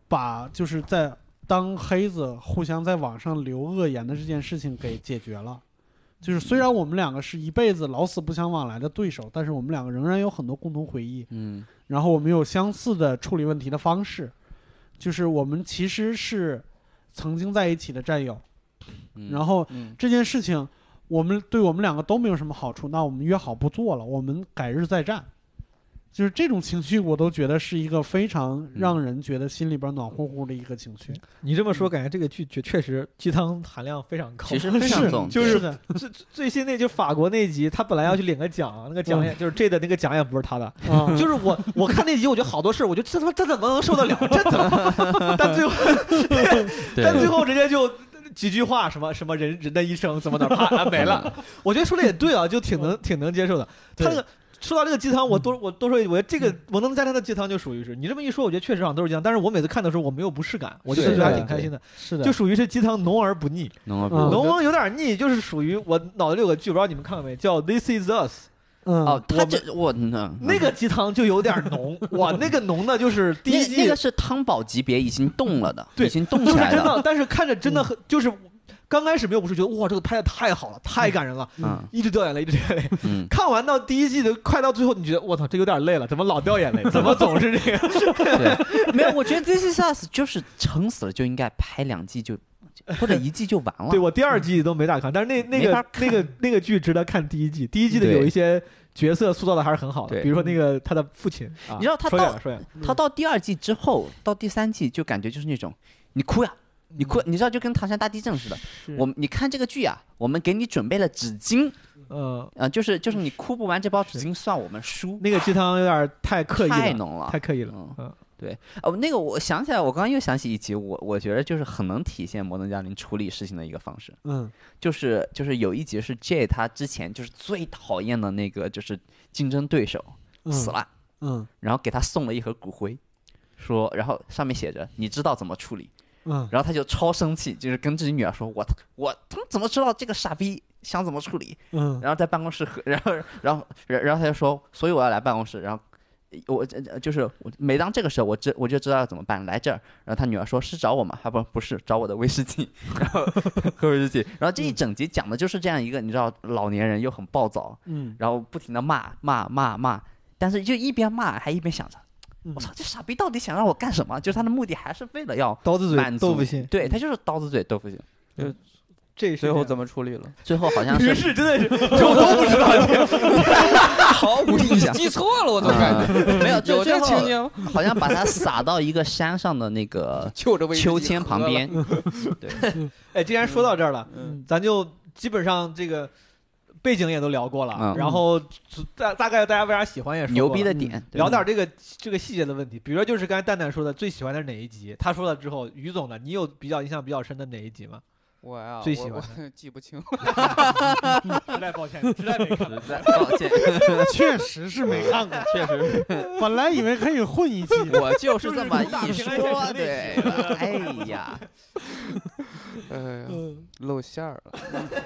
[SPEAKER 6] 把就是在当黑子互相在网上留恶言的这件事情给解决了。就是虽然我们两个是一辈子老死不相往来的对手，但是我们两个仍然有很多共同回忆，
[SPEAKER 4] 嗯
[SPEAKER 6] 然后我们有相似的处理问题的方式，就是我们其实是曾经在一起的战友，
[SPEAKER 4] 嗯，
[SPEAKER 6] 然后
[SPEAKER 2] 嗯
[SPEAKER 6] 这件事情，我们对我们两个都没有什么好处，那我们约好不做了，我们改日再战。就是这种情绪，我都觉得是一个非常
[SPEAKER 4] 嗯
[SPEAKER 6] 让人觉得心里边暖乎乎的一个情绪。
[SPEAKER 5] 你这么说，感觉这个剧确确实鸡汤含量非常高。
[SPEAKER 4] 其实非常重，
[SPEAKER 5] 就是
[SPEAKER 4] 对
[SPEAKER 6] 是的，
[SPEAKER 5] 最最新那就法国那集，他本来要去领个奖，那个奖也就是这的那个奖也不是他的，
[SPEAKER 6] 啊，
[SPEAKER 5] 就是我我看那集，我觉得好多事儿，我觉得这他妈这怎么能受得了？这怎么？但最后
[SPEAKER 1] 对
[SPEAKER 5] 但最后直接就几句话，什么什么人人的一生怎么怎么啪没了。 我觉得说的也对啊，就挺能挺能接受的。他那个说到这个鸡汤，我多我多说一句，我觉得这个摩登家庭的鸡汤就属于是你这么一说，我觉得确实好像都是鸡汤。但是我每次看的时候，我没有不适感，我就觉
[SPEAKER 6] 是
[SPEAKER 5] 得还
[SPEAKER 6] 的
[SPEAKER 5] 挺开心的，
[SPEAKER 6] 是的，
[SPEAKER 5] 就属于是鸡汤浓而不腻，
[SPEAKER 4] 浓而啊不
[SPEAKER 6] 嗯
[SPEAKER 4] 浓
[SPEAKER 5] 浓而有点腻，就是属于我脑子里有个剧，我不知道你们看过没，叫《This Is Us》。
[SPEAKER 6] 嗯，
[SPEAKER 4] 哦，他
[SPEAKER 5] 我
[SPEAKER 4] 这我那
[SPEAKER 5] 那个鸡汤就有点 浓，哇，那个浓的就是第一
[SPEAKER 4] 那
[SPEAKER 5] 季
[SPEAKER 4] 那个是汤宝级别已经动了的，
[SPEAKER 5] 对
[SPEAKER 4] 已经动
[SPEAKER 5] 就
[SPEAKER 4] 起
[SPEAKER 5] 是
[SPEAKER 4] 来
[SPEAKER 5] 真
[SPEAKER 4] 了。
[SPEAKER 5] 的，但是看着真
[SPEAKER 4] 嗯
[SPEAKER 5] 的很，就是刚开始没有不是觉得哇，这个拍的太好了，太感人了，
[SPEAKER 4] 嗯
[SPEAKER 5] 一直掉眼泪，一直掉眼泪。
[SPEAKER 4] 嗯，
[SPEAKER 5] 看完到第一季的快到最后，你觉得我操，这有点累了，怎么老掉 眼泪？怎么总是这个？
[SPEAKER 4] 对，没有，我觉得 This Is Us 就是撑死了就应该拍两季就，或者一季就完
[SPEAKER 5] 对
[SPEAKER 4] 了。
[SPEAKER 5] 我第二季都没咋看，但是那那
[SPEAKER 4] 没法
[SPEAKER 5] 个
[SPEAKER 4] 看
[SPEAKER 5] 那个那个剧值得看第一季，第一季的
[SPEAKER 4] 对
[SPEAKER 5] 有一些角色塑造的还是很好的，
[SPEAKER 4] 对
[SPEAKER 5] 比如说那个他的父亲，啊
[SPEAKER 4] 你知道他
[SPEAKER 5] 说远
[SPEAKER 4] 到
[SPEAKER 5] 了说远了，
[SPEAKER 4] 他到第二季之后，到第三季就感觉就是那种你哭呀，你
[SPEAKER 5] 嗯
[SPEAKER 4] 哭，你知道就跟唐山大地震似的。我们你看这个剧啊，我们给你准备了纸巾
[SPEAKER 5] 嗯，
[SPEAKER 4] 啊、呃就是就是你哭不完这包纸巾算我们输，
[SPEAKER 5] 那个鸡汤有点太刻意
[SPEAKER 4] 太
[SPEAKER 5] 了，
[SPEAKER 4] 浓了
[SPEAKER 5] 太。刻意了，
[SPEAKER 4] 嗯
[SPEAKER 5] 嗯，
[SPEAKER 4] 哦，那个我想起来，我刚刚又想起一集，我我觉得就是很能体现摩登家庭处理事情的一个方式，
[SPEAKER 6] 嗯
[SPEAKER 4] 就是就是有一集是 J 他之前就是最讨厌的那个就是竞争对手、
[SPEAKER 6] 嗯
[SPEAKER 4] 死了，
[SPEAKER 6] 嗯
[SPEAKER 4] 然后给他送了一盒骨灰，说然后上面写着你知道怎么处理，
[SPEAKER 6] 嗯
[SPEAKER 4] 然后他就超生气，就是跟自己女儿说我我他妈怎么知道这个傻逼想怎么处理，
[SPEAKER 6] 嗯
[SPEAKER 4] 然后在办公室喝，然后然后然然后他就说，所以我要来办公室，然后。我这就是我，每当这个时候，我知我就知道要怎么办，来这儿。然后他女儿说：“是找我吗？”他不不是找我的威士忌， 然后喝威士忌。然后这
[SPEAKER 6] 嗯
[SPEAKER 4] 一整集讲的就是这样一个，你知道，老年人又很暴躁，
[SPEAKER 6] 嗯，
[SPEAKER 4] 然后不停的骂骂骂骂，但是就一边骂还一边想着，
[SPEAKER 6] 嗯
[SPEAKER 4] 我操，这傻逼到底想让我干什么？就是他的目的还是为了要
[SPEAKER 5] 刀子
[SPEAKER 4] 满
[SPEAKER 5] 嘴
[SPEAKER 4] 足
[SPEAKER 5] 豆腐心，
[SPEAKER 4] 对他就是刀子嘴豆腐心。
[SPEAKER 5] 这
[SPEAKER 2] 最后
[SPEAKER 5] 么？
[SPEAKER 2] 怎么处理了？
[SPEAKER 4] 最后好像
[SPEAKER 5] 于
[SPEAKER 4] 是
[SPEAKER 5] 是真的是，就我都不知道，
[SPEAKER 2] 毫无印
[SPEAKER 4] 下，
[SPEAKER 2] 哦记错了，我怎么感
[SPEAKER 4] 啊
[SPEAKER 2] 觉？
[SPEAKER 4] 没有，最
[SPEAKER 2] 有
[SPEAKER 4] 最
[SPEAKER 2] 这
[SPEAKER 4] 后
[SPEAKER 2] 情节吗？
[SPEAKER 4] 好像把它撒到一个山上的那个
[SPEAKER 2] 就着卫生
[SPEAKER 4] 秋
[SPEAKER 2] 巾
[SPEAKER 4] 千旁
[SPEAKER 2] 喝了，
[SPEAKER 4] 边，
[SPEAKER 5] 哎，既然说到这儿了，
[SPEAKER 2] 嗯
[SPEAKER 5] 咱就基本上这个背景也都聊过了，
[SPEAKER 4] 嗯
[SPEAKER 5] 然后大大概大家为啥喜欢也说过
[SPEAKER 4] 牛
[SPEAKER 5] 了嗯
[SPEAKER 4] 逼的嗯点，对
[SPEAKER 5] 聊点这个这个细节的问题，比如说就是刚才蛋蛋说的最喜欢的是哪一集，他说了之后，于总的你有比较印象比较深的哪一集吗？
[SPEAKER 2] 我呀，
[SPEAKER 5] 最喜
[SPEAKER 2] 我
[SPEAKER 5] 欢
[SPEAKER 2] 我记不 清了，
[SPEAKER 5] 啊实在抱歉，实在没看。
[SPEAKER 4] 实在抱 歉，
[SPEAKER 6] 确实是没看过，
[SPEAKER 4] 确实，
[SPEAKER 6] 嗯 本来以为可以混一期，
[SPEAKER 4] 我就是这么一
[SPEAKER 5] 就是大平安
[SPEAKER 4] 说，
[SPEAKER 5] 夜
[SPEAKER 4] 对，哎呀，
[SPEAKER 2] 哎呀，
[SPEAKER 6] 嗯，
[SPEAKER 2] 露馅儿了。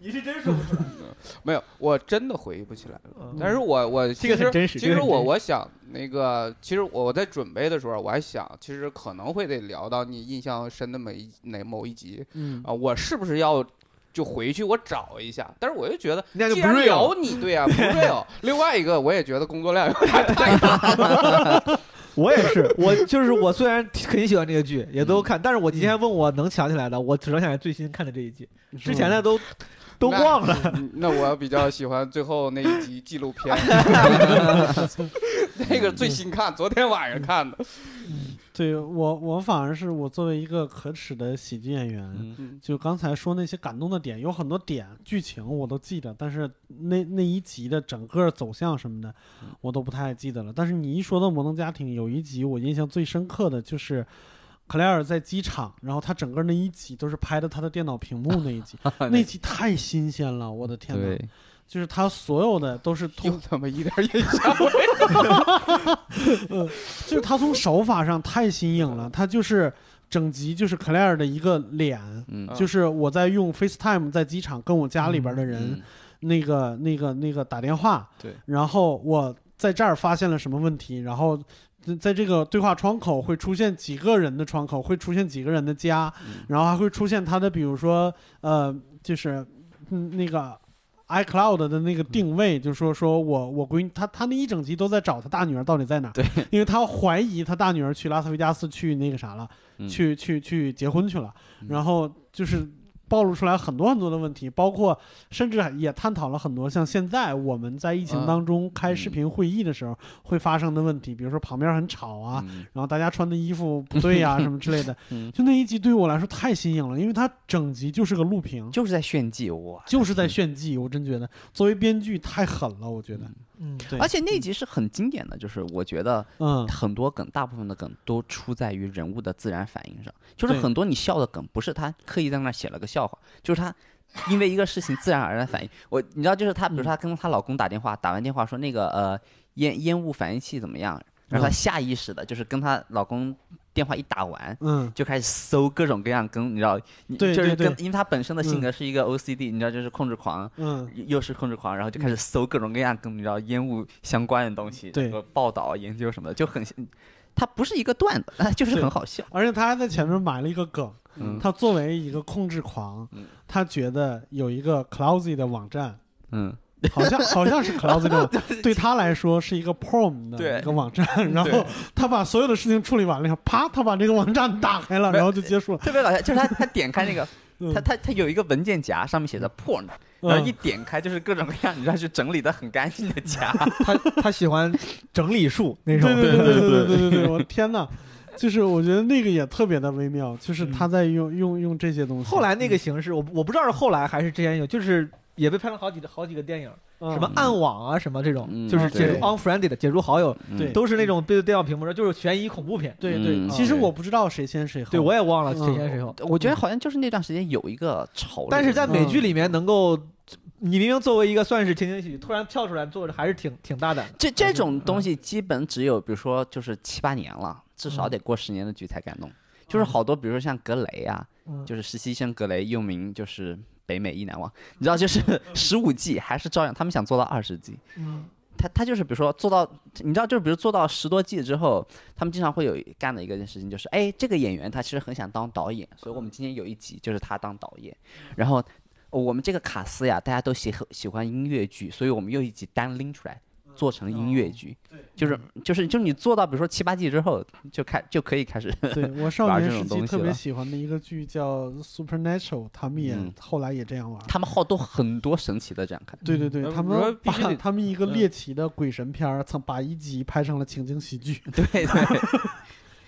[SPEAKER 5] 你是真说不出来，
[SPEAKER 2] 没有，我真的回忆不起来了。
[SPEAKER 5] 嗯
[SPEAKER 2] 但是我我
[SPEAKER 5] 这
[SPEAKER 2] 其
[SPEAKER 5] 个
[SPEAKER 2] 实
[SPEAKER 5] 很真实
[SPEAKER 2] 其
[SPEAKER 5] 这个
[SPEAKER 2] 实
[SPEAKER 5] 很
[SPEAKER 2] 我
[SPEAKER 5] 真
[SPEAKER 2] 我想那个，其实我在准备的时候，我还想，其实可能会得聊到你印象深的每一哪某一集
[SPEAKER 6] 嗯，
[SPEAKER 2] 啊，我是不是要就回去我找一下？但是我又觉得，
[SPEAKER 5] 那就
[SPEAKER 2] 既
[SPEAKER 5] 不
[SPEAKER 2] 然
[SPEAKER 5] real
[SPEAKER 2] 聊你对啊，不 real。另外一个，我也觉得工作量有点太大。
[SPEAKER 5] 我也是，我就是我虽然很喜欢这个剧，也都看，但是我今天问我能想起来的，我只能想起来最新看的这一集，之前的都都
[SPEAKER 2] 那
[SPEAKER 5] 忘了。
[SPEAKER 2] 嗯那我比较喜欢最后那一集纪录 片， 那个最新看，昨天晚上看的。
[SPEAKER 6] 对我我反而是我作为一个可耻的喜剧演员，
[SPEAKER 4] 嗯
[SPEAKER 2] 嗯
[SPEAKER 6] 就刚才说那些感动的点，有很多点剧情我都记得，但是那那一集的整个走向什么的，我都不太记得了。但是你一说到《摩登家庭》，有一集我印象最深刻的就是。克莱尔在机场，然后他整个那一集都是拍的他的电脑屏幕那一集， 那集太新鲜了，我的天哪！
[SPEAKER 4] 对，
[SPEAKER 6] 就是他所有的都是
[SPEAKER 2] 又
[SPEAKER 6] 通，
[SPEAKER 2] 怎么一点 印象？
[SPEAKER 6] 就是他从手法上太新颖了，他就是整集就是克莱尔的一个脸，
[SPEAKER 4] 嗯，
[SPEAKER 2] 啊
[SPEAKER 6] 就是我在用 FaceTime 在机场跟我家里边的人
[SPEAKER 4] 嗯
[SPEAKER 6] 那个、那个、那个打电话，
[SPEAKER 2] 对，
[SPEAKER 6] 然后我在这儿发现了什么问题，然后在在这个对话窗口会出现几个人的窗口，会出现几个人的家，
[SPEAKER 4] 嗯
[SPEAKER 6] 然后还会出现他的，比如说呃，就是嗯那个。iCloud 的那个定
[SPEAKER 4] 嗯
[SPEAKER 6] 位，就说说我我闺女，她她那一整集都在找她大女儿到底在哪儿，
[SPEAKER 4] 对，
[SPEAKER 6] 因为她怀疑她大女儿去拉斯维加斯去那个啥了，
[SPEAKER 4] 嗯
[SPEAKER 6] 去去去结婚去了，
[SPEAKER 4] 嗯
[SPEAKER 6] 然后就是暴露出来很多很多的问题，包括甚至也探讨了很多像现在我们在疫情
[SPEAKER 2] 嗯
[SPEAKER 6] 当中开视
[SPEAKER 4] 嗯
[SPEAKER 6] 频会议的时候会发生的问题，比如说旁边很吵啊，
[SPEAKER 4] 嗯
[SPEAKER 6] 然后大家穿的衣服不 对呀、什么之类的
[SPEAKER 4] 嗯。
[SPEAKER 6] 就那一集对我来说太新颖了，因为它整集就是个录屏，
[SPEAKER 4] 就是在炫技，哇，
[SPEAKER 6] 就是在炫技。我真觉得作为编剧太狠了，我觉得。
[SPEAKER 5] 嗯，
[SPEAKER 6] 对
[SPEAKER 4] 而且那集是很经典的，就是我觉得
[SPEAKER 6] 嗯，
[SPEAKER 4] 很多梗，大部分的梗都出在于人物的自然反应上，就是
[SPEAKER 6] 对
[SPEAKER 4] 很多你笑的梗，不是他刻意在那儿写了个笑话，就是他因为一个事情自然而然反
[SPEAKER 6] 嗯
[SPEAKER 4] 应。我你知道，就是她，比如她跟她老公打电话，打完电话说那个呃烟烟雾反应器怎么样，然后她下意识的就是跟她老公电话一打完。
[SPEAKER 6] 嗯，
[SPEAKER 4] 就开始搜各种各样跟你知道，你
[SPEAKER 6] 对
[SPEAKER 4] 就是
[SPEAKER 6] 对嗯对
[SPEAKER 4] 跟，因为她本身的性格是一个 OCD，、你知道，就是控制狂，
[SPEAKER 6] 嗯，
[SPEAKER 4] 又又是控制狂，然后就开始搜各种各样跟你知道烟雾相关的东西，
[SPEAKER 6] 对
[SPEAKER 4] 这个报道、啊研究什么的，就很，它不是一个段子，它就是
[SPEAKER 6] 对
[SPEAKER 4] 很好笑。
[SPEAKER 6] 而且他还在前面埋了一个梗，
[SPEAKER 4] 嗯
[SPEAKER 6] 他作为一个控制狂
[SPEAKER 4] 嗯，
[SPEAKER 6] 他觉得有一个 Clousy 的网站，
[SPEAKER 4] 嗯，
[SPEAKER 6] 好像好像是 Cloud 这种，对他来说是一个 Prom 的
[SPEAKER 4] 对嗯
[SPEAKER 6] 一个网站，然后
[SPEAKER 2] 对
[SPEAKER 6] 他把所有的事情处理完了以后，啪，他把这个网站打开了，
[SPEAKER 4] 没有
[SPEAKER 6] 然后就结束了。
[SPEAKER 4] 特别搞笑，就是他他点开那个
[SPEAKER 6] 嗯。
[SPEAKER 4] 他他他有一个文件夹，上面写着 porn，然后一
[SPEAKER 6] 嗯，
[SPEAKER 4] 点开就是各种各样，你知道，就整理的很干净的夹。
[SPEAKER 5] 他他喜欢整理术那
[SPEAKER 6] 对
[SPEAKER 5] 种，
[SPEAKER 6] 对对
[SPEAKER 5] 对
[SPEAKER 6] 对对对对，我天哪！就是我觉得那个也特别的微妙，就是他在用用用这些东西。
[SPEAKER 5] 后来那个形式，我我不知道是后来还是之前有，就是也被拍了好几好几个电影，
[SPEAKER 6] 什
[SPEAKER 5] 什么暗网啊，什么这种，
[SPEAKER 4] 嗯
[SPEAKER 5] 就是解
[SPEAKER 6] 对
[SPEAKER 5] 除 unfriended 解除好友，
[SPEAKER 6] 对
[SPEAKER 5] 都是那种被电脑屏幕上就是悬疑恐怖片。
[SPEAKER 6] 对对，
[SPEAKER 4] 嗯
[SPEAKER 6] 其实
[SPEAKER 5] 对
[SPEAKER 6] 我不知道谁先谁后。
[SPEAKER 5] 对我也忘了
[SPEAKER 6] 嗯
[SPEAKER 5] 谁先谁后，
[SPEAKER 4] 嗯我觉得好像就是那段时间有一个潮流，
[SPEAKER 5] 但是在
[SPEAKER 6] 嗯
[SPEAKER 5] 美剧里面能够，你明明作为一个算是情景喜剧，突然跳出来做着，还是挺挺大胆的。
[SPEAKER 4] 这这种
[SPEAKER 5] 嗯
[SPEAKER 4] 东西基本只有，比如说就是七八年了，至少
[SPEAKER 5] 嗯
[SPEAKER 4] 得过十年的剧才敢弄。就是好多，比如说像格雷啊，
[SPEAKER 5] 嗯
[SPEAKER 4] 就是实习生格雷，又名就是北美一难忘，你知道，就是 十五季还是照样，他们想做到二十季。
[SPEAKER 5] 嗯
[SPEAKER 4] 他他就是比如说做到，你知道，就是比如做到十多季之后，他们经常会有干的一个事情，就是哎，这个演员他其实很想当导演，所以我们今天有一集就是他当导演，然呃后。我们这个卡斯呀，大家都喜欢喜欢音乐剧，所以我们又一集单拎出来，做成音乐剧，就是就是就你做到比如说七八季之后，就开就可以开始。
[SPEAKER 6] 对我少
[SPEAKER 4] 玩这种
[SPEAKER 6] 年时
[SPEAKER 4] 东
[SPEAKER 6] 期
[SPEAKER 4] 西
[SPEAKER 6] 特别
[SPEAKER 4] 了
[SPEAKER 6] 喜欢的一个剧叫《Supernatural》，他们也
[SPEAKER 4] 嗯
[SPEAKER 6] 后来也这样玩儿。
[SPEAKER 4] 他们好多很多神奇的展开，
[SPEAKER 6] 对对对，
[SPEAKER 2] 嗯
[SPEAKER 6] 他
[SPEAKER 2] 我说
[SPEAKER 6] 们
[SPEAKER 2] 必须
[SPEAKER 6] 把
[SPEAKER 2] 得
[SPEAKER 6] 他们一个
[SPEAKER 2] 嗯
[SPEAKER 6] 猎奇的鬼神片儿，曾把一集拍成了情景喜剧，
[SPEAKER 4] 对对，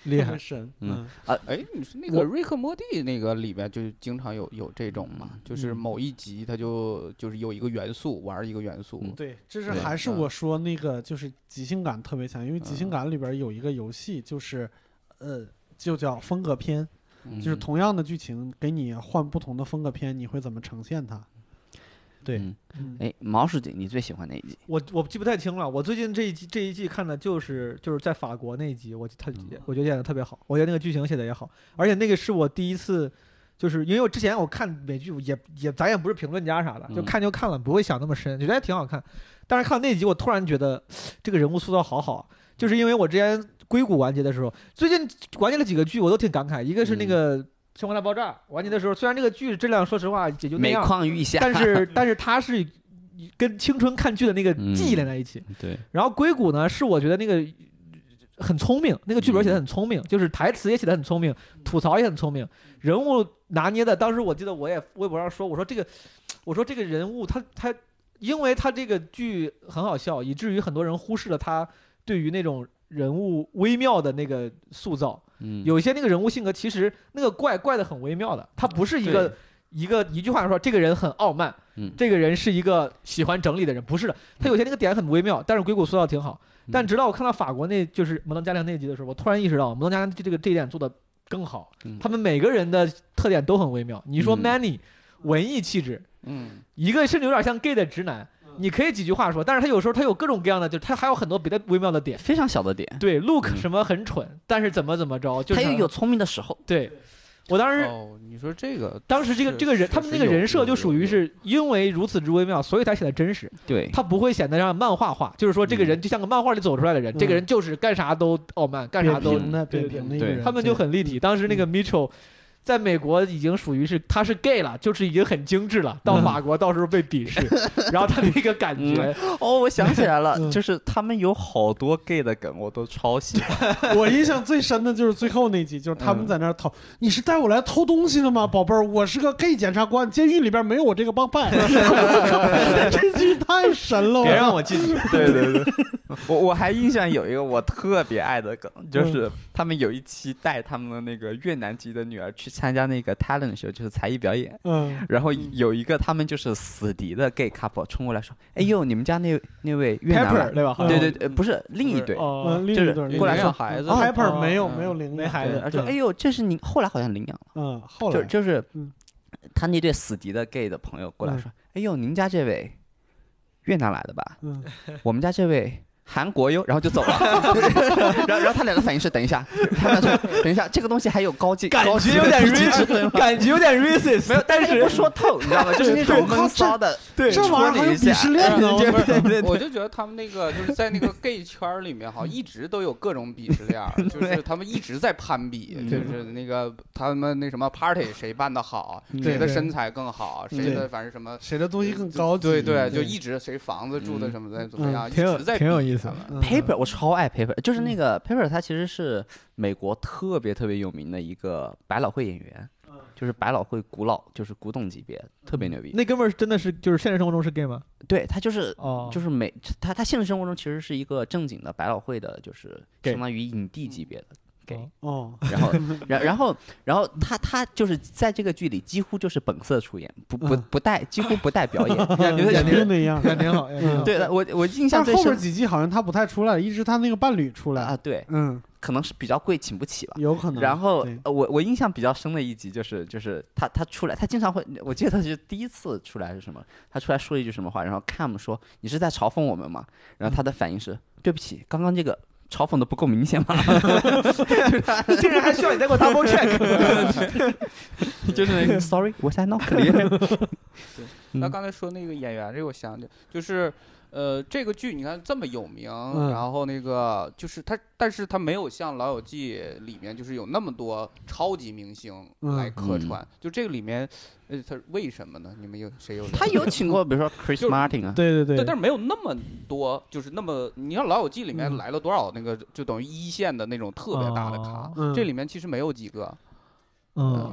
[SPEAKER 6] 厉害神。
[SPEAKER 4] 嗯
[SPEAKER 6] 嗯，
[SPEAKER 2] 哎，你说那个瑞克莫蒂那个里边就经常有有这种嘛，就是
[SPEAKER 6] 嗯
[SPEAKER 2] 某一集它就就是有一个元素玩一个元素，
[SPEAKER 4] 嗯
[SPEAKER 6] 对，这是
[SPEAKER 2] 对
[SPEAKER 6] 还是
[SPEAKER 2] 嗯
[SPEAKER 6] 我说那个就是即兴感特别强，因为即兴感里边有一个游戏就是，呃，就叫风格片，
[SPEAKER 2] 嗯
[SPEAKER 6] 就是同样的剧情给你换不同的风格片，你会怎么呈现它？对
[SPEAKER 4] 嗯
[SPEAKER 6] 嗯
[SPEAKER 4] 哎，毛书记，你最喜欢哪一集？
[SPEAKER 5] 我我记不太清了。我最近这一季这一季看的就是就是在法国那一集，我他
[SPEAKER 4] 嗯
[SPEAKER 5] 我觉得演的特别好，我觉得那个剧情写的也好，而且那个是我第一次，就是因为我之前我看美剧我也也咱也不是评论家啥的，就
[SPEAKER 4] 嗯
[SPEAKER 5] 看就看了，不会想那么深，觉得还挺好看。但是看那集，我突然觉得这个人物塑造好好啊，就是因为我之前硅谷完结的时候，最近完结了几个剧，我都挺感慨，一个是那
[SPEAKER 4] 嗯
[SPEAKER 5] 个《生活大爆炸》完结的时候，虽然这个剧质量说实话也就那
[SPEAKER 4] 每
[SPEAKER 5] 样，
[SPEAKER 4] 况愈下，
[SPEAKER 5] 但是 但是它是跟青春看剧的那个记忆连在一起。
[SPEAKER 4] 嗯对，
[SPEAKER 5] 然后硅谷呢，是我觉得那个呃很聪明，那个剧本写的很聪
[SPEAKER 4] 嗯
[SPEAKER 5] 明，就是台词也写的很聪明，吐槽也很聪明，人物拿捏的。当时我记得我也微博上说，我说这个，我说这个人物他他，因为他这个剧很好笑，以至于很多人忽视了他对于那种人物微妙的那个塑造。
[SPEAKER 4] 嗯，
[SPEAKER 5] 有一些那个人物性格，其实那个怪怪的很微妙的，他不是一个一个一句话说这个人很傲慢，
[SPEAKER 4] 嗯
[SPEAKER 5] 这个人是一个喜欢整理的人，不是的，他有些那个点很微妙，但是硅谷塑造挺好。
[SPEAKER 4] 嗯
[SPEAKER 5] 但直到我看到法国那就是摩登家庭那集的时候，我突然意识到摩登家庭这个这一点做的更好
[SPEAKER 4] 嗯，
[SPEAKER 5] 他们每个人的特点都很微妙。你说
[SPEAKER 4] 嗯
[SPEAKER 5] Manny 文艺气质，
[SPEAKER 2] 嗯
[SPEAKER 5] 一个甚至有点像 gay 的直男，
[SPEAKER 4] 嗯
[SPEAKER 5] 你可以几句话说，但是他有时候他有各种各样的，就是他还有很多别的微妙的点。
[SPEAKER 4] 非常小的点，
[SPEAKER 5] 对，Look
[SPEAKER 4] 嗯
[SPEAKER 5] 什么很蠢，但是怎么怎么着，就是
[SPEAKER 4] 他又有聪明的时候，
[SPEAKER 5] 对，我当时、
[SPEAKER 2] 哦，你说这个
[SPEAKER 5] 当时这个
[SPEAKER 2] 是
[SPEAKER 5] 这个人，
[SPEAKER 2] 确
[SPEAKER 5] 他们那
[SPEAKER 2] 实
[SPEAKER 5] 个
[SPEAKER 2] 有
[SPEAKER 5] 人设
[SPEAKER 2] 有
[SPEAKER 5] 就
[SPEAKER 2] 有
[SPEAKER 5] 属于
[SPEAKER 2] 有
[SPEAKER 5] 是因为如此之微妙，所以才显得真实，
[SPEAKER 4] 对，
[SPEAKER 5] 他不会显得像漫画化，就是说这个人就像个漫画里走出来的人，这个
[SPEAKER 6] 嗯
[SPEAKER 5] 人就是干啥都傲慢，干啥
[SPEAKER 6] 扁
[SPEAKER 5] 都
[SPEAKER 6] 平的
[SPEAKER 5] 对
[SPEAKER 6] 扁
[SPEAKER 5] 对
[SPEAKER 6] 平的一个
[SPEAKER 4] 对
[SPEAKER 6] 人，
[SPEAKER 5] 他们就
[SPEAKER 6] 对
[SPEAKER 5] 很立体。当时那个 Mitchell 在美国已经属于是他是 gay 了，就是已经很精致了。到法国到时候被鄙 视，然后他那个感觉，
[SPEAKER 4] 哦，我想起来了，
[SPEAKER 6] 嗯
[SPEAKER 4] 就是他们有好多 gay 的梗，我都超喜欢。
[SPEAKER 6] 我印象最深的就是最后那集，就是他们在那儿讨，你是带我来偷东西的吗，宝贝儿？我是个 gay 检察官，监狱里边没有我这个帮派。 这句太神了，
[SPEAKER 5] 别
[SPEAKER 6] 我
[SPEAKER 5] 让我进去。
[SPEAKER 4] 对对对， 我我还印象有一个我特别爱的梗，就是他们有一期带他们的那个越南籍的女儿去参加那个 talent show，就是才艺表演，
[SPEAKER 6] 嗯，
[SPEAKER 4] 然后有一个他们就是死敌的 gay couple 冲过来说：“哎呦，你们家那那位越南
[SPEAKER 5] Pepper
[SPEAKER 4] 来
[SPEAKER 5] 对吧？
[SPEAKER 6] 嗯
[SPEAKER 4] 对对对，呃不是另一对，
[SPEAKER 5] 哦，
[SPEAKER 6] 嗯，另
[SPEAKER 4] 就是
[SPEAKER 6] 一对儿
[SPEAKER 4] 过来
[SPEAKER 2] 领
[SPEAKER 4] 说
[SPEAKER 2] 养孩子
[SPEAKER 6] 啊
[SPEAKER 2] 嘛，
[SPEAKER 6] ，Piper
[SPEAKER 5] 嗯
[SPEAKER 6] 没有
[SPEAKER 2] 嗯
[SPEAKER 6] 没有领
[SPEAKER 5] 没
[SPEAKER 6] 养
[SPEAKER 5] 孩
[SPEAKER 4] 对，
[SPEAKER 5] 子
[SPEAKER 4] 而且哎
[SPEAKER 6] 对
[SPEAKER 4] 呦，这是你后来好像领养了，
[SPEAKER 6] 嗯，后
[SPEAKER 4] 就
[SPEAKER 6] 来
[SPEAKER 4] 就是
[SPEAKER 6] 嗯
[SPEAKER 4] 他那对死敌的 gay 的朋友过来
[SPEAKER 6] 嗯
[SPEAKER 4] 说：“哎呦，您家这位越南来的吧？”
[SPEAKER 6] 嗯，
[SPEAKER 4] 我们家这位韩国哟，然后就走 了。然后，然后他俩的反应是：等一下，他们俩说等一下，这个东西还有高级，
[SPEAKER 5] 感
[SPEAKER 4] 高级
[SPEAKER 5] 觉有点
[SPEAKER 4] 低级之分
[SPEAKER 5] racist，感觉有点 racist，
[SPEAKER 4] 没有，但是不说透，你知道吗？就是那
[SPEAKER 6] 对
[SPEAKER 4] 种
[SPEAKER 6] 我靠
[SPEAKER 4] 闷骚的，
[SPEAKER 5] 对
[SPEAKER 6] 这玩意儿还有鄙视链呢，我
[SPEAKER 4] 对对对
[SPEAKER 2] 嗯我就觉得他们那个就是在那个 gay 圈儿里面哈，一直都有各种鄙视链儿，就是他们一直在攀比，就是那个他们那什么 party 谁办的好，谁的
[SPEAKER 6] 对
[SPEAKER 2] 身材更好，谁的反正什么。
[SPEAKER 6] 谁的东西更高级？
[SPEAKER 2] 对对，
[SPEAKER 6] 嗯
[SPEAKER 2] 就一直谁房子住的什么的怎么
[SPEAKER 6] 嗯
[SPEAKER 2] 样，一
[SPEAKER 3] 挺有
[SPEAKER 2] 直在
[SPEAKER 3] 挺有
[SPEAKER 2] 比
[SPEAKER 3] 意思的
[SPEAKER 2] 他们
[SPEAKER 6] 嗯
[SPEAKER 4] Paper，我超爱 Paper，就是那个 Paper，他其实是美国特别特别有名的一个百老汇演员，
[SPEAKER 6] 嗯
[SPEAKER 4] 就是百老汇古老，就是古董级别，特别牛逼。
[SPEAKER 5] 那哥们儿真的是就是现实生活中是 gay 吗？
[SPEAKER 4] 对他就是
[SPEAKER 5] 哦，
[SPEAKER 4] 就是美，他他现实生活中其实是一个正经的百老汇的，就是
[SPEAKER 5] 给
[SPEAKER 4] 相当于影帝级别的。给
[SPEAKER 6] 哦，
[SPEAKER 4] 然 后，然然后，然后他他就是在这个剧里几乎就是本色出演，不不
[SPEAKER 6] 嗯
[SPEAKER 4] 不带几乎不带表演。
[SPEAKER 6] 演
[SPEAKER 4] 觉得
[SPEAKER 6] 就那样。
[SPEAKER 5] 也挺 好，也挺好。
[SPEAKER 4] 对我我印象
[SPEAKER 6] 但
[SPEAKER 4] 最
[SPEAKER 6] 后
[SPEAKER 4] 深
[SPEAKER 6] 边几季好像他不太出来，一直他那个伴侣出来。
[SPEAKER 4] 啊，对，
[SPEAKER 6] 嗯，
[SPEAKER 4] 可能是比较贵，请不起吧。
[SPEAKER 6] 有可能。
[SPEAKER 4] 然后
[SPEAKER 6] 对
[SPEAKER 4] 呃我我印象比较深的一集就是就是他他出来，他经常会，我记得他是第一次出来是什么？他出来说一句什么话，然后 Cam 说你是在嘲讽我们吗？然后他的反应是对不起，刚刚这个嘲讽的不够明显吗？
[SPEAKER 5] 这人还需要你再给我 double check。
[SPEAKER 4] 就是那个
[SPEAKER 3] 嗯
[SPEAKER 4] Sorry，我在闹 clear。
[SPEAKER 2] 那刚才说那个演员这个，我想起就是呃，这个剧你看这么有名，
[SPEAKER 6] 嗯
[SPEAKER 2] 然后那个就是它，但是它没有像《老友记》里面就是有那么多超级明星
[SPEAKER 3] 嗯
[SPEAKER 2] 来客串，就这个里面，呃，它为什么呢？你们有谁有？
[SPEAKER 4] 他 有请过，比如说 Chris
[SPEAKER 2] 就是
[SPEAKER 4] Martin 啊，
[SPEAKER 6] 对对
[SPEAKER 2] 对，
[SPEAKER 6] 对，
[SPEAKER 2] 但是没有那么多，就是那么，你看《老友记》里面
[SPEAKER 3] 嗯
[SPEAKER 2] 来了多少那个，就等于一线的那种特别大的咖
[SPEAKER 3] 哦，
[SPEAKER 6] 嗯
[SPEAKER 2] 这里面其实没有几个，
[SPEAKER 3] 嗯，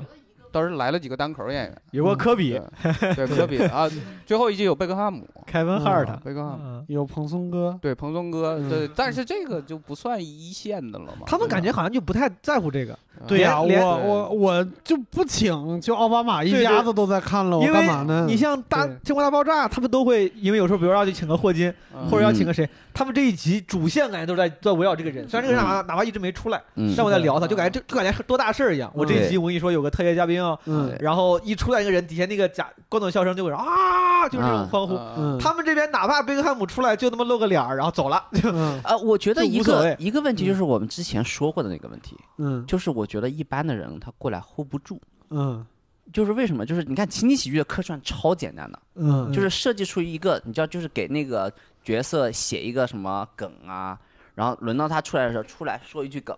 [SPEAKER 2] 倒是来了几个单口演员，
[SPEAKER 3] 有过科比、
[SPEAKER 4] 嗯
[SPEAKER 2] 对，对科比啊，最后一季有贝克汉姆，
[SPEAKER 3] 凯文
[SPEAKER 6] 嗯
[SPEAKER 3] 哈
[SPEAKER 5] 啊
[SPEAKER 3] 尔特，
[SPEAKER 2] 贝克汉姆，
[SPEAKER 3] 嗯，
[SPEAKER 6] 有蓬松哥，
[SPEAKER 2] 对，蓬松哥，
[SPEAKER 6] 嗯
[SPEAKER 2] 对，但是这个就不算一线的了嘛，
[SPEAKER 5] 他们感觉
[SPEAKER 2] 对吧嗯
[SPEAKER 5] 好像就不太在乎这个，
[SPEAKER 6] 对呀、
[SPEAKER 5] 连
[SPEAKER 6] 我我我就不请，就奥巴马一
[SPEAKER 5] 对对
[SPEAKER 6] 家子都在看了，我
[SPEAKER 5] 因
[SPEAKER 6] 哦干嘛呢
[SPEAKER 5] 为？你像大
[SPEAKER 6] 对
[SPEAKER 5] 《中国大爆炸》，他们都会因为有时候比如要去请个霍金，
[SPEAKER 2] 嗯
[SPEAKER 5] 或者要请个谁，他们这一集主线感觉都在在围绕这个人，虽然这个人哪怕哪怕一直没出来，
[SPEAKER 4] 嗯
[SPEAKER 5] 但我在聊他，就感觉这就感觉多大事儿一样。我这一集我跟你说有个特约嘉宾啊，
[SPEAKER 6] 嗯
[SPEAKER 5] 然后一出来一个人，底下那个假观众笑声就会啊，就是这种欢呼。
[SPEAKER 2] 嗯
[SPEAKER 6] 嗯，
[SPEAKER 5] 他们这边哪怕贝克汉姆出来，就他妈露个脸儿，然后走了，就
[SPEAKER 6] 嗯
[SPEAKER 4] 呃，我觉得
[SPEAKER 5] 就无
[SPEAKER 4] 一
[SPEAKER 5] 所
[SPEAKER 4] 个
[SPEAKER 5] 谓
[SPEAKER 4] 一个问题就是我们之前说过的那个问题，
[SPEAKER 6] 嗯
[SPEAKER 4] 就是我觉得一般的人他过来 hold 不住，
[SPEAKER 6] 嗯
[SPEAKER 4] 就是为什么？就是你看情景喜剧的客串超简单的，
[SPEAKER 6] 嗯，，
[SPEAKER 4] 就是设计出一个，你知道，就是给那个角色写一个什么梗啊，然后轮到他出来的时候，出来说一句梗，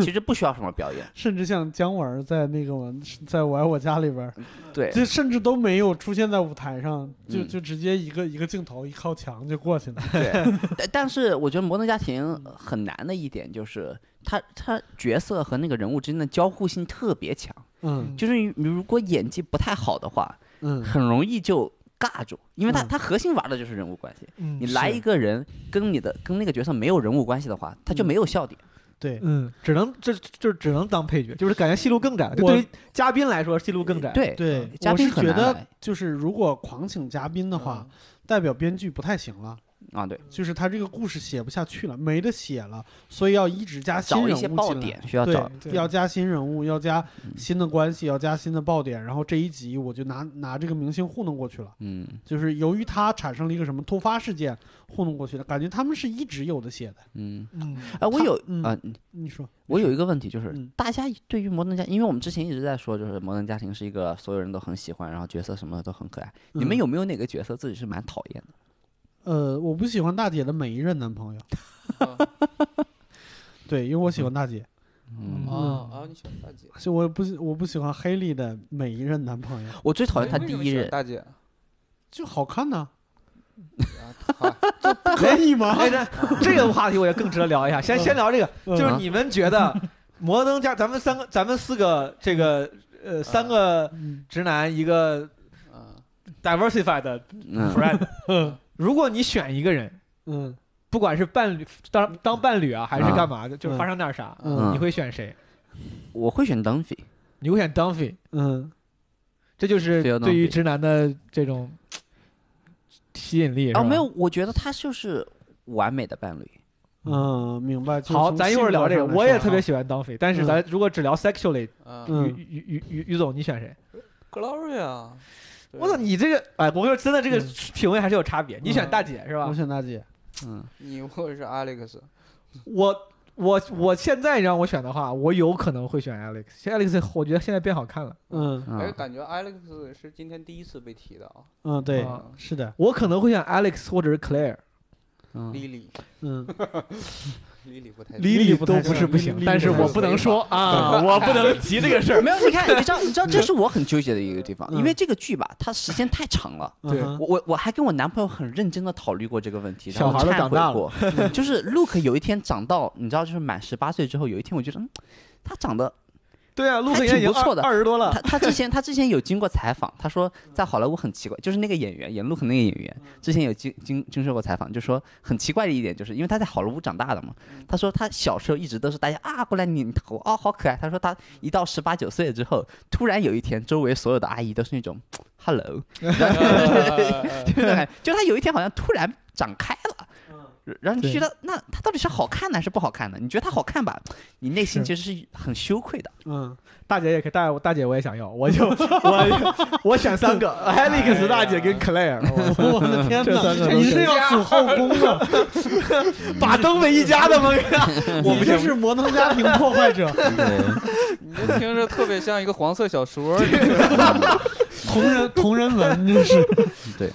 [SPEAKER 4] 其实不需要什么表演
[SPEAKER 6] 甚至像姜文儿在那个我在我爱我家里边儿，
[SPEAKER 4] 对，
[SPEAKER 6] 就甚至都没有出现在舞台上，就
[SPEAKER 4] 嗯
[SPEAKER 6] 就直接一个一个镜头一靠墙就过去了。
[SPEAKER 4] 但但是我觉得《摩登家庭》很难的一点就是，他他角色和那个人物之间的交互性特别强，
[SPEAKER 6] 嗯
[SPEAKER 4] 就是你如果演技不太好的话，
[SPEAKER 6] 嗯
[SPEAKER 4] 很容易就尬住，因为他
[SPEAKER 6] 嗯
[SPEAKER 4] 他核心玩的就是人物关系。
[SPEAKER 5] 嗯
[SPEAKER 4] 你来
[SPEAKER 6] 是
[SPEAKER 4] 一个人跟你的跟那个角色没有人物关系的话，他就
[SPEAKER 6] 嗯
[SPEAKER 4] 没有笑点。
[SPEAKER 6] 对，
[SPEAKER 5] 嗯，只能这就只能当配角，就是感觉戏路更窄了。就
[SPEAKER 6] 我
[SPEAKER 5] 对于嘉宾来说，戏路更窄。，
[SPEAKER 4] 对
[SPEAKER 6] 对，
[SPEAKER 4] 嘉
[SPEAKER 6] 我
[SPEAKER 4] 宾
[SPEAKER 6] 是
[SPEAKER 4] 很
[SPEAKER 6] 觉
[SPEAKER 4] 难
[SPEAKER 6] 得
[SPEAKER 4] 来
[SPEAKER 6] 嗯就是如果狂请嘉宾的话，代表编剧不太行了，
[SPEAKER 4] 啊，对，
[SPEAKER 6] 就是他这个故事写不下去了，没得写了，所以要一直加新
[SPEAKER 4] 找一
[SPEAKER 6] 人
[SPEAKER 4] 些
[SPEAKER 6] 物
[SPEAKER 4] 爆
[SPEAKER 6] 进来。
[SPEAKER 4] 点需要找。
[SPEAKER 6] 对，要加新人物，要加新的关系，要加新的爆点，然后这一集我就拿拿这个明星糊弄过去了。
[SPEAKER 4] 嗯，
[SPEAKER 6] 就是由于他产生了一个什么突发事件糊弄过去的，感觉他们是一直有的写的。
[SPEAKER 4] 嗯，
[SPEAKER 5] 嗯，
[SPEAKER 4] 哎，我
[SPEAKER 6] 他
[SPEAKER 4] 有
[SPEAKER 6] 嗯
[SPEAKER 4] 啊，
[SPEAKER 6] 你说，
[SPEAKER 4] 我有一个问题，就是
[SPEAKER 6] 嗯
[SPEAKER 4] 大家对于《摩登家》，因为我们之前一直在说，就是《摩登家庭》是一个所有人都很喜欢，然后角色什么的都很可爱。你们
[SPEAKER 6] 嗯
[SPEAKER 4] 有没有哪个角色自己是蛮讨厌的？
[SPEAKER 6] 呃，我不喜欢大姐的每一任男朋友， 对，因为我喜欢大姐，
[SPEAKER 4] 嗯，
[SPEAKER 6] 哦
[SPEAKER 2] 啊啊，你喜欢大姐？
[SPEAKER 6] 就我不喜我不喜欢黑莉的每一任男朋友，
[SPEAKER 4] 我最讨厌他
[SPEAKER 2] 为
[SPEAKER 4] 第
[SPEAKER 2] 什么
[SPEAKER 4] 一
[SPEAKER 2] 喜欢
[SPEAKER 4] 任，
[SPEAKER 2] 大姐，
[SPEAKER 6] 就好看呢、
[SPEAKER 2] 啊好
[SPEAKER 6] 可以吗？
[SPEAKER 5] 哎，那这个话题我也更值得聊一下。先先聊这个，
[SPEAKER 6] 嗯
[SPEAKER 4] 啊
[SPEAKER 5] 就是你们觉得摩登家，咱们三个，咱们四个，这个呃，三个
[SPEAKER 6] 嗯
[SPEAKER 5] 直男，一个
[SPEAKER 2] 嗯
[SPEAKER 5] diversified
[SPEAKER 4] 嗯
[SPEAKER 5] friend，如 果你选一个人，
[SPEAKER 6] 嗯
[SPEAKER 5] 不管是伴侣当当伴侣啊，还是干嘛的，就是
[SPEAKER 6] 嗯
[SPEAKER 5] 发生点
[SPEAKER 4] 啊
[SPEAKER 5] 啥，
[SPEAKER 6] 嗯
[SPEAKER 5] 你会选谁？
[SPEAKER 4] 我会选 Dunphy，
[SPEAKER 5] 你会选 Dumphy，
[SPEAKER 6] 嗯
[SPEAKER 5] 这就是
[SPEAKER 4] 非要 Dunphy
[SPEAKER 5] 对于直男的这种吸引力。是吧
[SPEAKER 4] 啊，没有，，我觉得他就是完美的伴侣。
[SPEAKER 6] 嗯，明白。就是
[SPEAKER 5] 好，
[SPEAKER 6] 从
[SPEAKER 5] 咱一会儿
[SPEAKER 6] 性格
[SPEAKER 5] 聊这个。
[SPEAKER 6] 上来说
[SPEAKER 5] 我也
[SPEAKER 6] 啊
[SPEAKER 5] 特别喜欢 Dumphy，但是
[SPEAKER 6] 嗯
[SPEAKER 5] 咱如果只聊 sexually，
[SPEAKER 2] 嗯
[SPEAKER 5] 于
[SPEAKER 6] 嗯
[SPEAKER 5] 于于于于总，你选谁？
[SPEAKER 2] ，Gloria，对
[SPEAKER 5] 我操，你这个哎，我说真的，这个
[SPEAKER 6] 嗯
[SPEAKER 5] 品味还是有差别。你选
[SPEAKER 6] 嗯
[SPEAKER 5] 大姐是吧
[SPEAKER 6] 我？选大姐，
[SPEAKER 4] 嗯，
[SPEAKER 2] 你或者是 Alex，
[SPEAKER 5] 我我我现在让我选的话，我有可能会选 Alex。现在 Alex 我觉得现在变好看了，
[SPEAKER 6] 嗯
[SPEAKER 2] 哎，
[SPEAKER 4] 嗯
[SPEAKER 2] 感觉 Alex 是今天第一次被提到
[SPEAKER 6] 嗯，对，
[SPEAKER 5] 啊
[SPEAKER 6] 是的，
[SPEAKER 5] 我可能会选 Alex 或者是 Claire，
[SPEAKER 4] 嗯，
[SPEAKER 2] ，Lily，Lily
[SPEAKER 6] 嗯，
[SPEAKER 2] 不太
[SPEAKER 6] 莉莉不太
[SPEAKER 5] 都不是不
[SPEAKER 6] 莉
[SPEAKER 5] 行
[SPEAKER 6] 莉，
[SPEAKER 5] 但是
[SPEAKER 6] 不太
[SPEAKER 5] 我不能说 啊，
[SPEAKER 2] 对
[SPEAKER 5] 我不能提这个事儿。
[SPEAKER 4] 没有，你看，你知道，你
[SPEAKER 5] 嗯
[SPEAKER 4] 知道，这是我很纠结的一个地方，
[SPEAKER 6] 嗯
[SPEAKER 4] 因为这个剧吧，它时间太长了。
[SPEAKER 6] 嗯哼
[SPEAKER 4] 我我我还跟我男朋友很认真的讨论过这个问题，然
[SPEAKER 5] 小
[SPEAKER 4] 后
[SPEAKER 5] 孩都
[SPEAKER 4] 忏
[SPEAKER 5] 长
[SPEAKER 4] 悔
[SPEAKER 5] 大了嗯
[SPEAKER 4] 过就是 Luke 有一天长到，你知道，就是满十八岁之后，有一天我觉得，嗯，他长得，
[SPEAKER 5] 对啊，陆
[SPEAKER 4] 还
[SPEAKER 5] 肯也已
[SPEAKER 4] 挺
[SPEAKER 5] 经
[SPEAKER 4] 不错的
[SPEAKER 5] 二十多了
[SPEAKER 4] 他，他之前他之前有经过采访，他说在好莱坞很奇怪，就是那个演员演 Luke 那个演员，之前有经经经受过采访，就说很奇怪的一点，就是因为他在好莱坞长大的嘛，他说他小时候一直都是大家啊过来拧头哦好可爱，他说他一到十八九岁之后，突然有一天周围所有的阿姨都是那种 hello，就
[SPEAKER 2] 啊
[SPEAKER 4] 那种感觉就他有一天好像突然长开了。然后你觉得那他到底是好看呢，还是不好看呢？你觉得他好看吧，你内心其实是很羞愧的。
[SPEAKER 6] 嗯，
[SPEAKER 5] 大姐也可以，大大姐我也想要，我 就我我选三 个 Alex 大姐跟 Claire，
[SPEAKER 6] 我的天
[SPEAKER 5] 这
[SPEAKER 6] 哪
[SPEAKER 5] 三个，都
[SPEAKER 6] 你
[SPEAKER 5] 哎是
[SPEAKER 6] 是要组后宫啊？
[SPEAKER 5] 把东北一家 的吗？
[SPEAKER 6] 我这是摩登家庭破坏者。
[SPEAKER 1] 啊
[SPEAKER 2] 你这听着特别像一个黄色小说，
[SPEAKER 6] 同人同人文真是，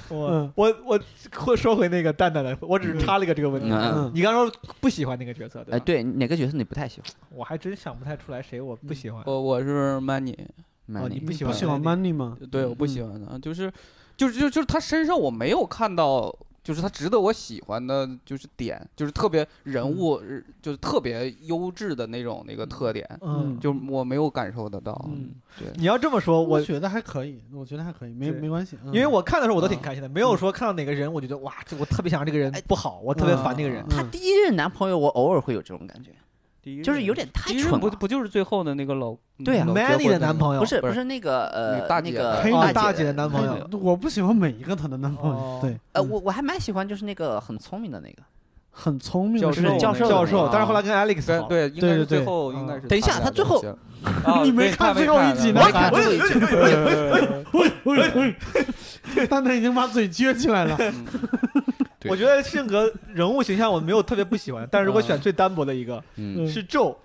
[SPEAKER 5] 我
[SPEAKER 6] 嗯
[SPEAKER 5] 我我会说回那个蛋蛋的，我只是插了一个这个问题。
[SPEAKER 4] 嗯，
[SPEAKER 6] 嗯
[SPEAKER 5] 你刚说不喜欢那个角色，对
[SPEAKER 4] 哎，
[SPEAKER 5] 吧？
[SPEAKER 4] 对，哪个角色你不太喜欢？
[SPEAKER 5] 我还真想不太出来谁我不喜欢。
[SPEAKER 2] 我我是 Money，
[SPEAKER 4] 曼
[SPEAKER 5] 哦你
[SPEAKER 4] 妮
[SPEAKER 5] 不喜
[SPEAKER 6] 不
[SPEAKER 5] 欢
[SPEAKER 6] 喜欢 Money 吗？
[SPEAKER 2] 对，我不喜欢他，就是，就是，就就是他身上我没有看到，就是他值得我喜欢的，就是点，就是特别人物，呃就是特别优质的那种那个特点，
[SPEAKER 5] 嗯，
[SPEAKER 2] 就我没有感受得到。
[SPEAKER 6] 嗯，
[SPEAKER 5] 你要这么说，
[SPEAKER 6] 我
[SPEAKER 5] 我
[SPEAKER 6] 觉得还可以，我觉得还可以，没
[SPEAKER 5] 对
[SPEAKER 6] 没关系，嗯
[SPEAKER 5] 因为我看的时候我都挺开心的，没有说看到哪个人我觉得哇，这我特别想让这个人
[SPEAKER 4] 哎
[SPEAKER 5] 不好，我特别烦这个人
[SPEAKER 6] 嗯。
[SPEAKER 4] 她第一任男朋友，我偶尔会有这种感觉，就是有点太
[SPEAKER 2] 第一
[SPEAKER 4] 蠢
[SPEAKER 2] 任不
[SPEAKER 4] 了。
[SPEAKER 2] 不就是最后的那个老
[SPEAKER 4] 对啊
[SPEAKER 2] 嗯老
[SPEAKER 6] 嗯
[SPEAKER 2] 结
[SPEAKER 5] Manny
[SPEAKER 2] 婚
[SPEAKER 5] 的男朋友
[SPEAKER 4] 不是
[SPEAKER 2] 不
[SPEAKER 4] 不
[SPEAKER 2] 是
[SPEAKER 4] 是那个
[SPEAKER 2] 那
[SPEAKER 4] 呃
[SPEAKER 2] 个大
[SPEAKER 4] 那
[SPEAKER 2] 姐
[SPEAKER 4] 个
[SPEAKER 5] 黑
[SPEAKER 4] 大
[SPEAKER 5] 的大姐的男朋
[SPEAKER 4] 友
[SPEAKER 5] 友，
[SPEAKER 6] 我不喜欢每一个她的男朋
[SPEAKER 5] 哦
[SPEAKER 6] 友，对，
[SPEAKER 4] 呃，
[SPEAKER 6] 嗯
[SPEAKER 4] 我我还蛮喜欢就是那个很聪明的那个。
[SPEAKER 6] 很聪明
[SPEAKER 2] 教
[SPEAKER 6] 的
[SPEAKER 2] 授
[SPEAKER 6] 是
[SPEAKER 4] 那
[SPEAKER 6] 吧，
[SPEAKER 4] 个
[SPEAKER 5] 教授，
[SPEAKER 4] 教授
[SPEAKER 5] 授，但是后来跟 Alex 好
[SPEAKER 2] 对对，
[SPEAKER 5] 了
[SPEAKER 2] 应该是
[SPEAKER 6] 对对
[SPEAKER 2] 最
[SPEAKER 6] 对
[SPEAKER 2] 后应该是
[SPEAKER 4] 等一下
[SPEAKER 2] 俩
[SPEAKER 4] 他最
[SPEAKER 2] 都
[SPEAKER 4] 后
[SPEAKER 2] 行，啊
[SPEAKER 6] 你没
[SPEAKER 2] 对
[SPEAKER 6] 看
[SPEAKER 2] 没
[SPEAKER 6] 最后一
[SPEAKER 2] 看
[SPEAKER 6] 集
[SPEAKER 2] 没
[SPEAKER 6] 呢
[SPEAKER 4] 我看最后一集，
[SPEAKER 6] 蛋蛋已经把嘴撅起 来了。
[SPEAKER 2] 嗯
[SPEAKER 1] 对
[SPEAKER 5] 我觉得性格人物形象我没有特别不喜欢，但是如果选最单薄的一个
[SPEAKER 4] 嗯
[SPEAKER 5] 是 Joe，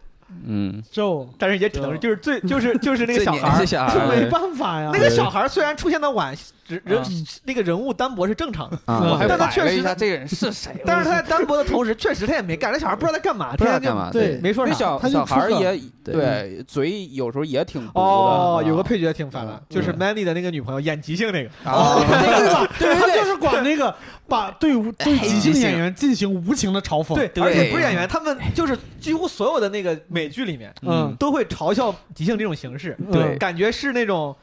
[SPEAKER 4] 嗯，
[SPEAKER 6] Joe，
[SPEAKER 5] 但是也只能是就是最就是就是那个
[SPEAKER 2] 最
[SPEAKER 5] 小
[SPEAKER 2] 年
[SPEAKER 5] 孩
[SPEAKER 2] 轻
[SPEAKER 5] 儿，
[SPEAKER 2] 小
[SPEAKER 6] 这
[SPEAKER 2] 孩
[SPEAKER 6] 没
[SPEAKER 2] 儿，
[SPEAKER 6] 办 法呀
[SPEAKER 5] 那。个小孩儿虽然出现的晚，只人
[SPEAKER 2] 啊
[SPEAKER 5] 那个人物单薄是正常的，
[SPEAKER 4] 啊
[SPEAKER 6] 我
[SPEAKER 2] 我还
[SPEAKER 6] 还
[SPEAKER 5] 但他
[SPEAKER 2] 摆
[SPEAKER 5] 确
[SPEAKER 2] 了
[SPEAKER 5] 实
[SPEAKER 2] 一下这个人是谁，
[SPEAKER 5] 但是他在单薄的同时，确实他也没干，这小孩儿不知道在干嘛，
[SPEAKER 4] 不知道
[SPEAKER 5] 天天
[SPEAKER 4] 干
[SPEAKER 5] 就
[SPEAKER 4] 嘛。
[SPEAKER 6] 对
[SPEAKER 5] 没说
[SPEAKER 2] 那
[SPEAKER 5] 啥。
[SPEAKER 2] 小
[SPEAKER 6] 他就
[SPEAKER 2] 小孩儿
[SPEAKER 6] 出色
[SPEAKER 2] 也
[SPEAKER 4] 对
[SPEAKER 2] 对嘴有时候也挺毒的。啊
[SPEAKER 5] 哦，有个
[SPEAKER 2] 配
[SPEAKER 5] 配角挺烦的，就是 Manny 的那个女朋友演即兴那个，
[SPEAKER 2] 啊，
[SPEAKER 6] 对吧？
[SPEAKER 4] 对
[SPEAKER 6] 他就是管那个把对无对
[SPEAKER 4] 哎
[SPEAKER 6] 即兴
[SPEAKER 4] 即兴
[SPEAKER 6] 演员进行无情的嘲讽。
[SPEAKER 5] 对，
[SPEAKER 4] 对
[SPEAKER 5] 而且不是演员，他们就是几乎所有的那个美剧里面
[SPEAKER 6] 嗯，
[SPEAKER 5] 都会嘲笑即兴这种形式，
[SPEAKER 6] 嗯
[SPEAKER 4] 对
[SPEAKER 5] 感觉是那种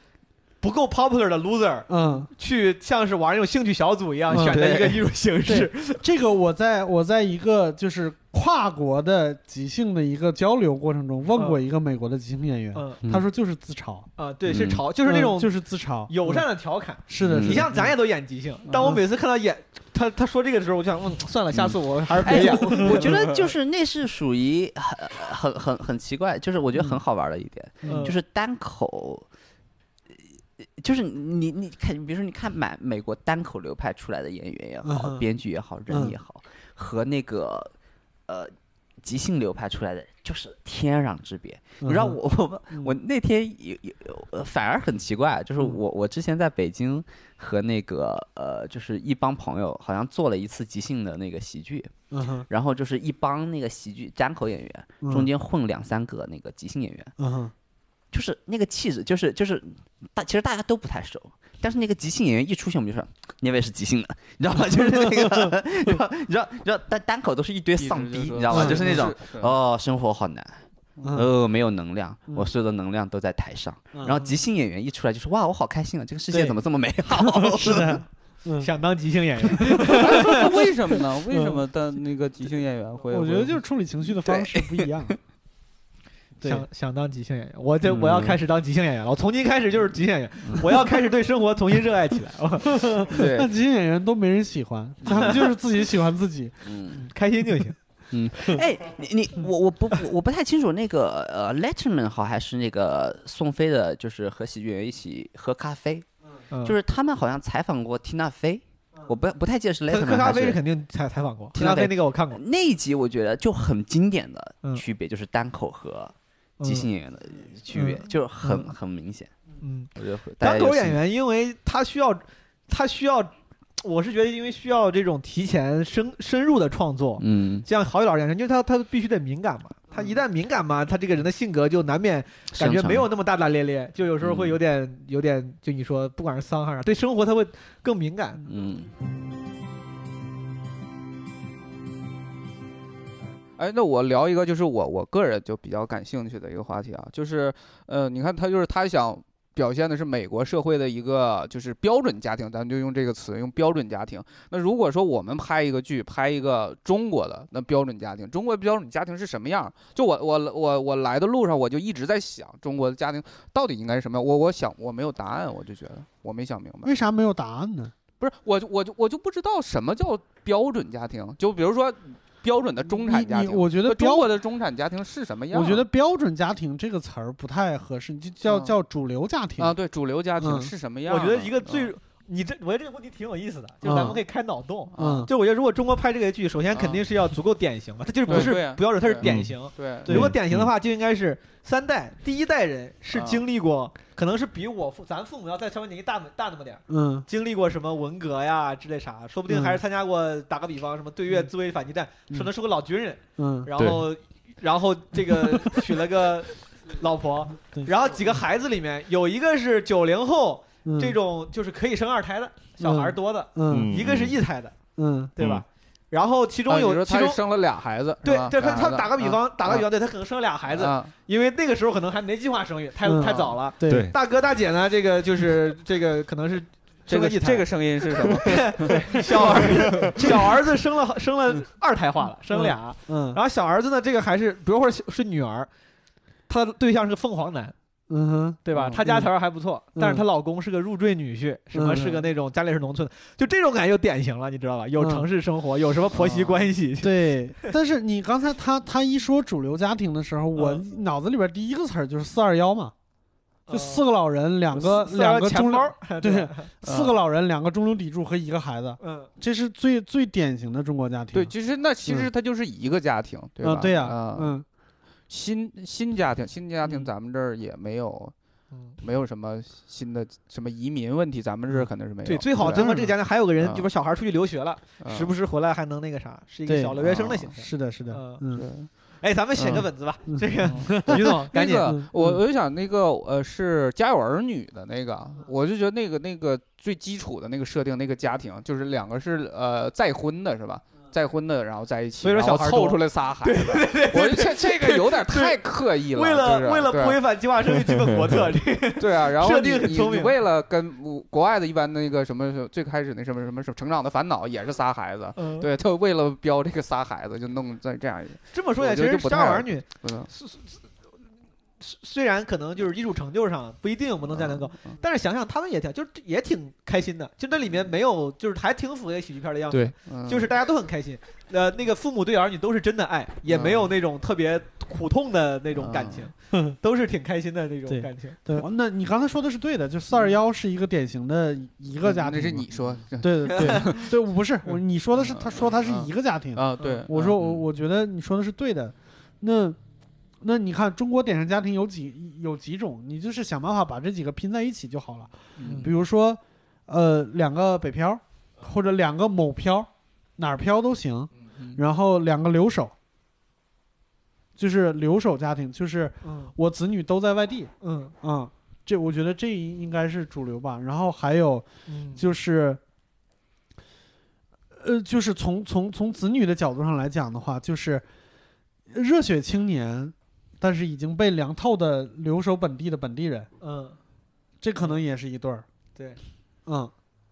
[SPEAKER 5] 不够 popular 的 loser
[SPEAKER 6] 嗯，
[SPEAKER 5] 去像是玩那种兴趣小组一样
[SPEAKER 6] 嗯
[SPEAKER 5] 选的一个
[SPEAKER 4] 对
[SPEAKER 5] 艺术形式，
[SPEAKER 6] 这个我在我在一个就是跨国的即兴的一个交流过程中问过一个美国的即兴演员，
[SPEAKER 5] 嗯
[SPEAKER 4] 嗯
[SPEAKER 6] 他说就是自嘲，
[SPEAKER 5] 啊，对，是
[SPEAKER 4] 嗯
[SPEAKER 5] 嘲，就是那
[SPEAKER 6] 嗯
[SPEAKER 5] 种
[SPEAKER 6] 就是自嘲，
[SPEAKER 5] 友
[SPEAKER 6] 嗯
[SPEAKER 5] 善的调侃。
[SPEAKER 6] 是的，
[SPEAKER 4] 嗯
[SPEAKER 6] 是
[SPEAKER 5] 你
[SPEAKER 6] 的
[SPEAKER 5] 像咱也都演即兴，但我每次看到演他他说这个的时候，我就想，嗯，算了，下次我还是别
[SPEAKER 4] 哎，
[SPEAKER 5] 演。
[SPEAKER 4] 我我觉得就是那是属于很很很很奇怪，就是我觉得很好玩的一点，
[SPEAKER 5] 嗯
[SPEAKER 4] 就是单口，呃就是你你看，比如说你看满美国单口流派出来的演员也
[SPEAKER 6] 嗯
[SPEAKER 4] 好，
[SPEAKER 6] 哼
[SPEAKER 4] 编剧也好，人也好，和那个呃即兴流派出来的就是天壤之别。你知道我我 们
[SPEAKER 6] 嗯
[SPEAKER 4] 我那天有有呃反而很奇怪，就是我我之前在北京和那个呃就是一帮朋友好像做了一次即兴的那个喜剧，
[SPEAKER 6] 嗯哼，
[SPEAKER 4] 然后就是一帮那个喜剧单口演员
[SPEAKER 6] 嗯
[SPEAKER 4] 中间混两三个那个即兴演员，
[SPEAKER 6] 嗯哼，
[SPEAKER 4] 就是那个气质，就是就是大其实大家都不太熟。但是那个即兴演员一出现，我们就说那位是即兴的，你知道吗？ 就是那个， 你知道，你知道，你知道单单口都是一堆丧逼，你知道吗？
[SPEAKER 6] 嗯
[SPEAKER 4] 就是那种， 哦，生活好难，
[SPEAKER 6] 嗯
[SPEAKER 4] 哦，没有能量，
[SPEAKER 6] 嗯
[SPEAKER 4] 我所有的能量都在台上。
[SPEAKER 6] 嗯
[SPEAKER 4] 然后即兴演员一出来就说：“哇，我好开心啊！这个世界
[SPEAKER 6] 对
[SPEAKER 4] 怎么这么美 好？”
[SPEAKER 6] 是的，
[SPEAKER 5] 想当即兴演员，
[SPEAKER 2] 那哎为什么呢？为什么但那个即兴演员会？
[SPEAKER 6] 我觉得就是
[SPEAKER 2] 是
[SPEAKER 6] 处理情绪的方式不一样。对
[SPEAKER 5] 想想当即兴演员，我这
[SPEAKER 4] 嗯
[SPEAKER 5] 我要开始当即兴演员了。我从今开始就是即兴演员， 我要开始对生活重新热爱起来。我
[SPEAKER 6] 那
[SPEAKER 2] 对，
[SPEAKER 6] 即兴演员都没人喜 欢，他们就是自己喜欢自己。
[SPEAKER 4] 嗯，
[SPEAKER 5] 开心就 行。
[SPEAKER 4] 哎，你你我我不我不太清楚那个呃，Letterman 好还是那个宋飞的，就是和喜剧演员一起喝咖啡，
[SPEAKER 5] 嗯
[SPEAKER 4] 就是他们好像采访过缇娜菲，
[SPEAKER 6] 嗯
[SPEAKER 4] 我不不太记得是
[SPEAKER 5] 他
[SPEAKER 4] Letterman
[SPEAKER 5] 喝咖
[SPEAKER 4] 还
[SPEAKER 5] 啡是
[SPEAKER 4] 是。
[SPEAKER 5] 肯定采采访过，
[SPEAKER 4] 听
[SPEAKER 5] 听
[SPEAKER 4] 到
[SPEAKER 5] 咖啡
[SPEAKER 4] 得
[SPEAKER 5] 那个我看过。
[SPEAKER 4] 那一集我觉得就很经典的
[SPEAKER 5] 嗯
[SPEAKER 4] 区别，就是单口和
[SPEAKER 5] 嗯
[SPEAKER 4] 即兴演员的区别，
[SPEAKER 5] 嗯
[SPEAKER 4] 就是很
[SPEAKER 5] 嗯
[SPEAKER 4] 很明显。
[SPEAKER 5] 嗯，
[SPEAKER 4] 我觉得会大家
[SPEAKER 5] 单
[SPEAKER 4] 有
[SPEAKER 5] 口演
[SPEAKER 4] 兴
[SPEAKER 5] 员，因为他需要，他需要，我是觉得因为需要这种提前深深入的创作，
[SPEAKER 4] 嗯，
[SPEAKER 5] 这样郝宇老师演，因为他他必须得敏感嘛，他一旦敏感嘛，他这个人的性格就难免感觉
[SPEAKER 4] 上场
[SPEAKER 5] 没有那么大大咧咧，就有时候会
[SPEAKER 6] 嗯
[SPEAKER 5] 有点、有点，就你说不管是丧还是对生活他会更敏感。
[SPEAKER 4] 嗯
[SPEAKER 2] 哎，那我聊一个，就是我我个人就比较感兴趣的一个话题啊，就是呃，你看他就是他想。表现的是美国社会的一个就是标准家庭，咱们就用这个词，用标准家庭。那如果说我们拍一个剧，拍一个中国的那标准家庭，中国标准家庭是什么样？就我我我我来的路上，我就一直在想中国的家庭到底应该是什么样。我我想我没有答案，我就觉得我没想明白。
[SPEAKER 6] 嗯为啥没有答案呢？
[SPEAKER 2] 不是，我就我就我就不知道什么叫标准家庭。就比如说标准的中产家
[SPEAKER 6] 你你
[SPEAKER 2] 庭，
[SPEAKER 6] 我觉得
[SPEAKER 2] 那
[SPEAKER 6] 标
[SPEAKER 2] 中，国的中产家庭是什么样？啊
[SPEAKER 6] 我觉得“标准家庭”这个词儿不太合适，你就叫
[SPEAKER 2] 嗯
[SPEAKER 6] 叫主流家庭
[SPEAKER 2] 啊，。对，主流家庭
[SPEAKER 6] 嗯
[SPEAKER 2] 是什么样
[SPEAKER 5] 我
[SPEAKER 2] 的？
[SPEAKER 5] 觉得一个最、
[SPEAKER 2] 嗯
[SPEAKER 5] 你这，我觉得这个问题挺有意思的，就是咱们可以开脑洞。
[SPEAKER 2] 啊
[SPEAKER 6] 嗯，
[SPEAKER 5] 就我觉得，如果中国拍这个剧，首先肯定是要足够典型吧，它就是不
[SPEAKER 2] 嗯对对
[SPEAKER 5] 是
[SPEAKER 2] 啊
[SPEAKER 5] 不要说它是
[SPEAKER 2] 对
[SPEAKER 6] 嗯
[SPEAKER 5] 典型。
[SPEAKER 2] 对啊
[SPEAKER 5] 如果典型的话，就应该是三代，第一代人是
[SPEAKER 2] 啊
[SPEAKER 5] 经历过，可能是比我父咱父母要再稍微年纪大那大那么点儿，
[SPEAKER 6] 嗯
[SPEAKER 5] 经历过什么文革呀之类啥，说不定
[SPEAKER 6] 嗯
[SPEAKER 5] 还是参加过，打个比方，什么对越自卫反击战，
[SPEAKER 6] 嗯
[SPEAKER 5] 可能是个老军人，
[SPEAKER 6] 嗯
[SPEAKER 5] 然后然后这 个娶了个老婆
[SPEAKER 6] 对，
[SPEAKER 5] 然后几个孩子里面有一个是九零后
[SPEAKER 6] 嗯，
[SPEAKER 5] 这种就是可以生二胎的小孩儿多的，
[SPEAKER 6] 嗯
[SPEAKER 5] 一个是一胎的，
[SPEAKER 6] 嗯
[SPEAKER 5] 对吧？然后其中
[SPEAKER 2] 啊你
[SPEAKER 5] 有
[SPEAKER 2] 说
[SPEAKER 5] 其
[SPEAKER 2] 他是
[SPEAKER 5] 中
[SPEAKER 2] 生了俩孩子，
[SPEAKER 5] 对
[SPEAKER 2] 是吧
[SPEAKER 5] 对，他
[SPEAKER 2] 俩
[SPEAKER 5] 他
[SPEAKER 2] 孩子
[SPEAKER 5] 打个比
[SPEAKER 2] 啊
[SPEAKER 5] 方，打个比方，对他可能生了俩孩子，
[SPEAKER 2] 啊
[SPEAKER 5] 因为那个时候可能还没计划生育，太
[SPEAKER 6] 嗯
[SPEAKER 5] 太早了。
[SPEAKER 6] 对
[SPEAKER 1] 对
[SPEAKER 5] 大哥大姐呢，这个 就是这个可能是
[SPEAKER 2] 这
[SPEAKER 5] 生了
[SPEAKER 2] 个
[SPEAKER 5] 一胎
[SPEAKER 2] 这个声音是 什么？
[SPEAKER 5] 小儿子，小儿子生了生了二胎化了，生俩。
[SPEAKER 6] 嗯
[SPEAKER 5] 然后小儿子呢，这个还是比如或者是是女儿，她的对象是个凤凰男，
[SPEAKER 6] 嗯哼
[SPEAKER 5] 对吧？
[SPEAKER 2] 嗯
[SPEAKER 5] 她家条件还不错，
[SPEAKER 6] 嗯
[SPEAKER 5] 但是她老公是个入赘女婿，什么
[SPEAKER 6] 嗯
[SPEAKER 5] 是个那种家里是农村的，就这种感觉就典型了，你知道吧？有
[SPEAKER 6] 嗯
[SPEAKER 5] 城市生活，有什么婆媳关系？
[SPEAKER 6] 对，但是你刚才他他一说主流家庭的时候，我脑子里边第一个词儿就是四二幺嘛，
[SPEAKER 2] 嗯
[SPEAKER 6] 就四个老人，两个
[SPEAKER 5] 嗯四
[SPEAKER 6] 两个
[SPEAKER 5] 钱
[SPEAKER 6] 中
[SPEAKER 5] 包
[SPEAKER 6] 流，
[SPEAKER 5] 儿，
[SPEAKER 6] 对
[SPEAKER 5] 吧，
[SPEAKER 6] 四个老人，两个中流砥柱和一个孩子，
[SPEAKER 5] 嗯，
[SPEAKER 6] 这是最最典型的中国家庭。
[SPEAKER 2] 对，，其实那其
[SPEAKER 5] 嗯
[SPEAKER 2] 实他就是一个家庭，对吧？
[SPEAKER 6] 嗯，对呀
[SPEAKER 2] 啊，
[SPEAKER 6] 嗯
[SPEAKER 2] 新新家庭，新家庭
[SPEAKER 6] 嗯
[SPEAKER 2] 咱们这儿也没有
[SPEAKER 5] 嗯，
[SPEAKER 2] 没有什么新的什么移民问题，咱们这儿肯定是没有。
[SPEAKER 5] 对，最好
[SPEAKER 2] 吧
[SPEAKER 5] 咱们这个家庭还有个人，
[SPEAKER 2] 嗯
[SPEAKER 5] 就把小孩出去留学了，
[SPEAKER 2] 嗯
[SPEAKER 5] 时不时回来还能那个啥，是一个
[SPEAKER 6] 对
[SPEAKER 5] 小留学生的
[SPEAKER 2] 啊
[SPEAKER 5] 形象。
[SPEAKER 6] 是的，是的
[SPEAKER 5] 嗯，
[SPEAKER 6] 嗯，
[SPEAKER 2] 对
[SPEAKER 5] 哎，咱们写个
[SPEAKER 2] 嗯
[SPEAKER 5] 本子吧
[SPEAKER 6] 嗯，
[SPEAKER 5] 这个 于总赶紧
[SPEAKER 2] 那
[SPEAKER 6] 嗯
[SPEAKER 2] 个，我
[SPEAKER 6] 嗯
[SPEAKER 2] 我就想那个呃，是《家有儿女》的那个，我就觉得那个那个最基础的那个设定，那个家庭就是两个是呃再婚的是吧？再婚的，然后在一起，
[SPEAKER 5] 嗯所以说
[SPEAKER 2] 然后
[SPEAKER 5] 小孩
[SPEAKER 2] 凑
[SPEAKER 5] 多
[SPEAKER 2] 出来仨孩子，我就这这个有点太刻意了。
[SPEAKER 5] 为了
[SPEAKER 2] 就是啊
[SPEAKER 5] 为了
[SPEAKER 2] 对
[SPEAKER 5] 不违反计划生育基本 国策，这个
[SPEAKER 2] 对啊，然后
[SPEAKER 5] 设
[SPEAKER 2] 你
[SPEAKER 5] 定很
[SPEAKER 2] 你
[SPEAKER 5] 聪
[SPEAKER 2] 你
[SPEAKER 5] 明
[SPEAKER 2] 为了跟我国外的一般那个什么最开始那什么什么什么成长的烦恼也是仨孩子，
[SPEAKER 5] 嗯
[SPEAKER 2] 对他为了标这个仨孩子就弄在这样一个，
[SPEAKER 5] 这么说也
[SPEAKER 2] 我
[SPEAKER 5] 其
[SPEAKER 2] 觉得
[SPEAKER 5] 实
[SPEAKER 2] 就不
[SPEAKER 5] 家有
[SPEAKER 2] 太
[SPEAKER 5] 儿女
[SPEAKER 2] 嗯
[SPEAKER 5] 虽虽然可能就是艺术成就上不一定我能
[SPEAKER 6] 啊
[SPEAKER 5] 再能够，
[SPEAKER 2] 嗯
[SPEAKER 5] 但是想想他们也挺就是也挺开心的，就那里
[SPEAKER 6] 嗯
[SPEAKER 5] 面没有就是还挺符合喜剧片的样子，
[SPEAKER 1] 对，
[SPEAKER 2] 嗯
[SPEAKER 5] 就是大家都很开心。呃，那个父母对儿女都是真的爱，也没
[SPEAKER 6] 啊
[SPEAKER 5] 有那种特别苦痛的那种感情， 都是挺开心的那种
[SPEAKER 6] 对
[SPEAKER 5] 感情。
[SPEAKER 6] 对。那你刚才说的是对的，就四二幺是一个典型的一个家庭。
[SPEAKER 2] 嗯那是你。说这
[SPEAKER 5] 嗯
[SPEAKER 6] 对对 对对，不是我，你说的是他说他是一个家庭，
[SPEAKER 2] 啊？对，
[SPEAKER 6] 我说
[SPEAKER 2] 嗯
[SPEAKER 6] 我我觉得你说的是对的，那那你看中国典型家庭有几有几种，你就是想办法把这几个拼在一起就好了。
[SPEAKER 2] 嗯
[SPEAKER 6] 比如说，呃，两个北漂，或者两个某漂，哪儿漂都行，
[SPEAKER 2] 嗯
[SPEAKER 6] 然后两个留守，就是留守家庭，就是
[SPEAKER 5] 嗯
[SPEAKER 6] 我子女都在外地，
[SPEAKER 5] 嗯
[SPEAKER 6] 嗯，这我觉得这应该是主流吧。然后还有
[SPEAKER 5] 嗯
[SPEAKER 6] 就是，呃，就是从从从子女的角度上来讲的话，就是热血青年，但是已经被凉透的留守本地的本地人，
[SPEAKER 5] 嗯，
[SPEAKER 6] 这可能也是一对儿。
[SPEAKER 5] 对，
[SPEAKER 6] 嗯，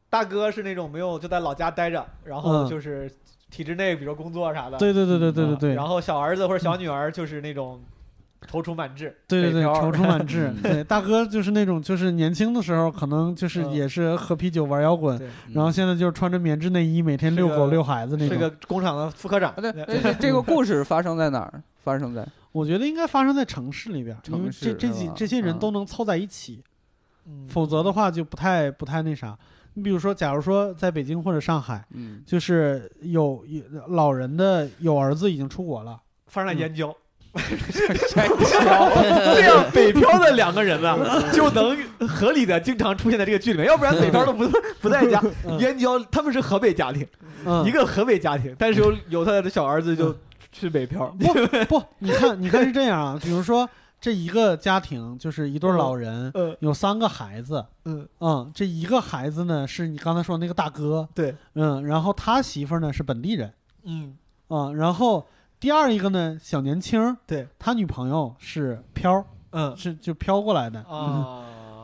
[SPEAKER 5] 大哥是那种没有就在老家待着，然后
[SPEAKER 6] 嗯
[SPEAKER 5] 就是体制内，比如说工作啥的。
[SPEAKER 6] 对对对对对对对，
[SPEAKER 5] 然后小儿子或者小女儿就是那种踌躇满志，
[SPEAKER 6] 对对对，
[SPEAKER 5] 北漂
[SPEAKER 6] 踌躇满志。
[SPEAKER 4] 嗯
[SPEAKER 6] 对，大哥就是那种，就是年轻的时候可能就是
[SPEAKER 5] 嗯
[SPEAKER 6] 也是喝啤酒玩摇滚，
[SPEAKER 5] 对
[SPEAKER 6] 然后现在就是穿着棉质内衣，每天
[SPEAKER 5] 是
[SPEAKER 6] 遛
[SPEAKER 5] 个
[SPEAKER 6] 狗遛孩子那
[SPEAKER 5] 是
[SPEAKER 6] 种。
[SPEAKER 5] 个工厂的副科长
[SPEAKER 2] 啊。对，那这这个故事发生在哪儿？发生在
[SPEAKER 6] 我觉得应该发生在城市里边儿，因
[SPEAKER 2] 城
[SPEAKER 6] 为这
[SPEAKER 2] 市
[SPEAKER 6] 这
[SPEAKER 2] 是
[SPEAKER 6] 几
[SPEAKER 2] 吧
[SPEAKER 6] 这些人
[SPEAKER 2] 嗯
[SPEAKER 6] 都能凑在一起。
[SPEAKER 5] 嗯
[SPEAKER 6] 否则的话就不太不太那啥。你比如说，假如说在北京或者上海，
[SPEAKER 2] 嗯
[SPEAKER 6] 就是有有老人的有儿子已经出国了，
[SPEAKER 5] 发生了燕郊，
[SPEAKER 2] 山椒
[SPEAKER 4] 呃
[SPEAKER 5] 这样北漂的两个人啊，就能合理的经常出现在这个剧里 面，要不然北漂都不不在家。燕郊他们是河北家庭，
[SPEAKER 6] 嗯，
[SPEAKER 5] 一个河北家庭，但是有有他的小儿子就去北漂。
[SPEAKER 6] 不，你看你看是这样啊，比如说这一个家庭就是一对儿老人，
[SPEAKER 5] 嗯
[SPEAKER 6] 有三个孩子，
[SPEAKER 5] 嗯
[SPEAKER 6] 嗯，这一个孩子呢是你刚才说的那个大哥，
[SPEAKER 5] 对，
[SPEAKER 6] 嗯，然后他媳妇儿呢是本地人，
[SPEAKER 5] 嗯
[SPEAKER 6] 嗯，然后第二一个呢小年轻，
[SPEAKER 5] 对，
[SPEAKER 6] 他女朋友是飘儿，
[SPEAKER 5] 嗯
[SPEAKER 6] 是就飘过来
[SPEAKER 5] 哦
[SPEAKER 6] 的，
[SPEAKER 5] 啊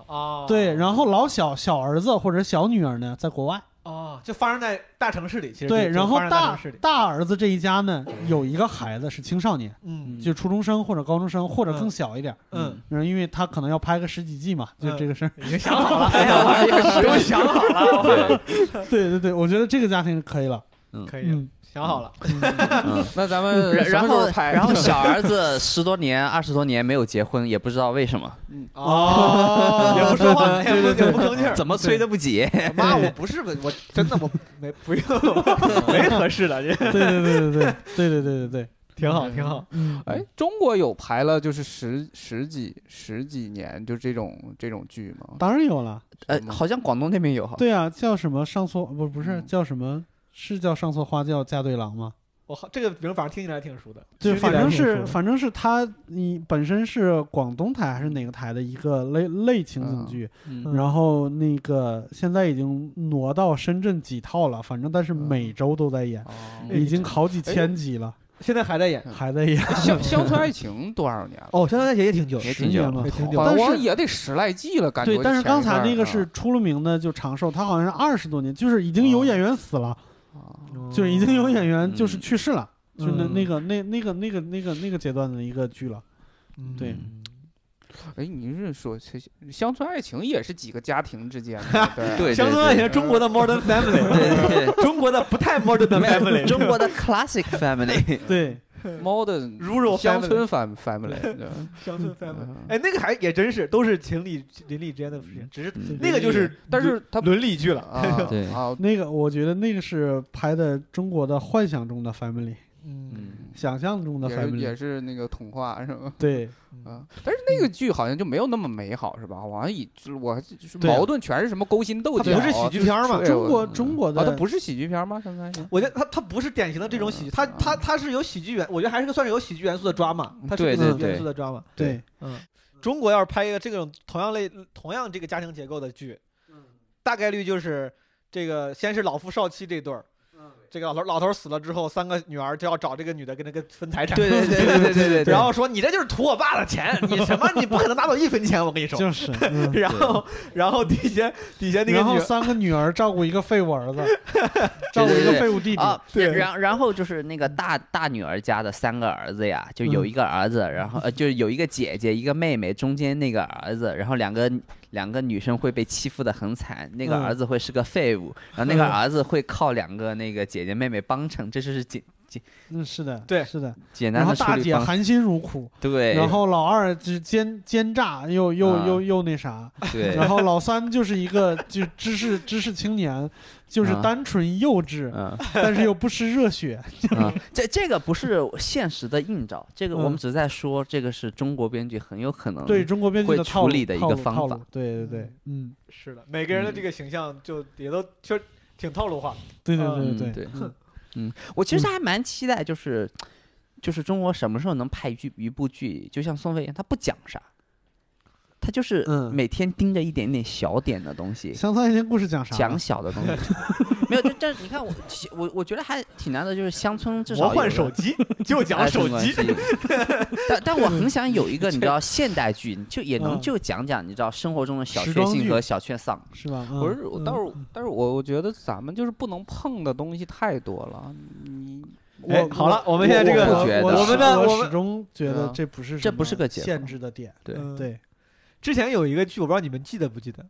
[SPEAKER 5] 啊，
[SPEAKER 6] 对，然后老小小儿子或者小女儿呢在国外。
[SPEAKER 5] 啊，就发生在大城市里，其实
[SPEAKER 6] 对，
[SPEAKER 5] 就
[SPEAKER 6] 然后
[SPEAKER 5] 发生在大
[SPEAKER 6] 大
[SPEAKER 5] 城市里，
[SPEAKER 6] 大儿子这一家呢，有一个孩子是青少年，
[SPEAKER 5] 嗯
[SPEAKER 6] 就初中生或者高中生，或者更小一点。
[SPEAKER 5] 嗯，
[SPEAKER 6] 嗯，因为他可能要拍个十几季嘛，就这个 事儿。
[SPEAKER 5] 已经想 好了，哎呀，我也是都想好了，
[SPEAKER 6] 对对对，我觉得这个家庭是可以了。
[SPEAKER 5] 可以
[SPEAKER 6] 嗯
[SPEAKER 5] 想好了，啊
[SPEAKER 2] 那咱们
[SPEAKER 4] 嗯然
[SPEAKER 2] 嗯什么时
[SPEAKER 4] 然
[SPEAKER 2] 候
[SPEAKER 4] 后
[SPEAKER 2] 拍？
[SPEAKER 4] 然后小儿子十多年、二十多年没有结婚，也不知道为什 么，
[SPEAKER 5] 哦，也不说话，也不也不吭气儿。
[SPEAKER 4] 怎么催都不结。
[SPEAKER 5] 妈，我不是我真的我没不用， 没合适的，这
[SPEAKER 6] 对对对对对对对对对对，
[SPEAKER 5] 挺好挺好。
[SPEAKER 2] 哎，中国有排了就是十十几十几年就这种这种剧吗？
[SPEAKER 6] 当然有了。
[SPEAKER 4] 呃
[SPEAKER 2] 什，么
[SPEAKER 4] 好像广东那边有哈。
[SPEAKER 6] 对啊，叫什么上错不不是
[SPEAKER 2] 嗯
[SPEAKER 6] 叫什么是叫上错花轿嫁对郎吗？
[SPEAKER 5] 我好这个名反正听起来挺熟的，
[SPEAKER 6] 对，
[SPEAKER 5] 听起来
[SPEAKER 6] 反正
[SPEAKER 5] 挺熟
[SPEAKER 6] 是
[SPEAKER 5] 的
[SPEAKER 6] 反正是他你本身是广东台还是哪个台的一个类类情景剧，
[SPEAKER 4] 嗯
[SPEAKER 6] 然后那个现在已经挪到深圳几套了，反正但是
[SPEAKER 2] 嗯
[SPEAKER 6] 每周都在演，
[SPEAKER 2] 哦
[SPEAKER 6] 已经好几千集了，
[SPEAKER 5] 现在还在演。
[SPEAKER 2] 哎
[SPEAKER 6] 还在演。
[SPEAKER 2] 乡乡村爱情多少年了？
[SPEAKER 5] 哦，现在也挺久，
[SPEAKER 4] 也
[SPEAKER 6] 十
[SPEAKER 4] 挺久
[SPEAKER 6] 年了
[SPEAKER 5] 也挺久
[SPEAKER 2] 好。像
[SPEAKER 6] 但是
[SPEAKER 2] 也得十来季哎了，感觉。
[SPEAKER 6] 对，但是刚才那个
[SPEAKER 2] 是
[SPEAKER 6] 是出了名的，就长寿，他好像是二十多年，就是已经有演员死了，
[SPEAKER 2] 嗯啊
[SPEAKER 6] 就是已经有演员就是
[SPEAKER 4] 嗯
[SPEAKER 6] 去世了，就那
[SPEAKER 5] 哦嗯
[SPEAKER 6] 那个那那个那个那个那个阶段的一个剧了。
[SPEAKER 5] 嗯
[SPEAKER 6] 对
[SPEAKER 2] 哎，你是说这些乡村爱情也是几个家庭之间的？对
[SPEAKER 4] 对
[SPEAKER 5] 乡村爱情，中国的 Modern Family，
[SPEAKER 4] 对
[SPEAKER 5] 中国的不太 Modern 的
[SPEAKER 4] 对
[SPEAKER 5] Family，
[SPEAKER 4] 对，中国的 classic family，
[SPEAKER 6] 对，
[SPEAKER 2] ，modern
[SPEAKER 5] Rural
[SPEAKER 2] 乡村 fam family 对。
[SPEAKER 5] 乡村 Family。
[SPEAKER 2] 嗯
[SPEAKER 5] 哎，那个还也真是，都是情侣邻里之间的事情，只是那个就是，
[SPEAKER 2] 但是他
[SPEAKER 5] 伦理 剧了。
[SPEAKER 2] 啊
[SPEAKER 4] 对
[SPEAKER 2] 啊，
[SPEAKER 6] 那个我觉得那个是拍的中国的幻想中的 family，
[SPEAKER 5] 嗯，
[SPEAKER 4] 嗯，
[SPEAKER 6] 想象中的
[SPEAKER 2] 也是也
[SPEAKER 6] family。
[SPEAKER 2] 是那个童话是吗？
[SPEAKER 6] 对，
[SPEAKER 5] 嗯
[SPEAKER 2] 啊，但是那个剧好像就没有那么美好是吧？好像以就是我就是
[SPEAKER 6] 对啊
[SPEAKER 2] 矛盾全是什么勾心斗
[SPEAKER 5] 它
[SPEAKER 2] 角，
[SPEAKER 5] 不是
[SPEAKER 4] 啊
[SPEAKER 5] 喜剧片儿嘛？
[SPEAKER 2] 对
[SPEAKER 6] 中
[SPEAKER 2] 我
[SPEAKER 6] 国中国
[SPEAKER 2] 啊，它
[SPEAKER 6] 的
[SPEAKER 2] 不是喜剧片吗？乡村爱情
[SPEAKER 5] 我觉得它它不是典型的这种喜剧，
[SPEAKER 6] 嗯
[SPEAKER 5] 它它它是有喜剧元，我觉得还是个算是有喜剧元素的抓嘛，它是有
[SPEAKER 4] 对
[SPEAKER 5] 喜
[SPEAKER 6] 对
[SPEAKER 5] 剧元素的抓嘛。
[SPEAKER 6] 对，
[SPEAKER 5] 嗯，中国要是拍一个这种同样类同样这个家庭结构的剧，大概率就是这个先是老夫少妻这对儿。这个老头老头死了之后，三个女儿就要找这个女的跟那个分财产，
[SPEAKER 4] 对对 对对对对 对。
[SPEAKER 5] 然后说你这就是图我爸的钱，你什么你不可能拿走一分钱，我跟你说。
[SPEAKER 6] 就是。嗯
[SPEAKER 5] 然后然后底下底下那个
[SPEAKER 6] 然后
[SPEAKER 5] 女
[SPEAKER 6] 三个女儿照顾一个废物儿子，照顾一个废物弟弟。
[SPEAKER 4] 啊，
[SPEAKER 5] 对
[SPEAKER 4] 然然后就是那个大大女儿家的三个儿子呀，就有
[SPEAKER 6] 嗯
[SPEAKER 4] 一个儿子，然后呃，就是有一个姐姐，一个妹妹，中间那个儿子，然后两个两个女生会被欺负的很惨，那个
[SPEAKER 6] 嗯
[SPEAKER 4] 儿子会是个废物，然后那个
[SPEAKER 6] 嗯
[SPEAKER 4] 儿子会靠两个那个姐姐妹妹帮衬，这就是简
[SPEAKER 6] 嗯，是的，
[SPEAKER 5] 对
[SPEAKER 6] 是的。
[SPEAKER 4] 简
[SPEAKER 6] 然
[SPEAKER 4] 单
[SPEAKER 6] 后
[SPEAKER 4] 的处
[SPEAKER 6] 大
[SPEAKER 4] 理
[SPEAKER 6] 姐
[SPEAKER 4] 方式。
[SPEAKER 6] 含辛茹苦，
[SPEAKER 4] 对，
[SPEAKER 6] 然后老二就是奸奸诈，又又
[SPEAKER 4] 啊哎
[SPEAKER 6] 又又那啥，
[SPEAKER 4] 对，
[SPEAKER 6] 然后老三就是一个就知识知识青年，就是
[SPEAKER 4] 啊
[SPEAKER 6] 单纯幼稚，
[SPEAKER 4] 嗯
[SPEAKER 6] 但是又不失热血。
[SPEAKER 4] 嗯，这这个不是现实的映照，这个我
[SPEAKER 6] 嗯
[SPEAKER 4] 们只在说这个是中国编剧很有可能
[SPEAKER 6] 对中国编剧
[SPEAKER 4] 嗯会
[SPEAKER 6] 的
[SPEAKER 4] 处
[SPEAKER 6] 套路
[SPEAKER 4] 理的一
[SPEAKER 6] 套
[SPEAKER 4] 个
[SPEAKER 6] 路
[SPEAKER 4] 方
[SPEAKER 6] 套
[SPEAKER 4] 法
[SPEAKER 6] 路对对对，嗯，
[SPEAKER 5] 是的，每个人的这个形象就也都确实挺套路化。
[SPEAKER 6] 对
[SPEAKER 5] 嗯
[SPEAKER 6] 对
[SPEAKER 4] 嗯
[SPEAKER 6] 对，
[SPEAKER 4] 对
[SPEAKER 6] 嗯，
[SPEAKER 4] 嗯，我其实还蛮期待，就是就是中国什么时候能拍一剧一部剧，就像宋飞一样，他不讲啥，他就是
[SPEAKER 6] 嗯
[SPEAKER 4] 每天盯着一点点小点的东西，
[SPEAKER 6] 乡村爱情故事讲啥？
[SPEAKER 4] 讲小的东西， 没有，就这你看我其我我觉得还挺难的，就是乡村至少
[SPEAKER 5] 魔幻
[SPEAKER 4] 有
[SPEAKER 5] 手
[SPEAKER 4] 个
[SPEAKER 5] 机就讲
[SPEAKER 4] 哎
[SPEAKER 5] 手
[SPEAKER 4] 没关
[SPEAKER 5] 机，
[SPEAKER 4] 系但但我很想有一个你知道现代剧，你就也能
[SPEAKER 6] 嗯
[SPEAKER 4] 就讲讲你知道生活中的小确
[SPEAKER 6] 时装
[SPEAKER 4] 幸
[SPEAKER 6] 剧
[SPEAKER 4] 和小确丧，
[SPEAKER 6] 是吧？嗯
[SPEAKER 2] 不是，我
[SPEAKER 6] 嗯
[SPEAKER 2] 但是但是我我觉得咱们就是不能碰的东西太多了。你
[SPEAKER 5] 哎
[SPEAKER 6] 我
[SPEAKER 5] 好了，我
[SPEAKER 4] 我
[SPEAKER 5] 们现在这
[SPEAKER 4] 我
[SPEAKER 5] 个
[SPEAKER 4] 不觉
[SPEAKER 6] 我
[SPEAKER 4] 得
[SPEAKER 5] 我们的我
[SPEAKER 6] 我始
[SPEAKER 5] 们
[SPEAKER 6] 终觉
[SPEAKER 2] 对
[SPEAKER 6] 得
[SPEAKER 2] 啊
[SPEAKER 6] 这不是
[SPEAKER 4] 这
[SPEAKER 6] 什
[SPEAKER 4] 不是
[SPEAKER 6] 么
[SPEAKER 4] 个结
[SPEAKER 6] 限
[SPEAKER 4] 果
[SPEAKER 6] 制的点。
[SPEAKER 4] 对
[SPEAKER 5] 嗯
[SPEAKER 6] 对，
[SPEAKER 5] 之前有一个剧，我不知道你们记得不记得，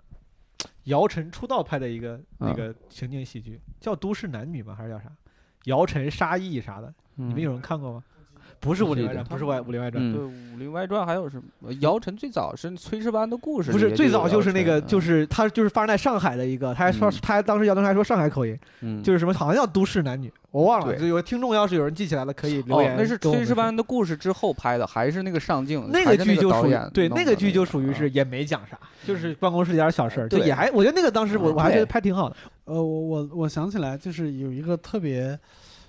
[SPEAKER 5] 姚晨出道拍的一个那
[SPEAKER 4] 嗯
[SPEAKER 5] 个情景喜剧，叫《都市男女》吗？还是叫啥？姚晨、沙溢啥的，你
[SPEAKER 2] 嗯
[SPEAKER 4] 你
[SPEAKER 5] 们有人看过吗？不是《武林外传》，不是外《武林外传》
[SPEAKER 4] 嗯
[SPEAKER 2] 对《武林外传》还有什么？姚晨最早是《炊事班的故事》
[SPEAKER 5] 不
[SPEAKER 2] 里面有姚晨，嗯
[SPEAKER 5] 是，最早就是那个，就是是他就是发生在上海的一个，他还说
[SPEAKER 4] 嗯
[SPEAKER 5] 他还当时姚晨还说上海口音，
[SPEAKER 4] 嗯
[SPEAKER 5] 就是什么好像叫《都市男女》，我忘了。
[SPEAKER 4] 对
[SPEAKER 5] 就有听众要是有人记起来了，可以留
[SPEAKER 2] 哦
[SPEAKER 5] 言，跟我
[SPEAKER 2] 那
[SPEAKER 5] 们
[SPEAKER 2] 是
[SPEAKER 5] 说。
[SPEAKER 2] 《炊事班的故事》之后拍的，还是那个上镜，
[SPEAKER 5] 那
[SPEAKER 2] 还
[SPEAKER 5] 个
[SPEAKER 2] 是
[SPEAKER 5] 剧就
[SPEAKER 2] 导
[SPEAKER 5] 属于
[SPEAKER 2] 演
[SPEAKER 5] 对，
[SPEAKER 2] 弄
[SPEAKER 5] 那
[SPEAKER 2] 的
[SPEAKER 5] 个
[SPEAKER 2] 那啊
[SPEAKER 5] 剧就属于是也没讲啥，就是办公室里点小事儿，就
[SPEAKER 2] 对
[SPEAKER 5] 也还我觉得那个当时我
[SPEAKER 2] 嗯
[SPEAKER 5] 我还觉得
[SPEAKER 4] 对
[SPEAKER 5] 拍挺好的，
[SPEAKER 6] 呃，我我我想起来，就是有一个特别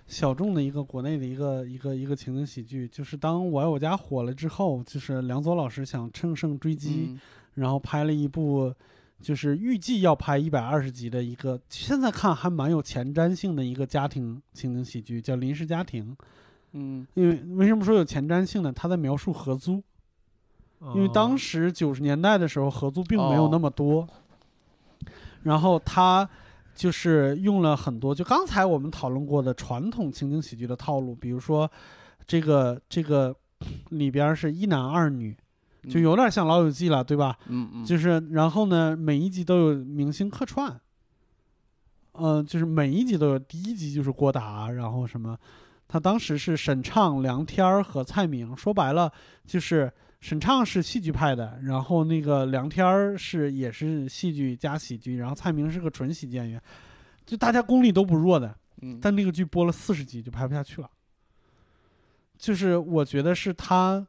[SPEAKER 6] 小众的一个国内的一个一个一个情景喜剧，就是当《我爱我家》火了之后，就是梁左老师想乘胜追击，
[SPEAKER 2] 嗯
[SPEAKER 6] 然后拍了一部，就是预计要拍一百二十集的一个，现在看还蛮有前瞻性的一个家庭情景喜剧，叫《临时家庭》。
[SPEAKER 2] 嗯
[SPEAKER 6] 因为为什么说有前瞻性呢？他在描述合租，
[SPEAKER 5] 哦
[SPEAKER 2] 哦
[SPEAKER 6] 因为当时九十年代的时候，合租并没有那么多。然后他就是用了很多，就刚才我们讨论过的传统情景喜剧的套路，比如说这个这个里边儿是一男二女，就
[SPEAKER 2] 嗯
[SPEAKER 6] 有点像《老友记》了，对吧？
[SPEAKER 2] 嗯嗯，
[SPEAKER 6] 就是然后呢，每一集都有明星客串。呃，就是每一集都有，第一集就是郭达，然后什么，他当时是沈畅、梁天儿和蔡明，说白了就是沈畅是戏剧派的，然后那个梁天儿是也是戏剧加喜剧，然后蔡明是个纯喜剧演员，就大家功力都不弱的，
[SPEAKER 2] 嗯，
[SPEAKER 6] 但那个剧播了四十集就拍不下去了。就是我觉得是他，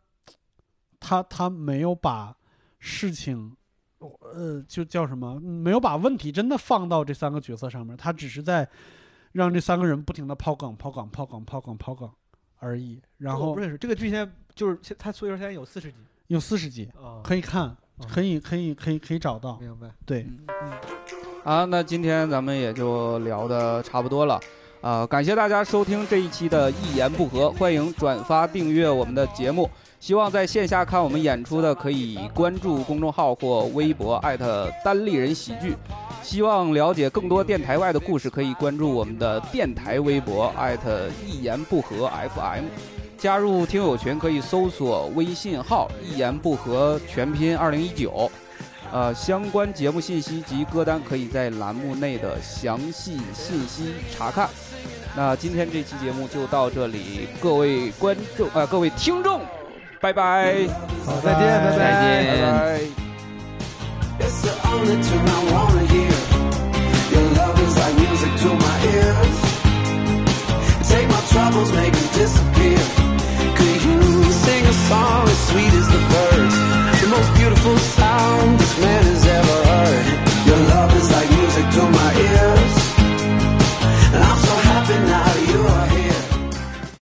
[SPEAKER 6] 他他没有把事情，呃，就叫什么，没有把问题真的放到这三个角色上面，他只是在让这三个人不停的抛梗、抛梗、抛梗、抛梗、抛梗而已。然
[SPEAKER 5] 哦我
[SPEAKER 6] 后
[SPEAKER 5] 不认识这个剧，现在就是他所以说现在有四十集
[SPEAKER 6] 有四十集
[SPEAKER 5] 啊，
[SPEAKER 6] 可以看，可以可以可以可以找到。
[SPEAKER 5] 明白。
[SPEAKER 6] 对，
[SPEAKER 2] 啊，那今天咱们也就聊的差不多了。啊、感谢大家收听这一期的《一言不合》，欢迎转发订阅我们的节目。希望在线下看我们演出的，可以关注公众号或微博艾特单立人喜剧。希望了解更多电台外的故事，可以关注我们的电台微博艾特一言不合 FM。加入听友群可以搜索微信号“一言不合全拼二零一九”。呃，相关节目信息及歌单可以在栏目内的详细信息查看。那今天这期节目就到这里，各位观众啊、呃，各位听众，拜拜，
[SPEAKER 6] 好，
[SPEAKER 5] 再见拜拜
[SPEAKER 4] 再见
[SPEAKER 2] 拜拜。
[SPEAKER 7] It's the only tune I wanna hear.